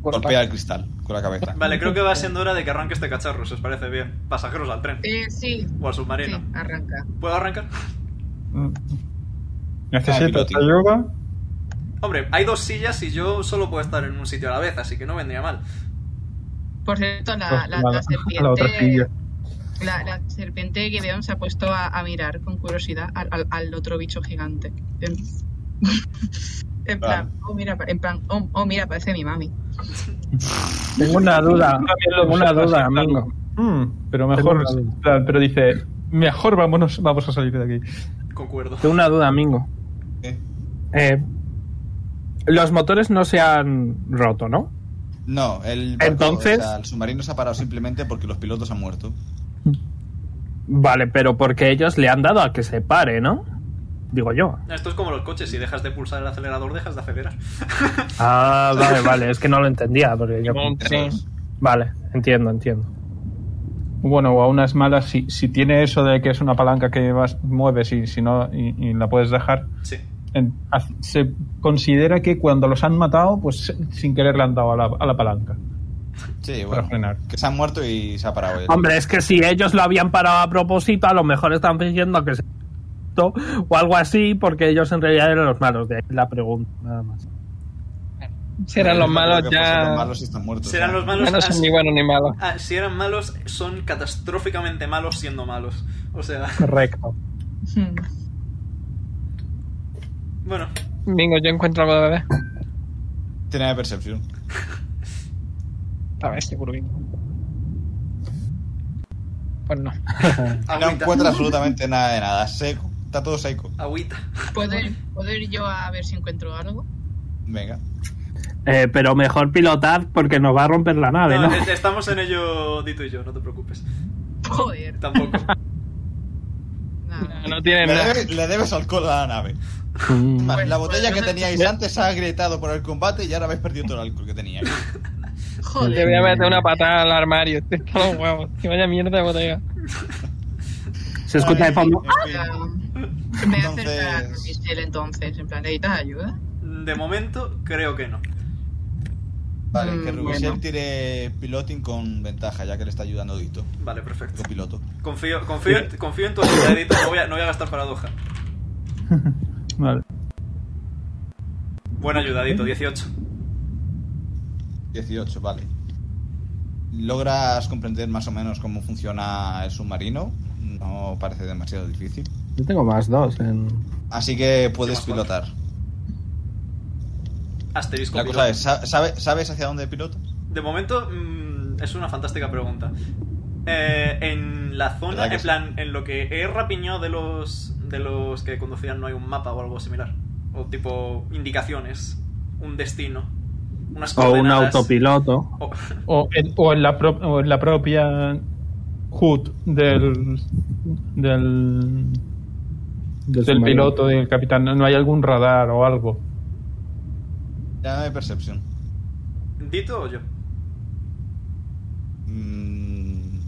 S2: golpea el cristal con la
S4: [LAUGHS]
S2: cabeza.
S1: Vale, creo que va siendo hora de que arranque este cacharro, si os parece bien. Pasajeros al tren.
S5: Eh, sí,
S1: O al
S5: sí,
S1: submarino.
S5: arranca.
S1: ¿Puedo arrancar? [LAUGHS]
S6: mm. Necesito
S2: pilótico.
S6: ayuda.
S1: Hombre, hay dos sillas y yo solo puedo estar en un sitio a la vez, así que no vendría mal.
S5: Por cierto, la,
S6: Pues,
S5: la,
S6: la-
S5: la
S6: la otra silla.
S5: serpiente. La, la serpiente Gideon se ha puesto a, a mirar con curiosidad al, al- al otro bicho gigante. En, [LAUGHS] en plan, oh, mira, en plan, oh, oh, mira, parece mi mami.
S7: Tengo una duda, tengo una duda, amigo.
S6: Mm, pero mejor.
S7: Tengo una
S6: Pero, dice, mejor vámonos, vamos a salir de aquí.
S1: Concuerdo.
S7: Tengo una duda, amigo.
S2: ¿Qué?
S7: Eh, los motores no se han roto, ¿no?
S2: No, el, barco,
S7: Entonces-
S2: o sea, el submarino se ha parado simplemente porque los pilotos han muerto.
S7: Vale, pero porque ellos le han dado a que se pare, ¿no? Digo yo.
S1: Esto es como los coches, si dejas de pulsar el acelerador, dejas de acelerar.
S7: Ah, vale, vale, es que no lo entendía. Porque yo...
S4: Un
S2: Eso
S4: tren.
S2: es.
S7: Vale, entiendo, entiendo.
S6: Bueno, o a unas malas, si, si tiene eso de que es una palanca que vas, mueves y, si no, y, y la puedes dejar,
S1: Sí.
S6: en- haz- se considera que cuando los han matado, pues se- sin querer le han dado a la, a la palanca.
S2: Sí,
S6: Para
S2: bueno.
S6: frenar.
S2: Que se han muerto y se ha parado. eh. El...
S7: Hombre, es que si ellos lo habían parado a propósito, a lo mejor están fingiendo que se... O algo así, porque ellos en realidad eran los malos. De ahí la pregunta, nada más.
S4: Serán los malos
S2: Creo que, pues,
S4: ya.
S2: Los malos están muertos.
S1: Serán
S2: ¿no?
S1: los
S4: ya
S1: malos.
S4: no
S1: ah,
S4: son ni buenos ni malos.
S1: ah, si eran malos, son catastróficamente malos siendo malos. O sea, [LAUGHS]
S6: Correcto.
S5: Hmm.
S1: bueno,
S4: Bingo, yo encuentro algo de bebé.
S2: Tiene de percepción.
S4: A ver, seguro bingo. Pues no.
S2: No
S1: agüita. [LAUGHS]
S2: encuentra absolutamente nada de nada. Seco. Está todo seco.
S1: Agüita.
S5: ¿Puedo, ir, puedo ir yo a ver si encuentro algo?
S2: Venga.
S7: Eh, pero mejor pilotad porque nos va a romper la nave,
S1: No,
S7: ¿no?
S1: es- Estamos en ello, Dito y yo, no te preocupes.
S5: Joder,
S1: Tampoco.
S5: nada.
S4: No
S2: Le
S4: tienen nada.
S2: debes, le debes alcohol a la nave.
S7: [LAUGHS] Mm.
S2: Vale, la
S5: Pues,
S2: botella
S5: pues,
S2: que teníais antes se ha agrietado por el combate y ahora habéis perdido todo el alcohol que teníais.
S4: Te
S5: Joder.
S4: voy a meter una patada al armario. Este Te los huevos. Que vaya mierda de botella.
S7: Se escucha de fondo.
S2: En fin.
S5: Ah, Me voy a acercar a
S2: Entonces-
S5: Michelle entonces, en plan, ¿necesitas ayuda?
S1: De momento, creo que no.
S2: Vale,
S5: Mm,
S2: que Rubicel
S5: bueno.
S2: tire piloting con ventaja, ya que le está ayudando Dito,
S1: Vale, perfecto.
S2: copiloto.
S1: Confío, confío, en- confío en tu habilidad, Dito. No voy a, no voy a gastar paradoja.
S6: Vale.
S1: Buena ayuda, Dito, 18.
S2: 18, vale. Logras comprender más o menos cómo funciona el submarino. No parece demasiado difícil.
S7: Yo tengo más dos. en-
S2: Así que puedes
S1: Sí, más cuatro.
S2: pilotar.
S1: Asterisco.
S2: La
S1: piloto.
S2: cosa es, ¿sa- sabe- ¿sabes hacia dónde pilotas?
S1: De momento, mm, es una fantástica pregunta. Eh, en la
S2: ¿Verdad
S1: zona,
S2: que
S1: en
S2: sí?
S1: plan, en lo que he rapiñado de los, de los que conducían, no hay un mapa o algo similar. O tipo indicaciones, un destino, unas
S7: O un
S1: coordenadas.
S7: autopiloto.
S1: O- [LAUGHS]
S6: O en, o en la pro- o en la propia HUD del, del,
S7: Del
S6: del
S7: submarino.
S6: piloto, del capitán, no hay algún radar o algo.
S2: Ya de percepción.
S1: ¿Dito o yo?
S2: Mm,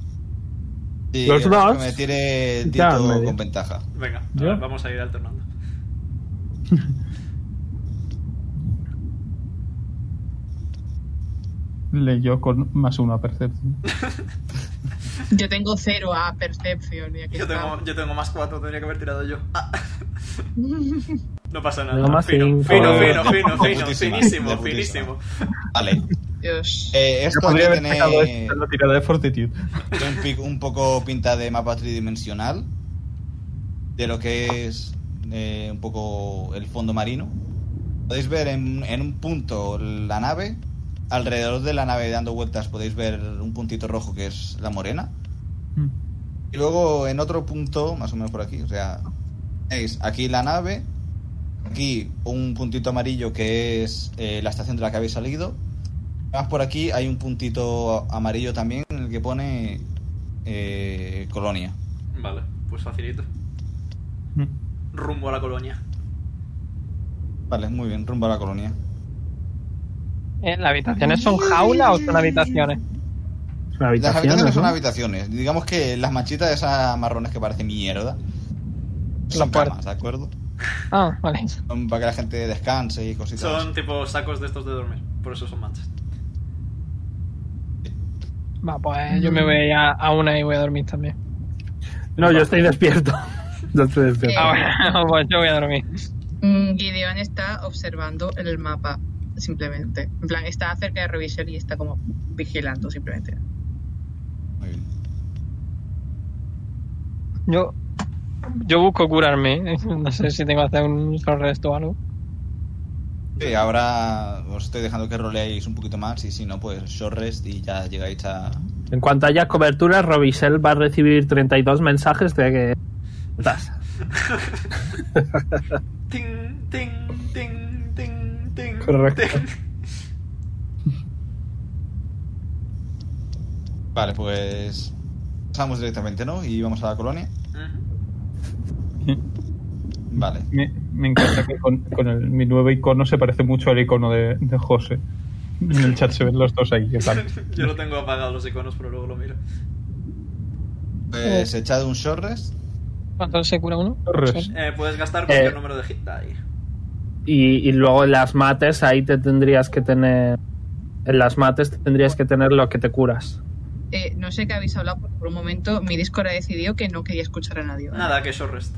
S2: sí,
S7: Los
S2: que
S7: dos.
S2: Me tire
S7: Ya,
S2: Dito
S7: medio.
S2: con ventaja.
S1: Venga, a
S6: ¿Yo?
S1: ver, vamos a ir alternando.
S6: Leyó con más uno a percepción.
S5: Yo tengo cero a Perception. Y aquí
S1: Yo
S5: está.
S1: tengo, yo tengo más cuatro, tendría que haber tirado yo. Ah, No pasa
S7: Algo
S1: nada.
S7: más
S1: Fino,
S7: cinco.
S1: fino, fino, fino, fino,
S2: Putísima,
S1: finísimo,
S2: putísima.
S1: finísimo.
S2: Vale.
S5: Dios.
S2: Eh,
S6: Yo
S2: esto
S6: podría
S2: ya
S6: haber sacado
S2: tiene
S6: esto en la tirada de fortitud.
S2: tiene un, pic- un poco pinta de mapa tridimensional, de lo que es eh, un poco el fondo marino. Podéis ver en, en un punto la nave, alrededor de la nave dando vueltas podéis ver un puntito rojo que es la morena.
S6: Mm,
S2: Y luego en otro punto, más o menos por aquí, o sea, tenéis aquí la nave, aquí un puntito amarillo que es eh, la estación de la que habéis salido. Más por aquí hay un puntito amarillo también en el que pone eh, colonia.
S1: Vale, pues facilito.
S6: Mm.
S1: Rumbo a la colonia.
S2: Vale, muy bien, rumbo a la colonia.
S4: Eh, ¿Las habitaciones son jaula o son habitaciones?
S7: Es una
S2: Las
S7: habitación.
S2: habitaciones son
S7: ¿no?
S2: habitaciones. Digamos que las manchitas esas marrones que parece mierda
S4: La
S2: son
S4: puerta.
S2: camas, ¿de acuerdo?
S4: Ah, vale.
S2: Son para que la gente descanse y cositas.
S1: Son tipo sacos de estos de dormir, por eso son manchas.
S4: Va, pues yo me voy a, a una y voy a dormir también.
S7: No, yo estoy despierto. [LAUGHS] Yo estoy despierto.
S5: Eh,
S4: [LAUGHS] Ah, bueno, [LAUGHS] pues yo voy a dormir.
S5: Mm, Gideon está observando el mapa, simplemente. En plan, está cerca de Revisor y está como vigilando, simplemente.
S2: Muy bien.
S4: Yo, yo busco curarme. ¿eh? [LAUGHS] No sé si tengo que hacer un solo resto o algo.
S2: Sí, ahora os estoy dejando que roleéis un poquito más y si no, pues short rest y ya llegáis a...
S7: En cuanto haya cobertura, Robisel va a recibir 32 mensajes de que. Estás.
S1: Ting, ting, ting, ting, ting.
S6: Correcto.
S1: ting.
S2: Vale, pues pasamos directamente, ¿no? Y vamos a la colonia.
S1: Ujú.
S6: mm.
S2: Vale.
S6: Me, me encanta que con, con el- mi nuevo icono se parece mucho al icono de, de José. En el chat se ven los dos ahí. en plan.
S1: Yo lo tengo apagado los iconos, pero luego lo miro.
S2: Pues echad un short rest.
S4: ¿Cuánto se cura uno?
S6: Torres.
S1: Eh, puedes gastar cualquier
S7: Eh.
S1: número de hit die.
S7: Y, y luego en las mates, ahí te tendrías que tener. En las mates tendrías que tener lo que te curas.
S5: Eh, no sé qué habéis hablado, porque por un momento mi Discord ha decidido que no quería escuchar a nadie. ¿vale?
S1: Nada, que short rest.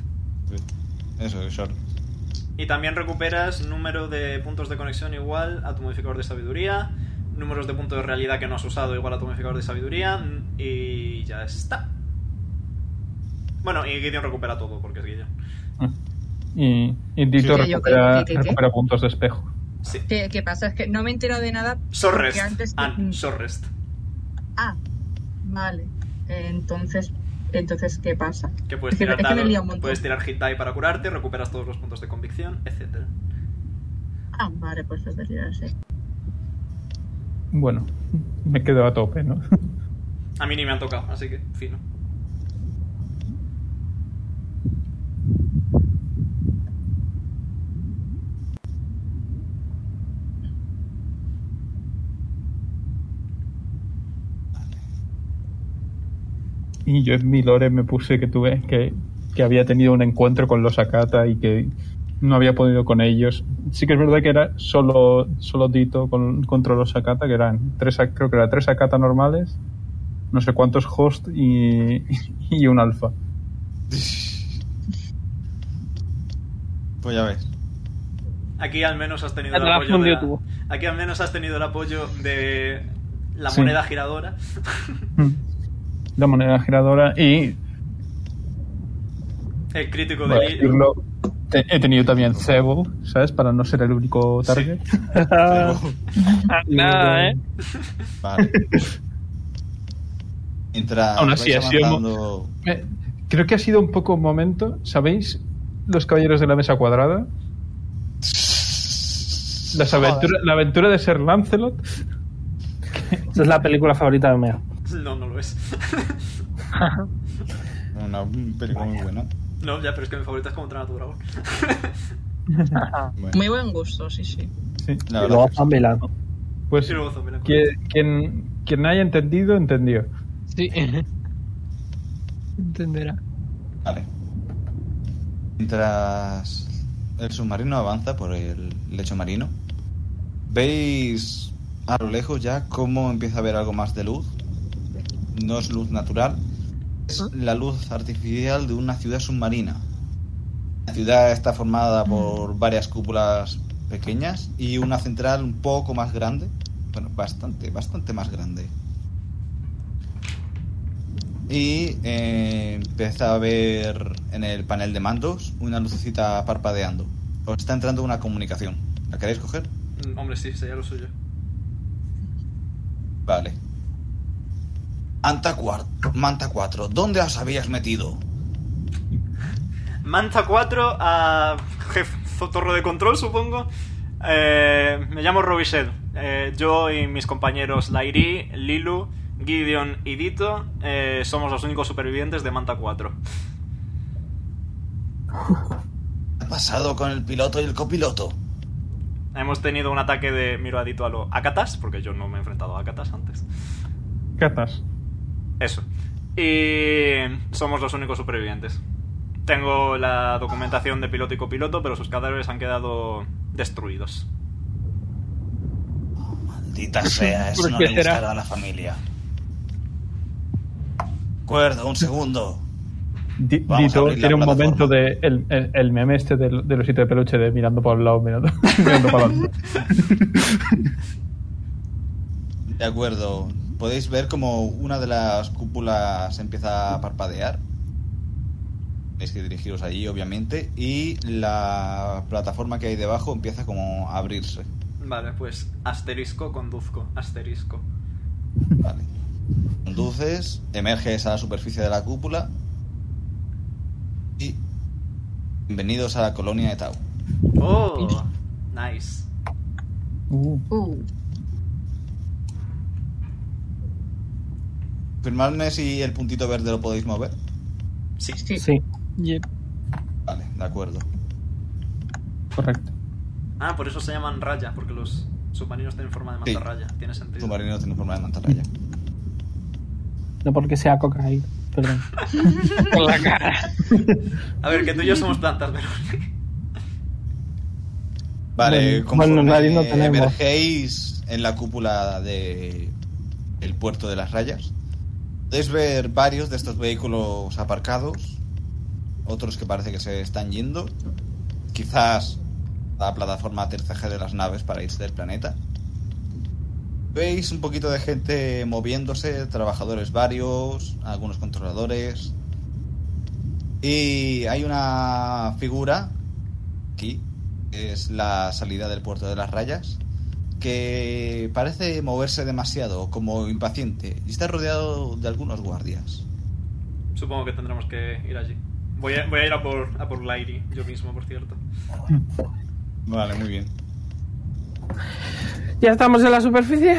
S2: Eso, short rest.
S1: Y también recuperas número de puntos de conexión igual a tu modificador de sabiduría, números de puntos de realidad que no has usado igual a tu modificador de sabiduría, mm, y ya está. Bueno, y Gideon recupera todo, porque es Gideon.
S6: Y, y Dito
S5: Sí, yo creo que-
S6: recupera,
S5: que- que-
S6: recupera puntos de espejo.
S1: Sí.
S5: ¿Qué, qué pasa? Es que no me entero de nada.
S1: Short
S5: porque
S1: rest.
S5: antes-
S1: An, short rest.
S5: Ah, vale. Eh, Entonces, entonces ¿qué pasa?
S1: Que puedes
S5: Es que-
S1: tirar,
S5: es que me he
S1: dados,
S5: liado un montón.
S1: puedes tirar hit die para curarte, recuperas todos los puntos de convicción, etc.
S5: Ah, vale, pues es verdad, sí.
S6: Bueno, me quedo a tope, ¿no? [LAUGHS]
S1: A mí ni me han tocado, así que fino.
S6: Y yo en mi lore me puse que tuve que, que había tenido un encuentro con los Akata y que no había podido con ellos. Sí que es verdad que era solo, solo Dito con, contra los Akata, que eran tres, a- creo que eran tres Akata normales, no sé cuántos host y, [LAUGHS] y un alfa.
S2: Pues ya ves.
S1: Aquí al menos has tenido
S4: Ya
S1: el
S4: te la has
S1: apoyo de
S4: fundido
S1: la-
S4: tú.
S1: Aquí al menos has tenido el apoyo de la
S6: Sí.
S1: moneda giradora.
S6: La moneda giradora y
S1: El crítico
S6: voy a
S1: de Gideon.
S6: decirlo, te- he tenido también Cebo, ¿sabes? Para no ser el único target.
S4: Ah, Nada, ¿eh?
S2: Vale. Mientras
S6: Aún así,
S2: vais
S6: ha sido mo-
S2: avanzando-
S6: Eh, Creo que ha sido un poco un momento, ¿sabéis? Los caballeros de la mesa cuadrada. Las aventura- la aventura de ser Lancelot.
S7: Esa es la película favorita de Omega.
S1: [LAUGHS] No, no lo es.
S2: Una película muy buena.
S1: No, ya, pero es que mi favorita es como entrenar a tu dragón.
S2: Bueno,
S5: Muy buen gusto, sí, sí.
S6: Sí.
S2: la
S7: Y luego
S2: verdad.
S7: Juan Vilano.
S1: Y
S6: Pues
S1: luego zombie la
S6: que-
S1: corona.
S6: quien, quien haya entendido, entendió.
S4: Sí. Entenderá.
S2: Vale. Mientras el submarino avanza por el lecho marino, veis a lo lejos ya cómo empieza a haber algo más de luz. No es luz natural, es la luz artificial de una ciudad submarina. La ciudad está formada por varias cúpulas pequeñas y una central un poco más grande. Bueno, bastante, bastante más grande. Y eh, empieza a ver en el panel de mandos una lucecita parpadeando. Os está entrando una comunicación. ¿La queréis coger?
S1: Mm, Hombre, sí, sería lo suyo.
S2: Vale. Anta cuar- Manta 4, ¿dónde os habías metido?
S1: Manta 4 a [LAUGHS] jefe torre de control, supongo. Eh, me llamo Robisel. Eh, yo y mis compañeros Lairi, Lilu, Gideon y Dito eh, somos los únicos supervivientes de Manta 4.
S2: ¿Qué ha pasado con el piloto y el copiloto?
S1: Hemos tenido un ataque de miro a Dito a lo Akatas, porque yo no me he enfrentado a Akatas antes.
S6: Catas.
S1: Eso. Y somos los únicos supervivientes. Tengo la documentación de piloto y copiloto, pero sus cadáveres han quedado destruidos.
S2: [LAUGHS] Maldita sea, eso
S4: ¿Por
S2: no
S4: qué
S2: le
S4: será?
S2: gustará a la familia. Acuerdo, un segundo.
S6: Di-
S2: Vamos a
S6: Dito
S2: abrir la
S6: tiene un
S2: plataforma.
S6: momento de el, el- el meme este del, del osito de peluche de mirando para un lado, mirando, [LAUGHS] mirando para el otro.
S2: De acuerdo. Podéis ver como una de las cúpulas empieza a parpadear. Tenéis que dirigiros allí, obviamente. Y la plataforma que hay debajo empieza como a abrirse.
S1: Vale, pues asterisco, conduzco, asterisco.
S2: Vale. Conduces, emerges a la superficie de la cúpula. Y. Bienvenidos a la colonia de Tau.
S1: Oh, nice.
S6: Uh,
S5: Uh,
S2: Firmadme si el puntito verde lo podéis mover.
S1: Sí.
S5: sí. [LAUGHS]
S7: Sí.
S4: Yep.
S2: Vale, de acuerdo.
S6: correcto.
S1: Ah, por eso se llaman raya, porque los submarinos tienen forma de
S2: Sí.
S1: mantarraya. Tiene sentido.
S2: Submarino tiene forma de mantarraya.
S7: No porque sea cocaína. Perdón.
S4: Con la cara.
S1: A ver, que tú y yo somos plantas, pero. [LAUGHS]
S2: Vale,
S7: Bueno,
S2: conforme
S7: bueno, nadie no tenemos.
S2: emergéis en la cúpula de el puerto de las rayas, podéis ver varios de estos vehículos aparcados, otros que parece que se están yendo, quizás la plataforma aterrizaje de las naves para irse del planeta. Veis un poquito de gente moviéndose, trabajadores varios, algunos controladores. Y hay una figura aquí, que es la salida del puerto de las rayas, que parece moverse demasiado, como impaciente, y está rodeado de algunos guardias.
S1: Supongo que tendremos que ir allí. Voy a, voy a ir a por, a por Lairi, yo mismo, por cierto.
S2: Vale, muy bien.
S7: [LAUGHS] ¿Ya estamos en la superficie?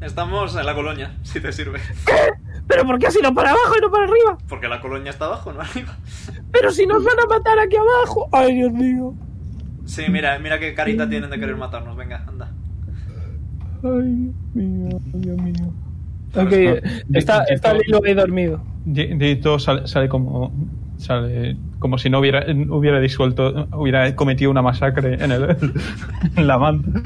S1: Estamos en la colonia, si te sirve.
S7: ¿Pero por qué así no para abajo y no para arriba?
S1: Porque la colonia está abajo, no [LAUGHS] arriba.
S7: ¡Pero si nos van a matar aquí abajo! ¡Ay, Dios mío!
S1: Sí, mira, mira qué carita tienen de querer matarnos. Venga, anda.
S7: ¡Ay, Dios mío! Dios mío.
S1: Claro,
S7: Ok, está,
S6: está-
S7: está Lilo ahí dormido.
S6: Di- Dito sale, sale como sale como si no hubiera hubiera disuelto, hubiera cometido una masacre en el [LAUGHS] en la manta.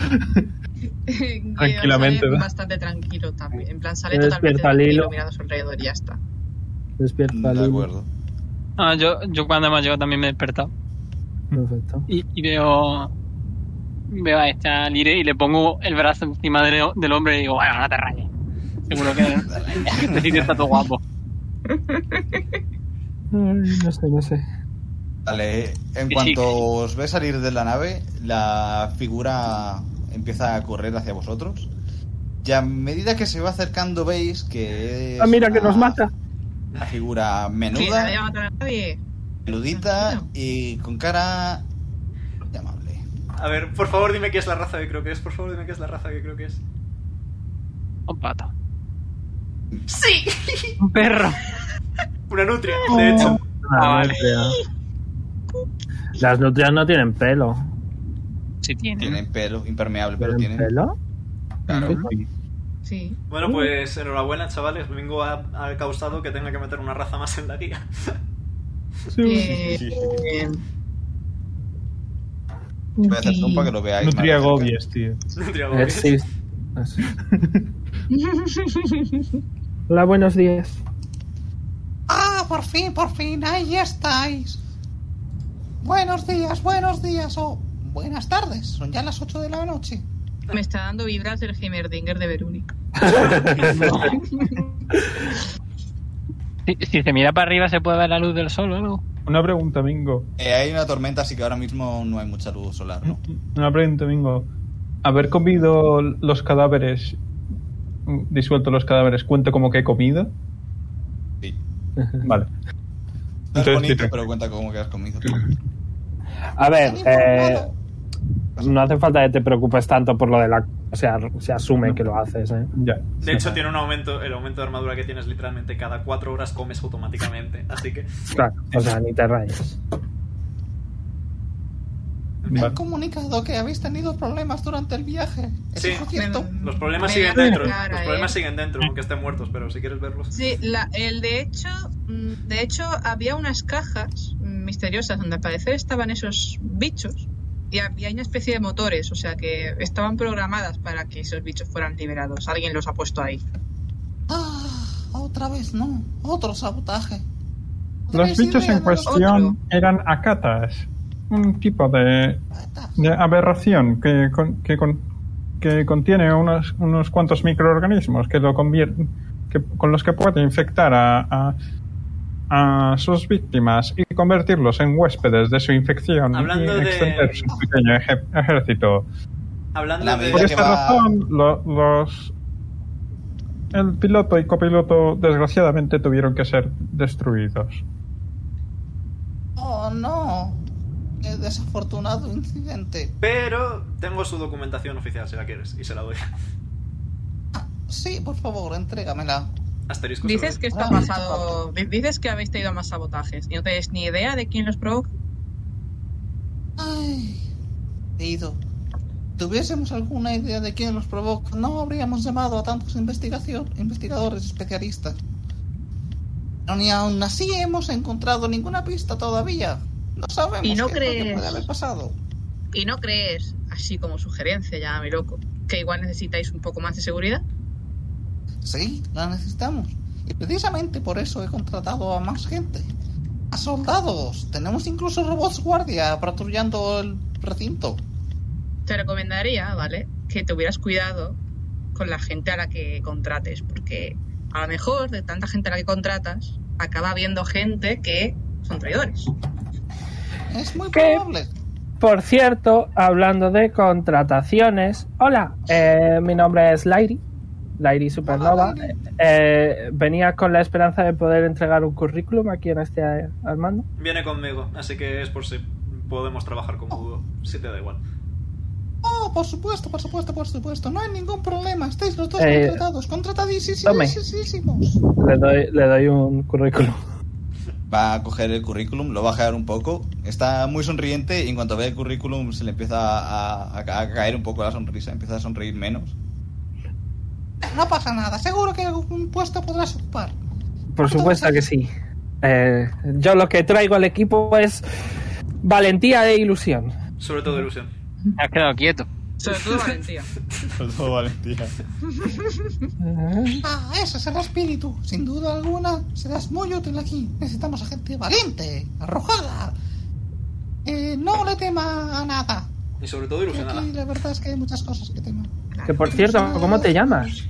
S5: Guido
S6: Tranquilamente,
S5: sale
S6: ¿verdad?
S5: bastante tranquilo también. En plan, sale
S7: Me
S5: totalmente
S7: despierta
S5: tranquilo
S7: Lilo.
S5: mirando a su alrededor y ya está.
S7: Despierta
S2: De
S7: Lilo.
S2: acuerdo.
S4: Ah, yo, yo cuando me llegado también me he despertado.
S7: Perfecto.
S4: Y, y veo. Veo a esta Lire y le pongo el brazo encima del, del hombre y digo, bueno, no te rayes. Seguro que que [LAUGHS] este sitio está todo guapo.
S7: Ay, no sé, no sé.
S2: Vale, en
S4: Sí,
S2: cuanto os ve salir de la nave, la figura empieza a correr hacia vosotros. Y a medida que se va acercando veis que... es
S7: Ah, mira, que
S2: una-
S7: nos mata.
S2: Una figura
S5: Que nadie va a
S2: menuda,
S5: matar a nadie.
S2: peludita y con cara llamable.
S1: A ver, por favor dime qué es la raza que creo que es. Por favor dime qué es la raza que creo que es.
S4: Un pato.
S1: ¡Sí!
S4: Un perro.
S1: Una nutria, de hecho.
S4: Ah, vale.
S7: Las nutrias no tienen pelo.
S4: Sí, tiene.
S2: Tienen pelo, impermeable, pero
S7: ¿Tienen
S2: tienen...
S7: pelo?
S2: Claro.
S5: Sí.
S1: Bueno, pues enhorabuena, chavales. Bingo ha, ha causado que tenga que meter una raza más en la guía. [LAUGHS]
S5: Eh, eh,
S2: Voy a hacer zoom para que lo veáis. más de
S6: Nutria
S2: cerca.
S6: Gobies, tío.
S1: Nutria Gobi.
S7: Existe. Así. Hola, buenos días.
S2: Ah, por fin, por fin, ahí estáis.
S8: Buenos días, buenos días o buenas tardes. Son ya las 8 de la noche.
S5: Me está dando vibras el Heimerdinger de Beruni.
S4: Si, si se mira para arriba, ¿se puede ver la luz del sol o algo?
S6: Una pregunta, Mingo.
S2: Eh, hay una tormenta, así que ahora mismo no hay mucha luz solar, ¿no?
S6: Una pregunta, Mingo. Haber comido los cadáveres, disuelto los cadáveres, ¿cuenta como que he comido?
S2: Sí.
S6: Vale.
S2: No es
S6: Entonces,
S2: bonito,
S6: sí.
S2: pero cuenta cómo que has comido.
S7: A ver, eh, no hace falta que te preocupes tanto por lo de la... O sea, se asume que lo haces, ¿eh?
S6: Ya.
S1: De hecho, tiene un aumento, el aumento de armadura que tienes literalmente cada cuatro horas comes automáticamente. Así que.
S7: Claro, o sea, ni te rayes.
S8: Me
S6: Vale.
S8: han comunicado que habéis tenido problemas durante el viaje. ¿Es
S1: Sí.
S8: eso cierto?
S1: Los problemas
S5: Me
S1: siguen
S5: voy a
S1: dentro.
S5: cargar
S1: Los
S5: a
S1: problemas
S5: él.
S1: siguen dentro, aunque estén muertos, pero si quieres verlos.
S5: Sí, la- el de hecho, mm, de hecho había unas cajas mm, misteriosas donde al parecer estaban esos bichos y había una especie de motores, o sea que estaban programadas para que esos bichos fueran liberados. Alguien los ha puesto ahí.
S8: Ah, otra vez no. Otro sabotaje.
S6: Los
S8: ¿Podríais
S6: bichos
S8: irme
S6: en
S8: a dar
S6: cuestión eran acatas, un tipo de,
S8: otro-
S6: de aberración que, con- que, con- que contiene unos, unos cuantos microorganismos que lo convierten, que, con los que puede infectar a, a, a sus víctimas y convertirlos en huéspedes de su infección
S1: Hablando
S6: y
S1: de-
S6: extender su pequeño eje- ejército.
S1: Hablando
S2: La
S1: de.
S2: medida
S6: Por
S2: que
S6: esta
S2: va-
S6: razón, lo- los. El piloto y copiloto, desgraciadamente, tuvieron que ser destruidos.
S8: Oh, no. Qué desafortunado incidente.
S1: Pero tengo su documentación oficial si la quieres y se la doy. [LAUGHS]
S8: Sí, por favor, entrégamela.
S1: Asterisco. se la
S5: Dices Ah.
S1: doy.
S5: que esto ha pasado, di- dices que habéis tenido más sabotajes y no tenéis ni idea de quién los provoca.
S8: Ay, ido. Tuviésemos alguna idea de quién los provoca, no habríamos llamado a tantos investigación, investigadores especialistas. Pero ni aún así hemos encontrado ninguna pista todavía. No sabemos
S5: ¿Y no
S8: qué es lo que
S5: crees?
S8: puede haber pasado.
S5: ¿Y no crees, así como sugerencia, ya mi loco, que igual necesitáis un poco más de seguridad?
S8: Sí, la necesitamos. Y precisamente por eso he contratado a más gente. A soldados. Tenemos incluso robots guardia patrullando el recinto.
S5: Te recomendaría, ¿vale? Que tuvieras cuidado con la gente a la que contrates, porque a lo mejor de tanta gente a la que contratas, acaba habiendo gente que son traidores.
S8: Es muy
S7: ¿Qué?
S8: probable.
S7: Por cierto, hablando de contrataciones. Hola, eh, mi nombre es Lairi. Lairi Supernova.
S8: Hola, Lairi.
S7: Eh, venía con la esperanza de poder entregar un currículum a quien esté eh, al mando.
S1: Viene conmigo, así que es por si podemos trabajar como dúo. Si te da igual.
S8: Oh, por supuesto, por supuesto, por supuesto. No hay ningún problema. Estáis los dos
S7: Eh,
S8: contratados.
S7: tome.
S8: Contratadísimos.
S7: Le doy, le doy un currículum.
S2: Va a coger el currículum, lo va a jalar un poco. Está muy sonriente y en cuanto ve el currículum se le empieza a, a- a caer un poco la sonrisa, empieza a sonreír menos.
S8: No pasa nada. Seguro que algún puesto podrás ocupar.
S7: Por supuesto que sí. Eh, yo lo que traigo al equipo es valentía e ilusión.
S1: Sobre todo ilusión.
S4: Te has quedado quieto.
S5: Sobre todo [LAUGHS] valentía.
S2: Todo valentía.
S8: Ah, ese será espíritu. Sin duda alguna, serás muy útil aquí. Necesitamos a gente valiente, arrojada. Eh, no le tema a nada.
S1: Y sobre todo
S8: Y
S1: ilusionada. [LAUGHS]
S8: aquí la verdad es que hay muchas cosas que teman.
S7: Que
S8: Ah,
S7: por cierto, ¿cómo te llamas?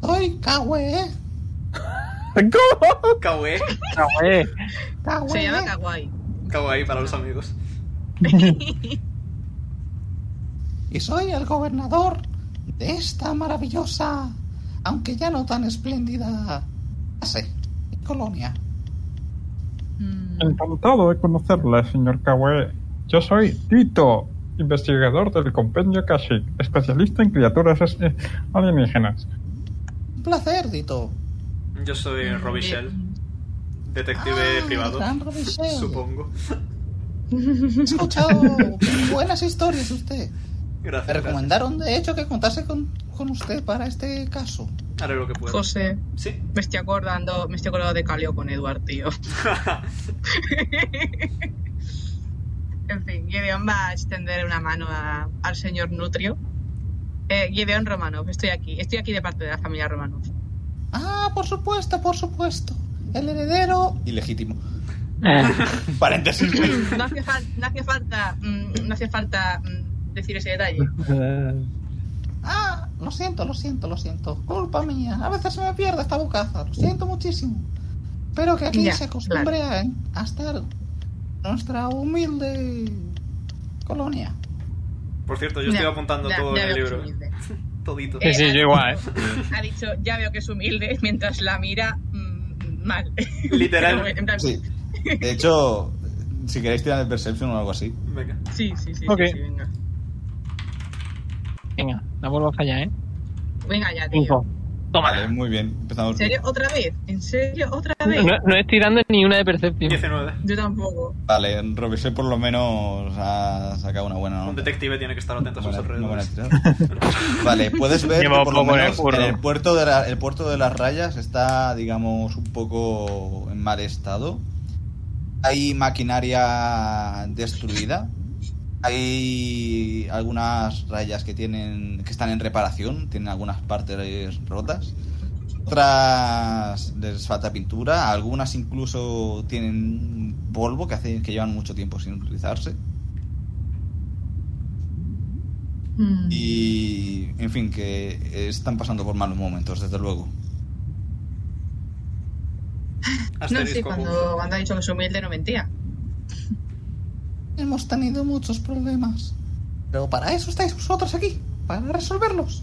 S8: Soy Kawe,
S7: ¿Cómo?
S1: Kawaii.
S7: Eh,
S8: Kawe.
S5: Se llama Kawaii.
S1: Kawaii para los amigos.
S8: y soy el gobernador de esta maravillosa, aunque ya no tan espléndida, base y colonia.
S5: Mm,
S6: Encantado de conocerla, señor Kawe. Yo soy Tito, investigador del compendio Kashyyyk, especialista en criaturas es- eh, alienígenas.
S8: Un placer, Dito.
S1: Yo soy Robbie Shell, detective
S8: Ah,
S1: privado.
S8: gran Robichel.
S1: Supongo.
S8: He escuchado buenas historias de usted. Me
S1: Gracias. gracias.
S8: recomendaron, de hecho, que contase con, con usted para este caso.
S1: Haré lo que pueda.
S5: José,
S1: Sí. [LAUGHS]
S5: me estoy acordando, me estoy acordando de Calio con Eduard, tío. En fin, Gideon va a extender una mano a- al señor Nutrio. Eh, Gideon Romanov, estoy aquí. Estoy aquí de parte de la
S4: [COUGHS]
S5: familia Romanov.
S8: Ah, por supuesto, por supuesto. El heredero
S2: [LAUGHS] Ilegítimo. Paréntesis.
S5: No hace, fal- no hace falta, mm, no hace falta mm, decir ese detalle.
S8: Ah, lo siento, lo siento, lo siento. Culpa mía. A veces se me pierde esta bocaza. Lo siento muchísimo. Pero que aquí
S5: Ya,
S8: se acostumbre a, a estar nuestra humilde colonia.
S1: Por cierto, yo estoy
S5: Ya,
S1: apuntando
S5: ya-
S1: todo
S5: ya
S1: en el
S5: veo que
S1: libro. ¿eh?
S5: es humilde.
S1: Todito.
S4: Sí, sí, yo igual, ¿eh?
S5: Ha dicho, ya veo que es humilde, [LAUGHS] mientras la mira mm, mal.
S1: [LAUGHS] Literal.
S5: Pero, [LAUGHS] en plan,
S2: Sí.
S5: sí.
S2: De hecho, si queréis tirar de Perception o algo así.
S1: Venga.
S5: Sí, sí, sí,
S4: Ok.
S5: sí, venga.
S4: [LAUGHS] Venga, la vuelvo a fallar, ¿eh?
S5: Venga ya, tío.
S4: Cinco. Toma.
S2: Vale, muy bien. Empezamos.
S5: ¿En
S2: bien.
S5: serio? ¿Otra vez? ¿En serio? ¿Otra vez?
S4: No, no estoy dando ni una de Perception.
S1: 19.
S5: Yo tampoco.
S2: Vale, Robisel por lo menos ha sacado una buena
S1: Un
S2: nota.
S1: detective tiene que estar atento a sus
S2: Buena- una buena
S1: alrededores.
S2: tirada. Vale, puedes ver que
S4: Lleva
S2: por lo
S4: poco en el
S2: menos
S4: curro.
S2: en el puerto, de la- el puerto de las rayas está, digamos, un poco en mal estado. Hay maquinaria destruida. Hay algunas rayas que tienen que están en reparación, tienen algunas partes rotas. Otras les falta pintura, algunas incluso tienen polvo que hace que llevan mucho tiempo sin utilizarse.
S5: Mm.
S2: Y, en fin, que están pasando por malos momentos, desde luego.
S5: No, sí,
S1: Asterisco
S5: cuando,
S1: punto.
S5: cuando ha dicho que es humilde no mentía.
S8: Hemos tenido muchos problemas. Pero para eso estáis vosotros aquí. Para resolverlos.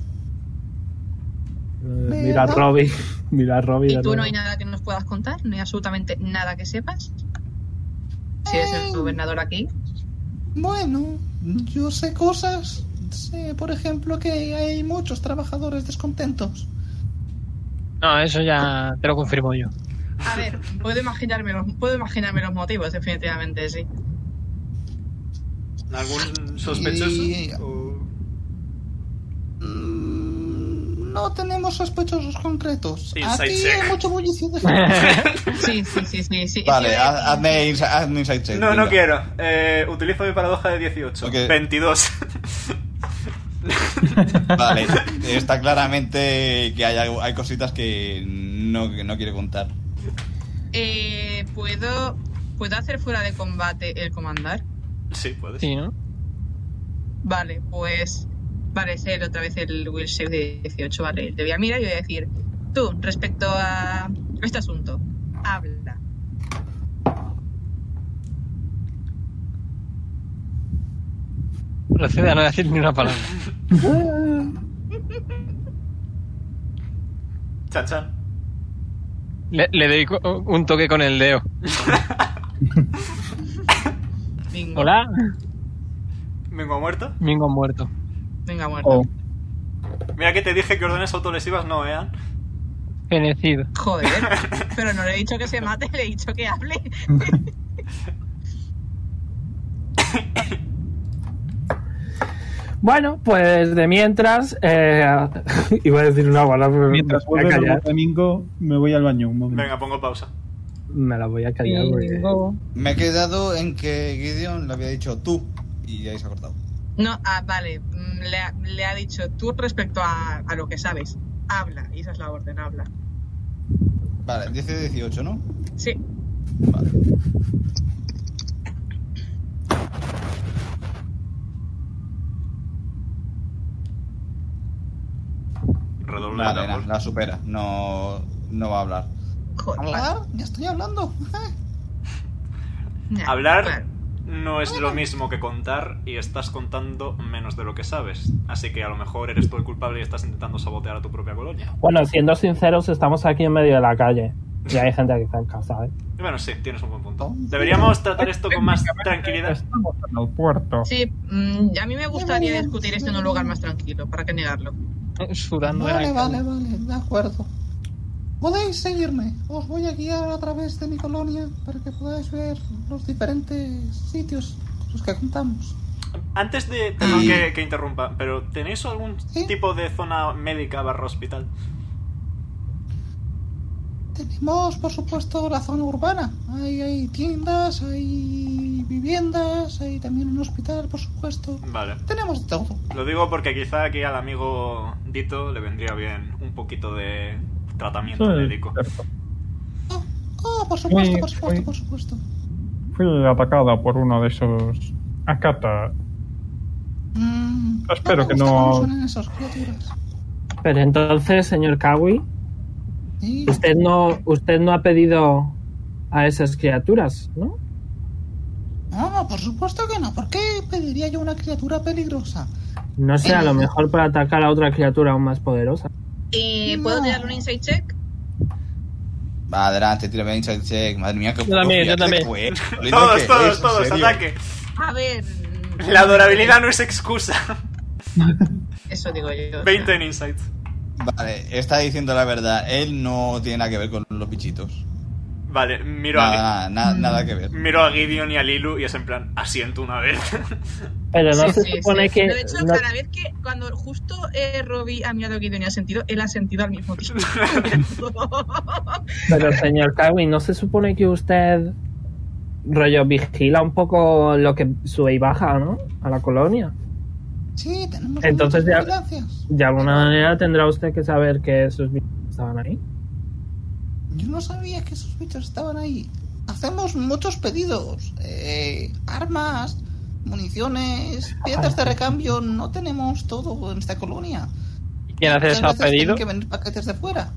S3: Mira a Robbie. Mira a Robbie.
S5: ¿Y
S3: de
S5: tú no
S3: nuevo.
S5: hay nada que nos puedas contar? ¿No hay absolutamente nada que sepas? Si eres el gobernador aquí.
S8: Bueno, yo sé cosas. Sé, por ejemplo, que hay muchos trabajadores descontentos.
S4: No, eso ya te lo confirmo yo.
S5: A ver, puedo imaginarme los, puedo imaginarme los motivos, definitivamente, sí.
S1: ¿Algún sospechoso?
S8: Y-
S1: O-
S8: Mm, No tenemos sospechosos concretos.
S1: Inside
S8: Aquí
S1: check.
S8: hay mucho
S6: [LAUGHS]
S8: bullicio de gente.
S5: Sí, sí, sí, sí. sí.
S2: Vale,
S5: Sí,
S2: haz- hazme, insi- hazme insight check.
S1: No,
S2: venga.
S1: no quiero. Eh, utilizo mi paradoja de 18.
S2: Ok.
S1: 22.
S2: Vale, está claramente que hay, algo- hay cositas que no, que no quiere contar.
S5: eh, ¿puedo, ¿Puedo hacer fuera de combate el comandar?
S1: sí, puedes.
S4: Sí, ¿no?
S5: Vale, pues. Vale, es él otra vez el Will Save de 18, vale. Te voy a mirar y voy a decir: Tú, respecto a este asunto, habla.
S4: Procede a no decir ni una palabra.
S1: Chan, chan.
S4: Le, le doy co- un toque con el dedo.
S5: Bingo.
S4: Hola,
S1: Vengo muerto.
S4: Mingo muerto.
S5: Venga, muerto.
S3: Oh.
S1: Mira que te dije que ordenes autolesivas no, eh, vean.
S4: Fenecido.
S1: [LAUGHS]
S5: Joder, pero no le he dicho que se mate, le he dicho que hable.
S3: Bueno, pues de mientras.
S7: [LAUGHS]
S3: eh, iba a decir una palabra, pero
S6: Mientras
S3: me la voy a
S6: vuelve
S3: callar.
S6: el domingo, me voy al baño un momento.
S1: Venga, pongo pausa.
S3: Me la voy a callar.
S7: pues.
S3: porque-
S2: Me he quedado en que Gideon le había dicho tú y ahí se ha cortado.
S5: No, ah, vale, mm, le ha, le ha dicho tú respecto a, a lo que sabes. Habla, y esa es la orden, habla.
S2: Vale, 10 de 18, ¿no?
S5: Sí,
S2: Vale.
S1: Redoble
S2: Vale,
S1: de
S2: na,
S1: tambor.
S2: la supera. No, no va a hablar.
S5: joder.
S8: ¿Hablar? Ya estoy hablando.
S5: Ya,
S1: Hablar
S5: claro.
S1: no es lo mismo que contar y estás contando menos de lo que sabes. Así que a lo mejor eres tú el culpable y estás intentando sabotear a tu propia colonia.
S3: Bueno, siendo sinceros, estamos aquí en medio de la calle. Y hay gente que está en casa, ¿eh?
S1: Y Bueno, sí, tienes un buen punto. Deberíamos tratar esto con más tranquilidad.
S6: Estamos en el puerto.
S5: Sí, mm, a mí me gustaría discutir esto en un lugar más tranquilo, ¿para qué negarlo?
S4: Sudando de la
S8: Vale,
S4: cara.
S8: vale, vale, de acuerdo. Podéis seguirme. Os voy a guiar a través de mi colonia para que podáis ver los diferentes sitios con los que contamos.
S1: Antes de... Perdón que, que interrumpa, pero ¿tenéis algún
S8: Sí.
S1: tipo de zona médica barra hospital?
S8: Tenemos, por supuesto, la zona urbana. Hay, hay tiendas, hay viviendas, hay también un hospital, por supuesto.
S1: Vale.
S8: Tenemos de todo.
S1: Lo digo porque quizá aquí al amigo Dito le vendría bien un poquito de tratamiento médico.
S8: Oh, por supuesto,
S6: Muy-
S8: por supuesto,
S6: muy-
S8: por supuesto.
S6: fui atacada por uno de esos Akata.
S8: Mm,
S6: Espero
S8: me
S6: que
S8: gusta
S6: no-
S8: cómo suenan esas criaturas.
S7: Pero entonces, señor Kawi,
S8: Sí.
S7: usted no, usted no ha pedido a esas criaturas, ¿no?
S8: No, Ah, por supuesto que no. ¿Por qué pediría yo una criatura peligrosa?
S7: No sé, a lo mejor para atacar a otra criatura aún más poderosa.
S5: Eh, ¿Puedo
S8: No.
S5: tirarle un insight check?
S2: Va, adelante, tírame insight check. Madre mía, qué
S4: Yo también, yo
S2: qué
S1: [LAUGHS]
S4: también.
S2: bueno, lo lindo que
S1: Todos,
S2: es,
S1: todos,
S2: en
S1: todos,
S2: serio.
S1: ataque.
S5: A ver. mm,
S1: La adorabilidad no es excusa. [LAUGHS]
S5: Eso digo yo.
S1: 20 en Insight.
S2: Vale, está diciendo la verdad. Él no tiene nada que ver con los bichitos.
S1: Vale, Mm. miro
S2: Nada,
S1: a,
S2: nada, nada, nada que ver.
S1: miro a Gideon y a Lilu y es en plan, asiento una vez. [LAUGHS]
S7: Pero no
S5: Sí,
S7: se
S5: sí,
S7: supone
S5: sí.
S7: que.
S5: No, de hecho,
S7: no-
S5: cada vez que cuando justo eh, Robbie ha mirado que Guido ha sentido, él ha sentido al
S1: [LAUGHS]
S5: mismo tiempo.
S7: Pero señor Kawi, ¿no se supone que usted rollo vigila un poco lo que sube y baja, ¿no? A la colonia.
S8: Sí, tenemos
S7: Entonces
S8: muchas
S7: ya-
S8: vigilancias.
S7: De alguna manera tendrá usted que saber que esos bichos estaban ahí.
S8: Yo no sabía que esos bichos estaban ahí. Hacemos muchos pedidos. eh, armas, municiones, piezas de recambio. No tenemos todo en esta colonia.
S4: ¿Y quién hace
S8: Muchas
S4: esos
S8: veces tienen
S4: pedidos?
S8: que venir paquetes de fuera.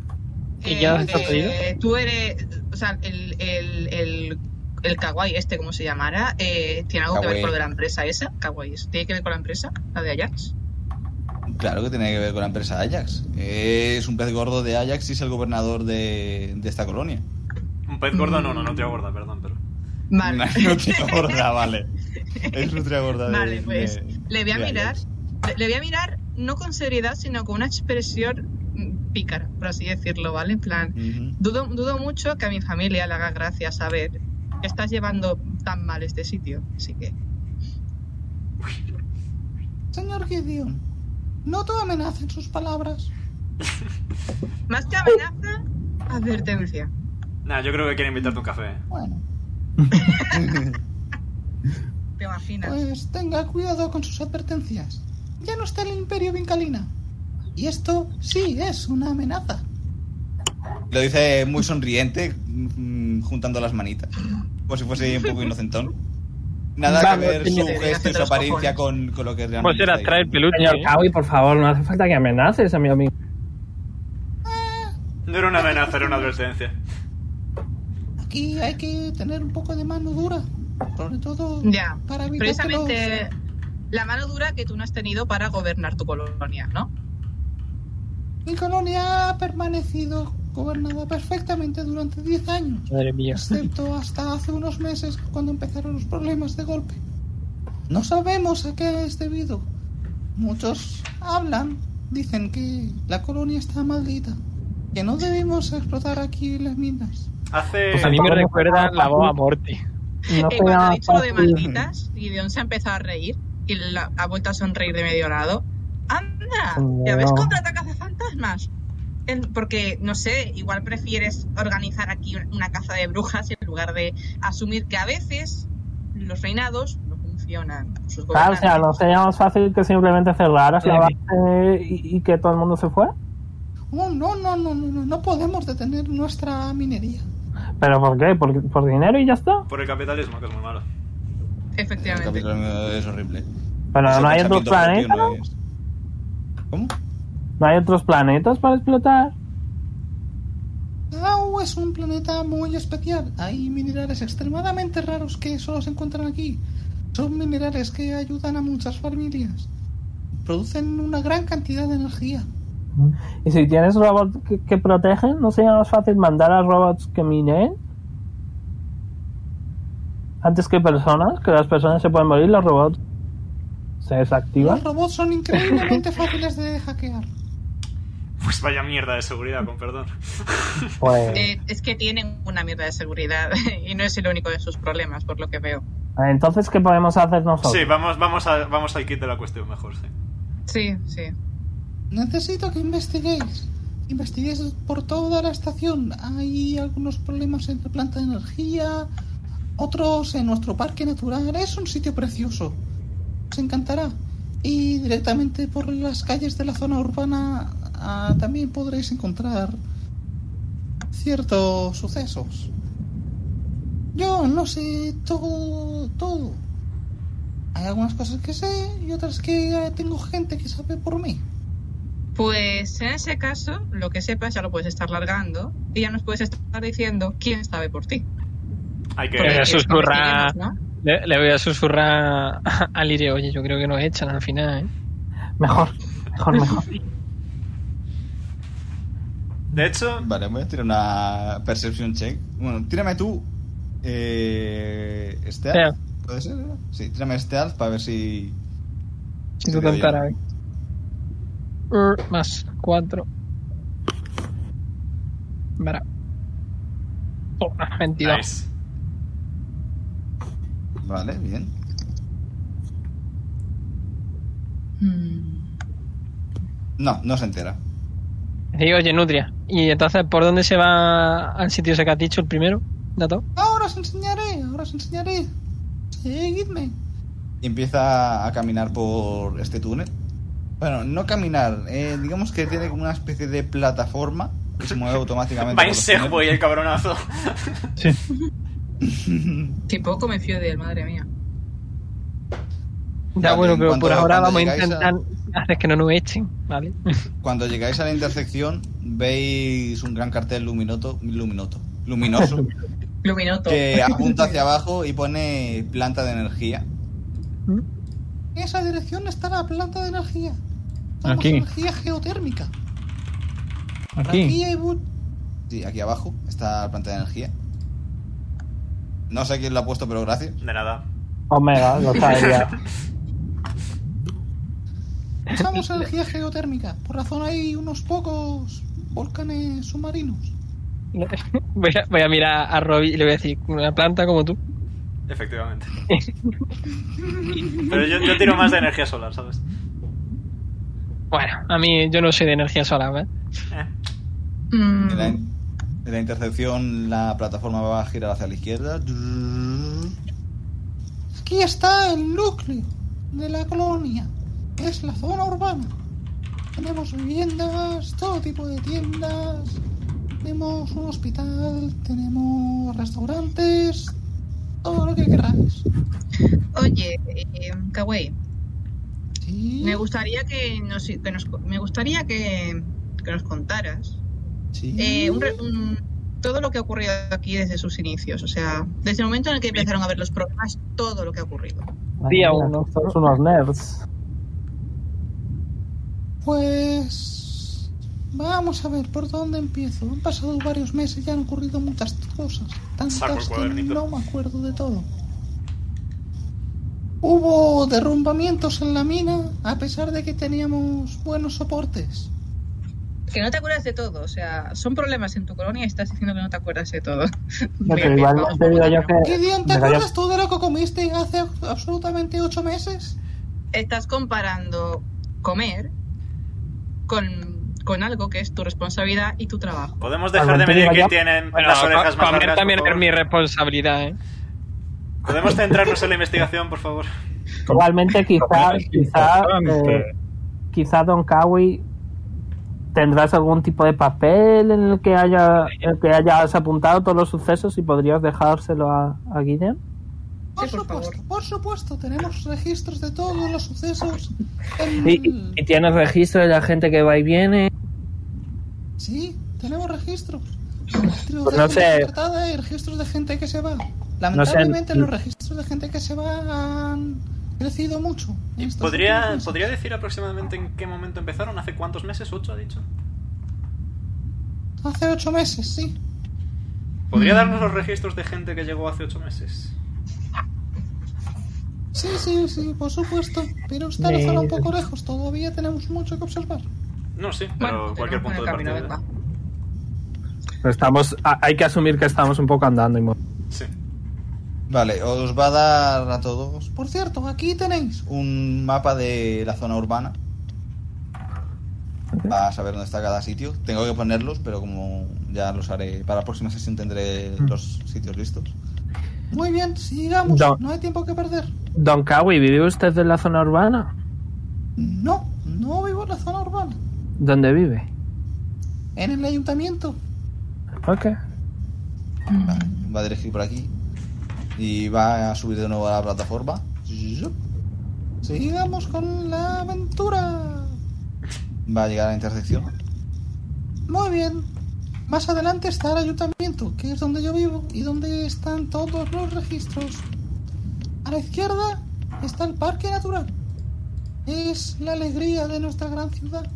S5: [LAUGHS]
S4: ¿Y ya está pedido?
S5: Este, Tú eres. O sea, el. el, el el kawaii este, como se llamara, eh, tiene algo que ver
S2: Kawaii.
S5: con lo de la empresa esa, kawaii, eso. ¿tiene que ver con la empresa? ¿La de Ajax?
S2: Claro que tiene que ver con la empresa Ajax. Es un pez gordo de Ajax y es el gobernador de, de esta colonia.
S1: Un pez gordo, no, no, no te gorda, perdón, pero.
S5: Vale,
S2: Una nutria gorda, vale. Es nutria gorda de-
S5: Vale, pues,
S2: de-
S5: le voy a
S2: de
S5: mirar,
S2: Ajax.
S5: le- le voy a mirar no con seriedad, sino con una expresión mm, pícara, por así decirlo, ¿vale? En plan,
S2: Ujú.
S5: Dudo, dudo mucho que a mi familia le haga gracia saber que estás llevando tan mal este sitio. Así que.
S8: Señor Gideon, noto amenaza en sus palabras.
S5: Más que amenaza, advertencia.
S1: Nah, yo creo que quiere invitarte un café. ¿eh?
S8: Bueno,
S5: ¿Te imaginas?
S8: pues tenga cuidado con sus advertencias. Ya no está el Imperio Vincalina. Y esto sí es una amenaza.
S2: Lo dice muy sonriente, mm, juntando las manitas. Como si fuese un poco inocentón. Nada
S7: Vamos,
S2: que ver su
S7: señor.
S2: gesto y su apariencia con, con lo que realmente.
S4: Pues era
S2: está
S4: traer
S2: diciendo.
S4: peluche.
S7: Señor Kawi, por favor, no hace falta que amenaces, amigo mío.
S1: No era una amenaza, era una advertencia.
S8: Aquí hay que tener un poco de mano dura. Sobre todo
S5: Ya.
S8: para evitar que
S5: Precisamente la mano dura que tú no has tenido para gobernar tu colonia, ¿no?
S8: los- mi colonia ha permanecido gobernada perfectamente durante 10 años.
S4: Madre mía.
S8: Excepto hasta hace unos meses cuando empezaron los problemas de golpe. No sabemos a qué es debido. Muchos hablan, dicen que la colonia está maldita, que no debemos explotar aquí las minas.
S1: Hace.
S4: Pues a mí me recuerda la voz a Morty.
S7: No
S5: Eh, cuando
S7: será
S5: ha dicho lo de
S7: fácil.
S5: malditas, Gideon se ha empezado a reír y la- ha vuelto a sonreír de medio lado. ¡Anda! ¿Ya ves
S7: No.
S5: contrata cazafantasmas? En- Porque, no sé, igual prefieres organizar aquí un- una caza de brujas en lugar de asumir que a veces los reinados no funcionan. con Sus
S7: Claro, Ah, o sea,
S5: gobernantes.
S7: no sería más fácil que simplemente cerraras la base y, y que todo el mundo se fuera.
S8: Oh, no, no, no, no, no, no podemos detener nuestra minería.
S7: ¿Pero por qué? ¿Por, por dinero y ya está?
S1: Por el capitalismo, que es muy malo.
S2: El
S5: Efectivamente.
S2: capítulo es horrible.
S7: ¿Pero
S2: Ese
S7: no hay otros
S2: pensamiento
S7: planetas?
S2: repentino es- ¿Cómo?
S7: ¿No hay otros planetas para explotar?
S8: Tau es un planeta muy especial. Hay minerales extremadamente raros que solo se encuentran aquí. Son minerales que ayudan a muchas familias. Producen una gran cantidad de energía.
S7: Y si tienes robots que, que protegen, ¿no sería más fácil mandar a robots que minen? Antes que personas, que las personas se pueden morir, los robots se desactivan.
S8: Los robots son increíblemente [LAUGHS] fáciles de hackear.
S1: Pues vaya mierda de seguridad, con perdón.
S7: Pues,
S5: Eh, es que tienen una mierda de seguridad [LAUGHS] y no es el único de sus problemas, por lo que veo.
S7: entonces, ¿qué podemos hacer nosotros?
S1: Sí, vamos, vamos, a, vamos al kit de la cuestión mejor, sí.
S5: Sí, sí.
S8: Necesito que investiguéis. Investiguéis por toda la estación. Hay algunos problemas en la planta de energía, otros en nuestro parque natural. Es un sitio precioso. Os encantará. Y directamente por las calles de la zona urbana ah, también podréis encontrar ciertos sucesos. Yo no sé todo, todo. Hay algunas cosas que sé y otras que eh, tengo gente que sabe por mí.
S5: Pues en ese caso, lo que sepas ya lo puedes estar largando y ya nos puedes estar diciendo quién sabe por ti.
S1: Hay
S4: Le voy
S1: que.
S4: a
S5: Porque
S4: susurrar.
S5: es como que
S4: Le, le voy a susurrar a Lirio, oye, yo creo que nos echan al final, ¿eh?
S7: Mejor, mejor,
S4: [LAUGHS]
S7: mejor.
S1: De hecho,
S2: Vale, voy a tirar una perception check. Bueno, tírame tú. Eh,
S8: este
S2: stealth. ¿Puede ser? Sí, tírame stealth para ver si. te
S4: Si tú
S2: veo
S4: tan cara,
S2: bien.
S4: eh. Er, Más cuatro. Verá. Oh, ah, Toma, 22.
S1: nice.
S2: Vale, bien.
S5: Mm,
S2: No, no se entera.
S4: Sí, oye, Nutria. ¿Y entonces por dónde se va al sitio ese que has dicho el primero? ¿Dato?
S8: Ahora os enseñaré, ahora os enseñaré. Seguidme.
S2: Y empieza a caminar por este túnel. Bueno, no caminar, eh, digamos que tiene como una especie de plataforma que se mueve automáticamente.
S1: Va en
S2: por los
S1: Segway el cabronazo.
S2: túneles.
S5: Que poco me fío de él, madre mía.
S4: Ya
S2: Vale,
S4: bueno,
S2: en
S4: pero por
S2: cuanto-
S4: ahora
S2: cuando
S4: vamos a
S2: llegáis a-
S4: intentar hacer que no nos echen, ¿vale? [LAUGHS]
S2: Cuando llegáis a la intersección, veis un gran cartel luminoto, luminoto,
S7: [LAUGHS]
S2: luminoso
S5: Luminoto.
S2: que apunta hacia abajo y pone planta de energía.
S8: En esa dirección está la planta de energía. Vamos,
S6: Aquí.
S8: energía geotérmica.
S6: Aquí. [LAUGHS]
S8: hay bu-
S2: Sí, aquí abajo está la planta de energía. No sé quién lo ha puesto, pero gracias.
S1: De nada.
S7: Omega, lo sabía.
S8: Usamos energía geotérmica. Por razón hay unos pocos volcanes submarinos.
S4: Voy a, voy a mirar a Robbie y le voy a decir, una planta como tú.
S1: Efectivamente. Pero yo, yo tiro más de energía solar, ¿sabes?
S4: Bueno, a mí yo no soy de energía solar, ¿ves?
S1: Eh,
S5: Mm,
S2: En la, in- en la intersección la plataforma va a girar hacia la izquierda.
S8: Aquí está el núcleo de la colonia. Es la zona urbana. Tenemos viviendas, todo tipo de tiendas. Tenemos un hospital, tenemos restaurantes, todo lo que queráis.
S5: Oye, eh, Kawaii,
S8: Sí,
S5: me gustaría que nos, que nos- me gustaría que, que nos contaras
S8: sí.
S5: eh, un re- un- todo lo que ha ocurrido aquí desde sus inicios, o sea, desde el momento en el que empezaron a ver los problemas, todo lo que ha ocurrido.
S4: Día
S7: Madre mía,
S4: uno.
S7: Estos son unos nerds.
S8: Pues vamos a ver por dónde empiezo. Han pasado varios meses y han ocurrido muchas cosas.
S1: Saco el
S8: Tantas que
S1: cuadernito.
S8: no me acuerdo de todo. Hubo derrumbamientos en la mina a pesar de que teníamos buenos soportes.
S5: Que no te acuerdas de todo, o sea, son problemas en tu colonia y estás diciendo que no te acuerdas
S7: [LAUGHS]
S5: de todo.
S7: No, pero igual te digo yo que.
S8: ¿Qué día te
S7: me cayó-
S8: acuerdas tú de lo que comiste hace absolutamente ocho meses?
S5: Estás comparando comer con, con algo que es tu responsabilidad y tu trabajo.
S1: Podemos
S7: Algo
S1: dejar de
S7: antes
S1: medir
S7: de
S1: quién
S7: allá.
S1: tienen
S4: Bueno,
S1: las orejas
S4: co-
S1: más
S4: comer
S1: largas.
S4: también
S1: por
S4: es
S1: favor.
S4: mi responsabilidad, ¿eh?
S1: Podemos centrarnos en la investigación, por favor.
S7: Igualmente, quizá, quizá, eh, quizá Don Kawi tendrás algún tipo de papel en el que haya en el que hayas apuntado todos los sucesos y podrías dejárselo a, a Guillem.
S8: Por
S5: Sí, por favor.
S8: supuesto, por supuesto, tenemos registros de todos
S7: [LAUGHS]
S8: los sucesos.
S7: Y,
S4: Mm.
S8: en-
S7: y tienes registro de la gente que va y viene.
S8: Sí, tenemos registros. Registros
S7: Pues
S8: de
S7: no
S8: gente
S7: sé.
S8: contratada y registros de gente que se va. Lamentablemente los registros de gente que se va han crecido mucho. en estos últimos
S1: ¿Podría,
S8: meses.
S1: ¿Podría decir aproximadamente en qué momento empezaron? ¿Hace cuántos meses? ¿Ocho, ha dicho?
S8: Hace ocho meses, sí.
S1: ¿Podría darnos los registros de gente que llegó hace ocho meses?
S8: Sí, sí, sí, por supuesto. Pero está la zona un poco lejos, todavía tenemos mucho que observar.
S1: No, sí, pero
S5: Bueno,
S1: cualquier
S5: tenemos
S1: punto de
S5: buen camino,
S1: partida.
S5: venga.
S7: Estamos, a- hay que asumir que estamos un poco andando. Y mo-
S1: Sí.
S2: Vale, os va a dar a todos
S8: Por cierto, aquí tenéis.
S2: un mapa de la zona urbana. Para saber dónde está cada sitio. Tengo que ponerlos, pero como ya los haré para la próxima sesión tendré los sitios listos.
S8: Muy bien, sigamos.
S7: No.
S8: No hay tiempo que perder.
S7: Don Kawi, ¿vive usted en la zona urbana?
S8: No, no vivo en la zona urbana.
S7: ¿Dónde vive?
S8: En el ayuntamiento.
S7: Ok.
S2: Va a dirigir por aquí. Y va a subir de nuevo a la plataforma. Zup. Sigamos con la aventura. Va a llegar a la intersección.
S8: Muy bien. Más adelante está el ayuntamiento, que es donde yo vivo y donde están todos los registros. A la izquierda está el parque natural. Es la alegría de nuestra gran ciudad.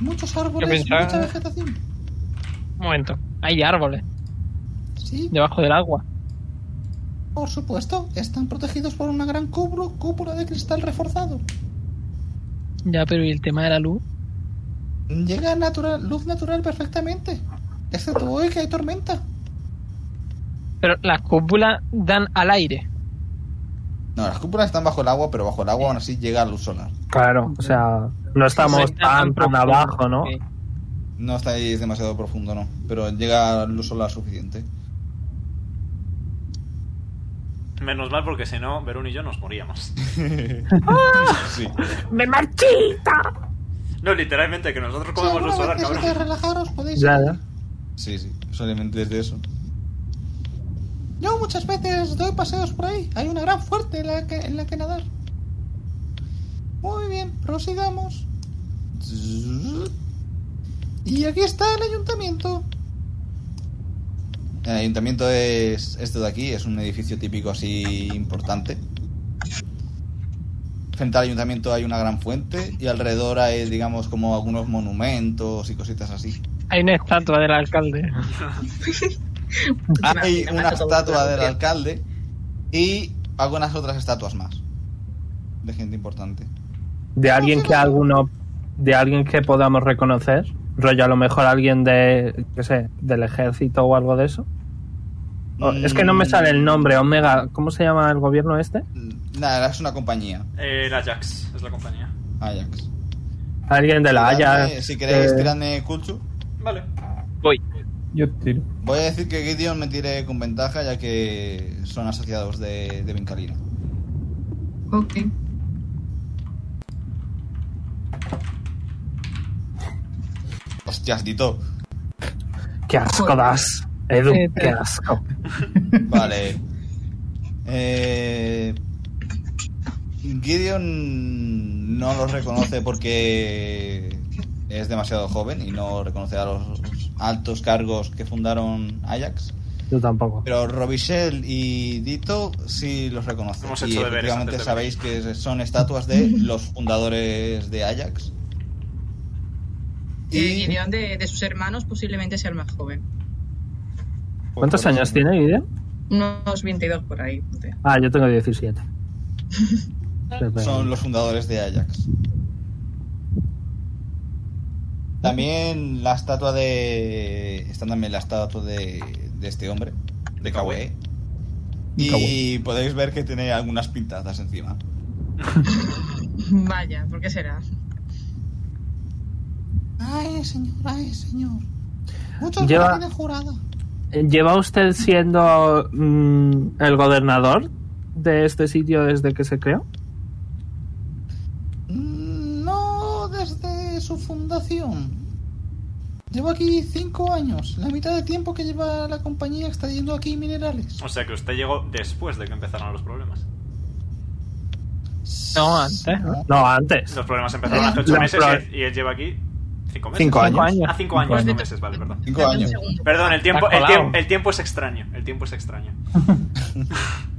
S8: Muchos árboles,
S4: pensaba-
S8: mucha vegetación.
S4: Un momento. Hay árboles
S8: Sí,
S4: debajo del agua.
S8: por supuesto, están protegidos por una gran cúpula, cúpula de cristal reforzado.
S4: Ya, pero ¿y el tema de la luz?
S8: Llega natural, luz natural perfectamente. Excepto hoy que hay tormenta.
S4: Pero las cúpulas dan al aire.
S2: No, las cúpulas están bajo el agua, pero bajo el agua aún así llega la luz solar.
S7: Claro, o sea, no estamos
S4: Sí,
S7: tan, tan
S4: profundo.
S7: abajo, ¿no?
S4: Ok.
S2: No estáis demasiado profundo, no. Pero llega luz solar suficiente.
S1: Menos mal porque si no, Verón y yo nos moríamos.
S2: Sí.
S9: ¡Me marchita!
S1: No, literalmente, que nosotros
S8: Si
S1: comemos
S8: alguna
S1: luz solar,
S8: vez necesitáis
S1: cabrón.
S8: relajaros, podéis
S7: Ya, ya.
S2: Sí, sí. Solamente desde eso.
S8: Yo muchas veces doy paseos por ahí. Hay una gran fuerte en la que, en la que nadar. Muy bien, prosigamos. Y aquí está el ayuntamiento.
S2: El ayuntamiento es esto de aquí, es un edificio típico así importante. Frente al ayuntamiento hay una gran fuente y alrededor hay, digamos, como algunos monumentos y cositas así.
S4: Hay una estatua del
S7: [LAUGHS]
S4: alcalde.
S2: Ah,
S5: Ah,
S2: Hay una estatua del alcalde y algunas otras estatuas más de gente importante.
S7: De alguien que alguno, de alguien que podamos reconocer, rollo a lo mejor alguien de, qué sé, del ejército o algo de eso. O- Es que no
S4: Mm.
S7: me sale el nombre, Omega, ¿cómo se llama el gobierno este?
S2: Nada, es una compañía,
S1: Eh, la Jax es la compañía.
S2: Ajax.
S7: Alguien de la Haya.
S2: Tiradme, si queréis,
S7: eh,
S2: tiradme culture.
S1: Vale.
S4: Voy.
S6: Yo tiro.
S2: Voy a decir que Gideon me tire con ventaja ya que son asociados de, de Bencalina.
S5: Ok.
S2: Hostias, Dito.
S7: Qué asco
S5: Joder.
S7: das, Edu,
S4: Eh,
S7: qué asco. [LAUGHS]
S2: Vale. Eh, Gideon no los reconoce porque es demasiado joven y no reconoce a los altos cargos que fundaron Ajax.
S7: Yo tampoco.
S2: Pero Robichel y Dito sí los reconocen.
S1: Hemos
S2: y
S1: hecho deberes
S2: efectivamente
S1: antes de
S2: sabéis que son estatuas de los fundadores de Ajax.
S5: Eh, Gideon de, de sus hermanos posiblemente sea el más joven.
S2: pues,
S7: ¿Cuántos
S2: por eso
S7: años
S2: no-
S7: tiene Guido?
S5: Unos 22 por ahí. no sé.
S7: Ah, yo tengo 17.
S2: Son los fundadores de Ajax. También la estatua de. Están también la estatua de, de este hombre, de Kawe. Y podéis ver que tiene algunas pintadas encima.
S5: Vaya, ¿por qué será?
S8: Ay, señor, ay, señor. Muchos
S7: Lleva-
S8: Lleva... de jurada.
S7: Eh, ¿Lleva usted siendo mm, el gobernador de este sitio desde que se creó?
S8: Mm, No desde su fundación. Llevo aquí cinco años, la mitad de tiempo que lleva la compañía extrayendo aquí minerales.
S1: O sea que usted llegó después de que empezaron los problemas.
S4: No, antes.
S8: No.
S7: No, antes.
S1: Los problemas empezaron hace
S7: Los
S1: 8 meses
S7: pro-
S1: y y él lleva aquí 5 meses.
S7: Cinco años.
S1: Ah, 5 años,
S5: Pues
S1: no
S5: de-
S1: meses, vale, perdón.
S2: Cinco
S5: Dame un
S2: años.
S5: segundo.
S1: Perdón, el tiempo, el,
S4: Está colado.
S1: tiemp- el tiempo es extraño. El tiempo es extraño.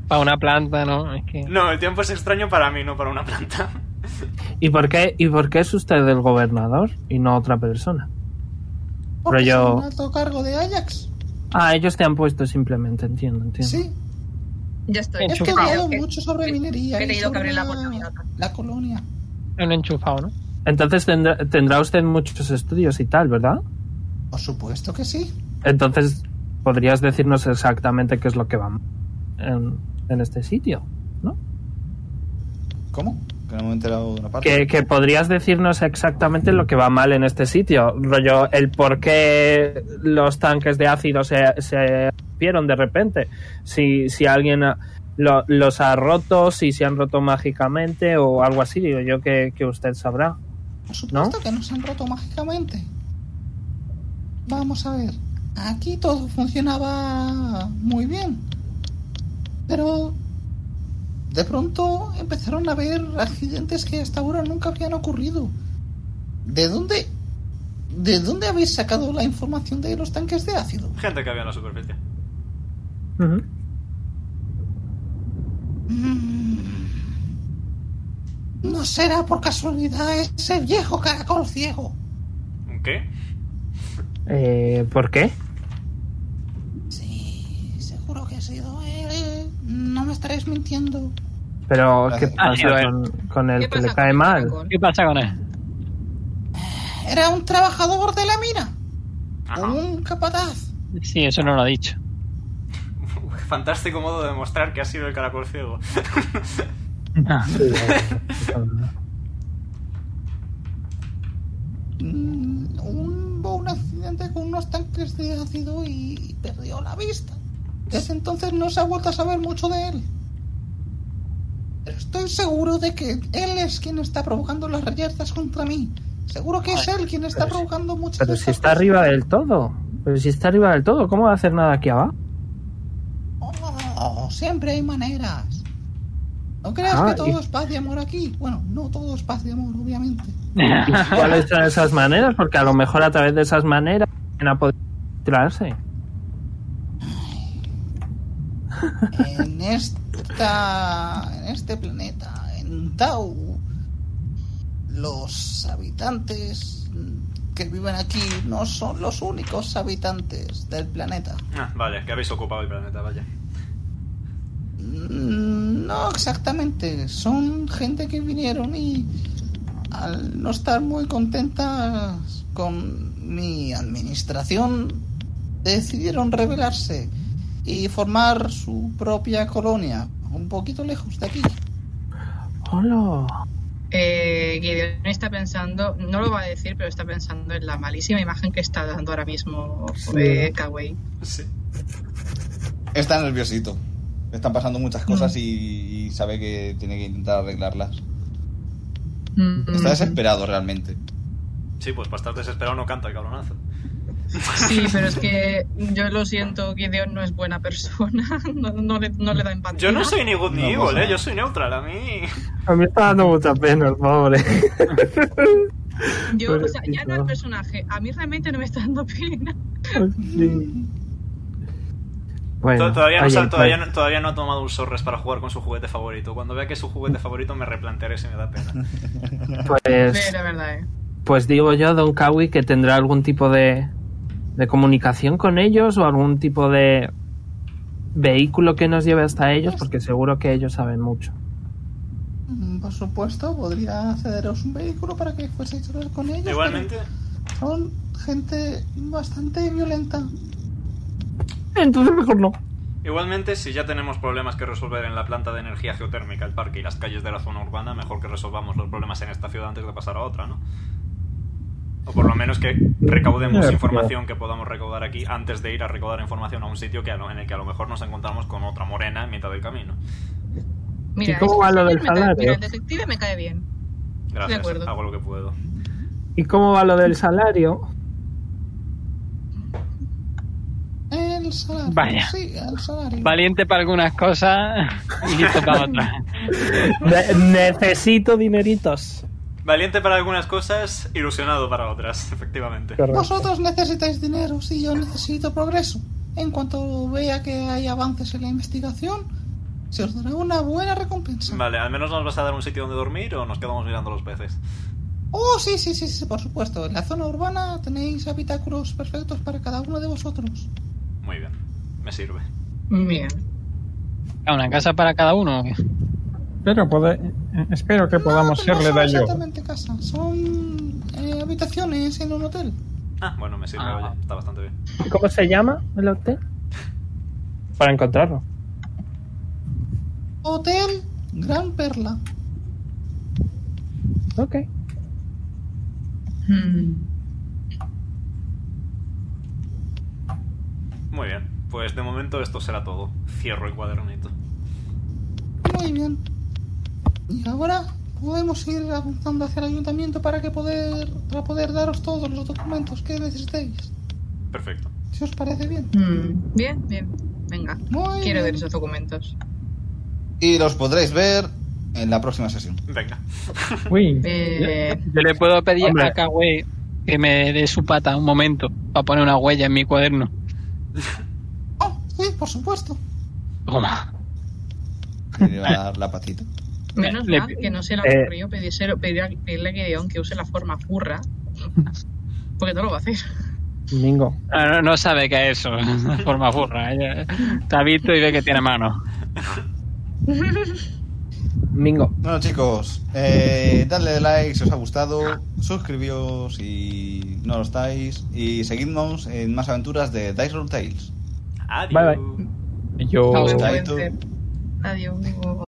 S4: Para una planta, ¿no? Es que...
S1: No, el tiempo es extraño para mí, no para una planta. [LAUGHS]
S7: ¿Y por qué, y por qué es usted el gobernador y no otra persona?
S8: Porque
S7: Pero yo-
S8: es un alto cargo de Ajax.
S7: Ah, ellos te han puesto simplemente, entiendo, entiendo.
S8: Sí,
S5: Ya estoy.
S8: he
S4: Enchufado.
S8: estudiado
S5: Que-
S8: mucho sobre
S5: que-
S8: minería.
S5: que he
S8: y
S5: tenido que
S8: sobre
S5: abrir la puerta, mira, acá.
S8: la colonia.
S4: Es un enchufado, ¿no?
S7: Entonces tendrá, tendrá usted muchos estudios y tal, ¿verdad?
S8: Por supuesto que sí.
S7: Entonces, podrías decirnos exactamente qué es lo que va en, en este sitio, ¿no?
S2: ¿Cómo? Que no me he enterado de una parte.
S7: Que, que podrías decirnos exactamente lo que va mal en este sitio. Rollo, el por qué los tanques de ácido se, se rompieron de repente. Si, si alguien ha- lo- los ha roto, si se han roto mágicamente o algo así, digo yo que, que usted sabrá.
S8: Por supuesto que nos han roto mágicamente. Vamos a ver. Aquí todo funcionaba muy bien. Pero de pronto empezaron a haber accidentes que hasta ahora nunca habían ocurrido. ¿De dónde, de dónde habéis sacado la información de los tanques de ácido?
S1: Gente que había en la superficie.
S7: Ujú.
S8: Mm. ¿No será por casualidad ese viejo caracol ciego?
S1: ¿Un qué?
S7: Eh, ¿Por qué?
S8: Sí, seguro que ha sido él. No me estaréis mintiendo.
S7: Pero, ¿qué
S2: Gracias.
S7: pasa
S4: Adiós.
S7: con, con
S5: ¿Qué
S7: el que
S5: pasa
S7: le
S5: con
S7: cae
S5: el
S7: mal?
S5: caracol?
S4: ¿Qué pasa con él?
S8: Era un trabajador de la mina.
S1: Ajá.
S8: Un capataz.
S4: Sí, eso no lo ha [LAUGHS] dicho.
S1: Fantástico modo de demostrar que ha sido el caracol ciego.
S4: Ah,
S7: Eh,
S8: Mm, un- Hubo un accidente con unos tanques de ácido y, y perdió la vista. Desde entonces no se ha vuelto a saber mucho de él. Pero estoy seguro de que él es quien está provocando las reyertas contra mí. Seguro que es él quien
S7: pero
S8: está
S7: si-
S8: provocando muchas de
S7: Pero si
S8: estas
S7: está
S8: cosas.
S7: arriba del todo. Pero si está arriba del todo, ¿cómo va a hacer nada aquí abajo?
S8: Oh, siempre hay maneras. No creas
S7: Ah,
S8: que todo
S7: y-
S8: es paz y amor aquí. Bueno, no todo es paz y amor,
S7: [LAUGHS]
S8: obviamente.
S7: ¿Cuáles son esas maneras? Porque a lo mejor a través de esas maneras alguien ha podido tirarse.
S8: En esta, en este planeta, en Tau, los habitantes que viven aquí no son los únicos habitantes del planeta.
S1: Ah, vale, que habéis ocupado el planeta, vaya.
S8: Mm, No exactamente, son gente que vinieron y al no estar muy contentas con mi administración decidieron rebelarse y formar su propia colonia, un poquito lejos de aquí.
S7: ¡Hola!
S5: Eh, Gideon está pensando, no lo va a decir, pero está pensando en la malísima imagen que está dando ahora mismo eh, Kawaii.
S1: Sí.
S2: Está nerviosito. Le Están pasando muchas cosas y, y sabe que tiene que intentar arreglarlas. Está desesperado realmente.
S1: Sí, pues para estar desesperado no canta el cabronazo.
S5: Sí, pero es que yo lo siento, Gideon no es buena persona, [LAUGHS] no, no le, no le da empatía.
S1: Yo no soy ni good
S2: No
S1: ni
S2: pasa
S1: evil, eh.
S2: nada.
S1: Yo soy neutral. A mí.
S7: A mí me está dando mucha pena, el pobre.
S5: Yo, o sea, ya no el personaje, a mí realmente no me está dando pena.
S7: Bueno,
S1: To- todavía, no,
S7: oye,
S1: sal- todavía,
S7: pues,
S1: no, todavía no ha tomado un Sorres para jugar con su juguete favorito. Cuando vea que es su juguete favorito, me replantearé si me da pena.
S5: Sí,
S7: pues,
S5: la verdad, eh.
S7: pues digo yo, Don Kawi, que tendrá algún tipo de, de comunicación con ellos o algún tipo de vehículo que nos lleve hasta ellos, porque seguro que ellos saben mucho.
S8: Mm, Por supuesto, podría cederos un vehículo para que fueseis a hablar con ellos. pero
S1: Igualmente,
S8: Son gente bastante violenta.
S7: Entonces mejor no.
S1: igualmente, si ya tenemos problemas que resolver en la planta de energía geotérmica, el parque y las calles de la zona urbana, mejor que resolvamos los problemas en esta ciudad antes de pasar a otra, ¿no? O por lo menos que recaudemos
S6: Eh,
S1: información que podamos recaudar aquí antes de ir a recaudar información a un sitio que a lo- en el que a lo mejor nos encontramos con otra morena en mitad del camino.
S5: Mira,
S7: ¿Y cómo va lo del
S5: me cae- mira,
S7: salario?
S5: el detective me cae bien. De
S1: Gracias,
S5: acuerdo.
S1: hago lo que puedo.
S7: ¿Y cómo va lo del salario?
S8: El salario.
S4: Vaya.
S8: Sí, el salario.
S4: Valiente para algunas [LAUGHS] cosas y listo para otras.
S7: Ne- necesito dineritos.
S1: Valiente para algunas cosas, ilusionado para otras, [LAUGHS] efectivamente.
S8: Vosotros necesitáis dinero, si yo necesito progreso. En cuanto vea que hay avances en la investigación, se os dará una buena recompensa.
S1: Vale, al menos nos vas a dar un sitio donde dormir o nos quedamos mirando los peces.
S8: Oh, sí, sí, sí, sí, por supuesto. En la zona urbana tenéis habitáculos perfectos para cada uno de vosotros.
S1: Muy bien, me sirve.
S5: Bien.
S4: Ah, ¿Una casa para cada uno? o qué?
S6: Pero puede- eh, espero que podamos
S8: no, Ah, pero
S6: serle
S8: no
S6: de
S8: son
S6: ayuda.
S8: exactamente casa, son eh, habitaciones en un hotel.
S1: Ah, bueno, me sirve,
S4: Ah.
S1: vaya, está bastante bien.
S7: ¿Cómo se llama el hotel? Para encontrarlo.
S8: Hotel Gran Perla.
S7: Ok.
S1: Muy bien, pues de momento esto será todo. Cierro el cuadernito.
S8: Muy bien. Y ahora podemos ir apuntando hacia el ayuntamiento para que poder para poder daros todos los documentos que necesitéis.
S1: Perfecto.
S8: Si os parece bien.
S5: Mm, Bien, bien. Venga.
S8: Muy
S5: Quiero ver
S8: bien.
S5: esos documentos.
S2: Y los podréis ver en la próxima sesión.
S1: Venga.
S6: Uy.
S5: Eh,
S4: Yo le puedo pedir
S3: Hombre.
S4: a Kawe que me dé su pata un momento para poner una huella en mi cuaderno.
S8: Oh, sí, por supuesto.
S4: Toma.
S2: Y le va a dar la patita.
S5: menos
S4: Le-
S5: mal que no se le
S3: eh,
S5: ocurrió pedírselo- pedir- pedirle a Gideon que use la forma furra. Porque no lo va a hacer.
S7: Mingo.
S4: Ah, No, no sabe qué es eso, [LAUGHS] de forma burra. Ella Te ha visto y ve que tiene mano.
S7: Mingo.
S2: [LAUGHS] Bueno, chicos, eh, dadle like si os ha gustado, suscribíos si no lo estáis, y seguidnos en más aventuras de Dice Roll Tales.
S1: Adiós.
S7: Bye,
S6: Yo.
S5: Nos vemos
S2: Chaito.
S5: en- Adiós.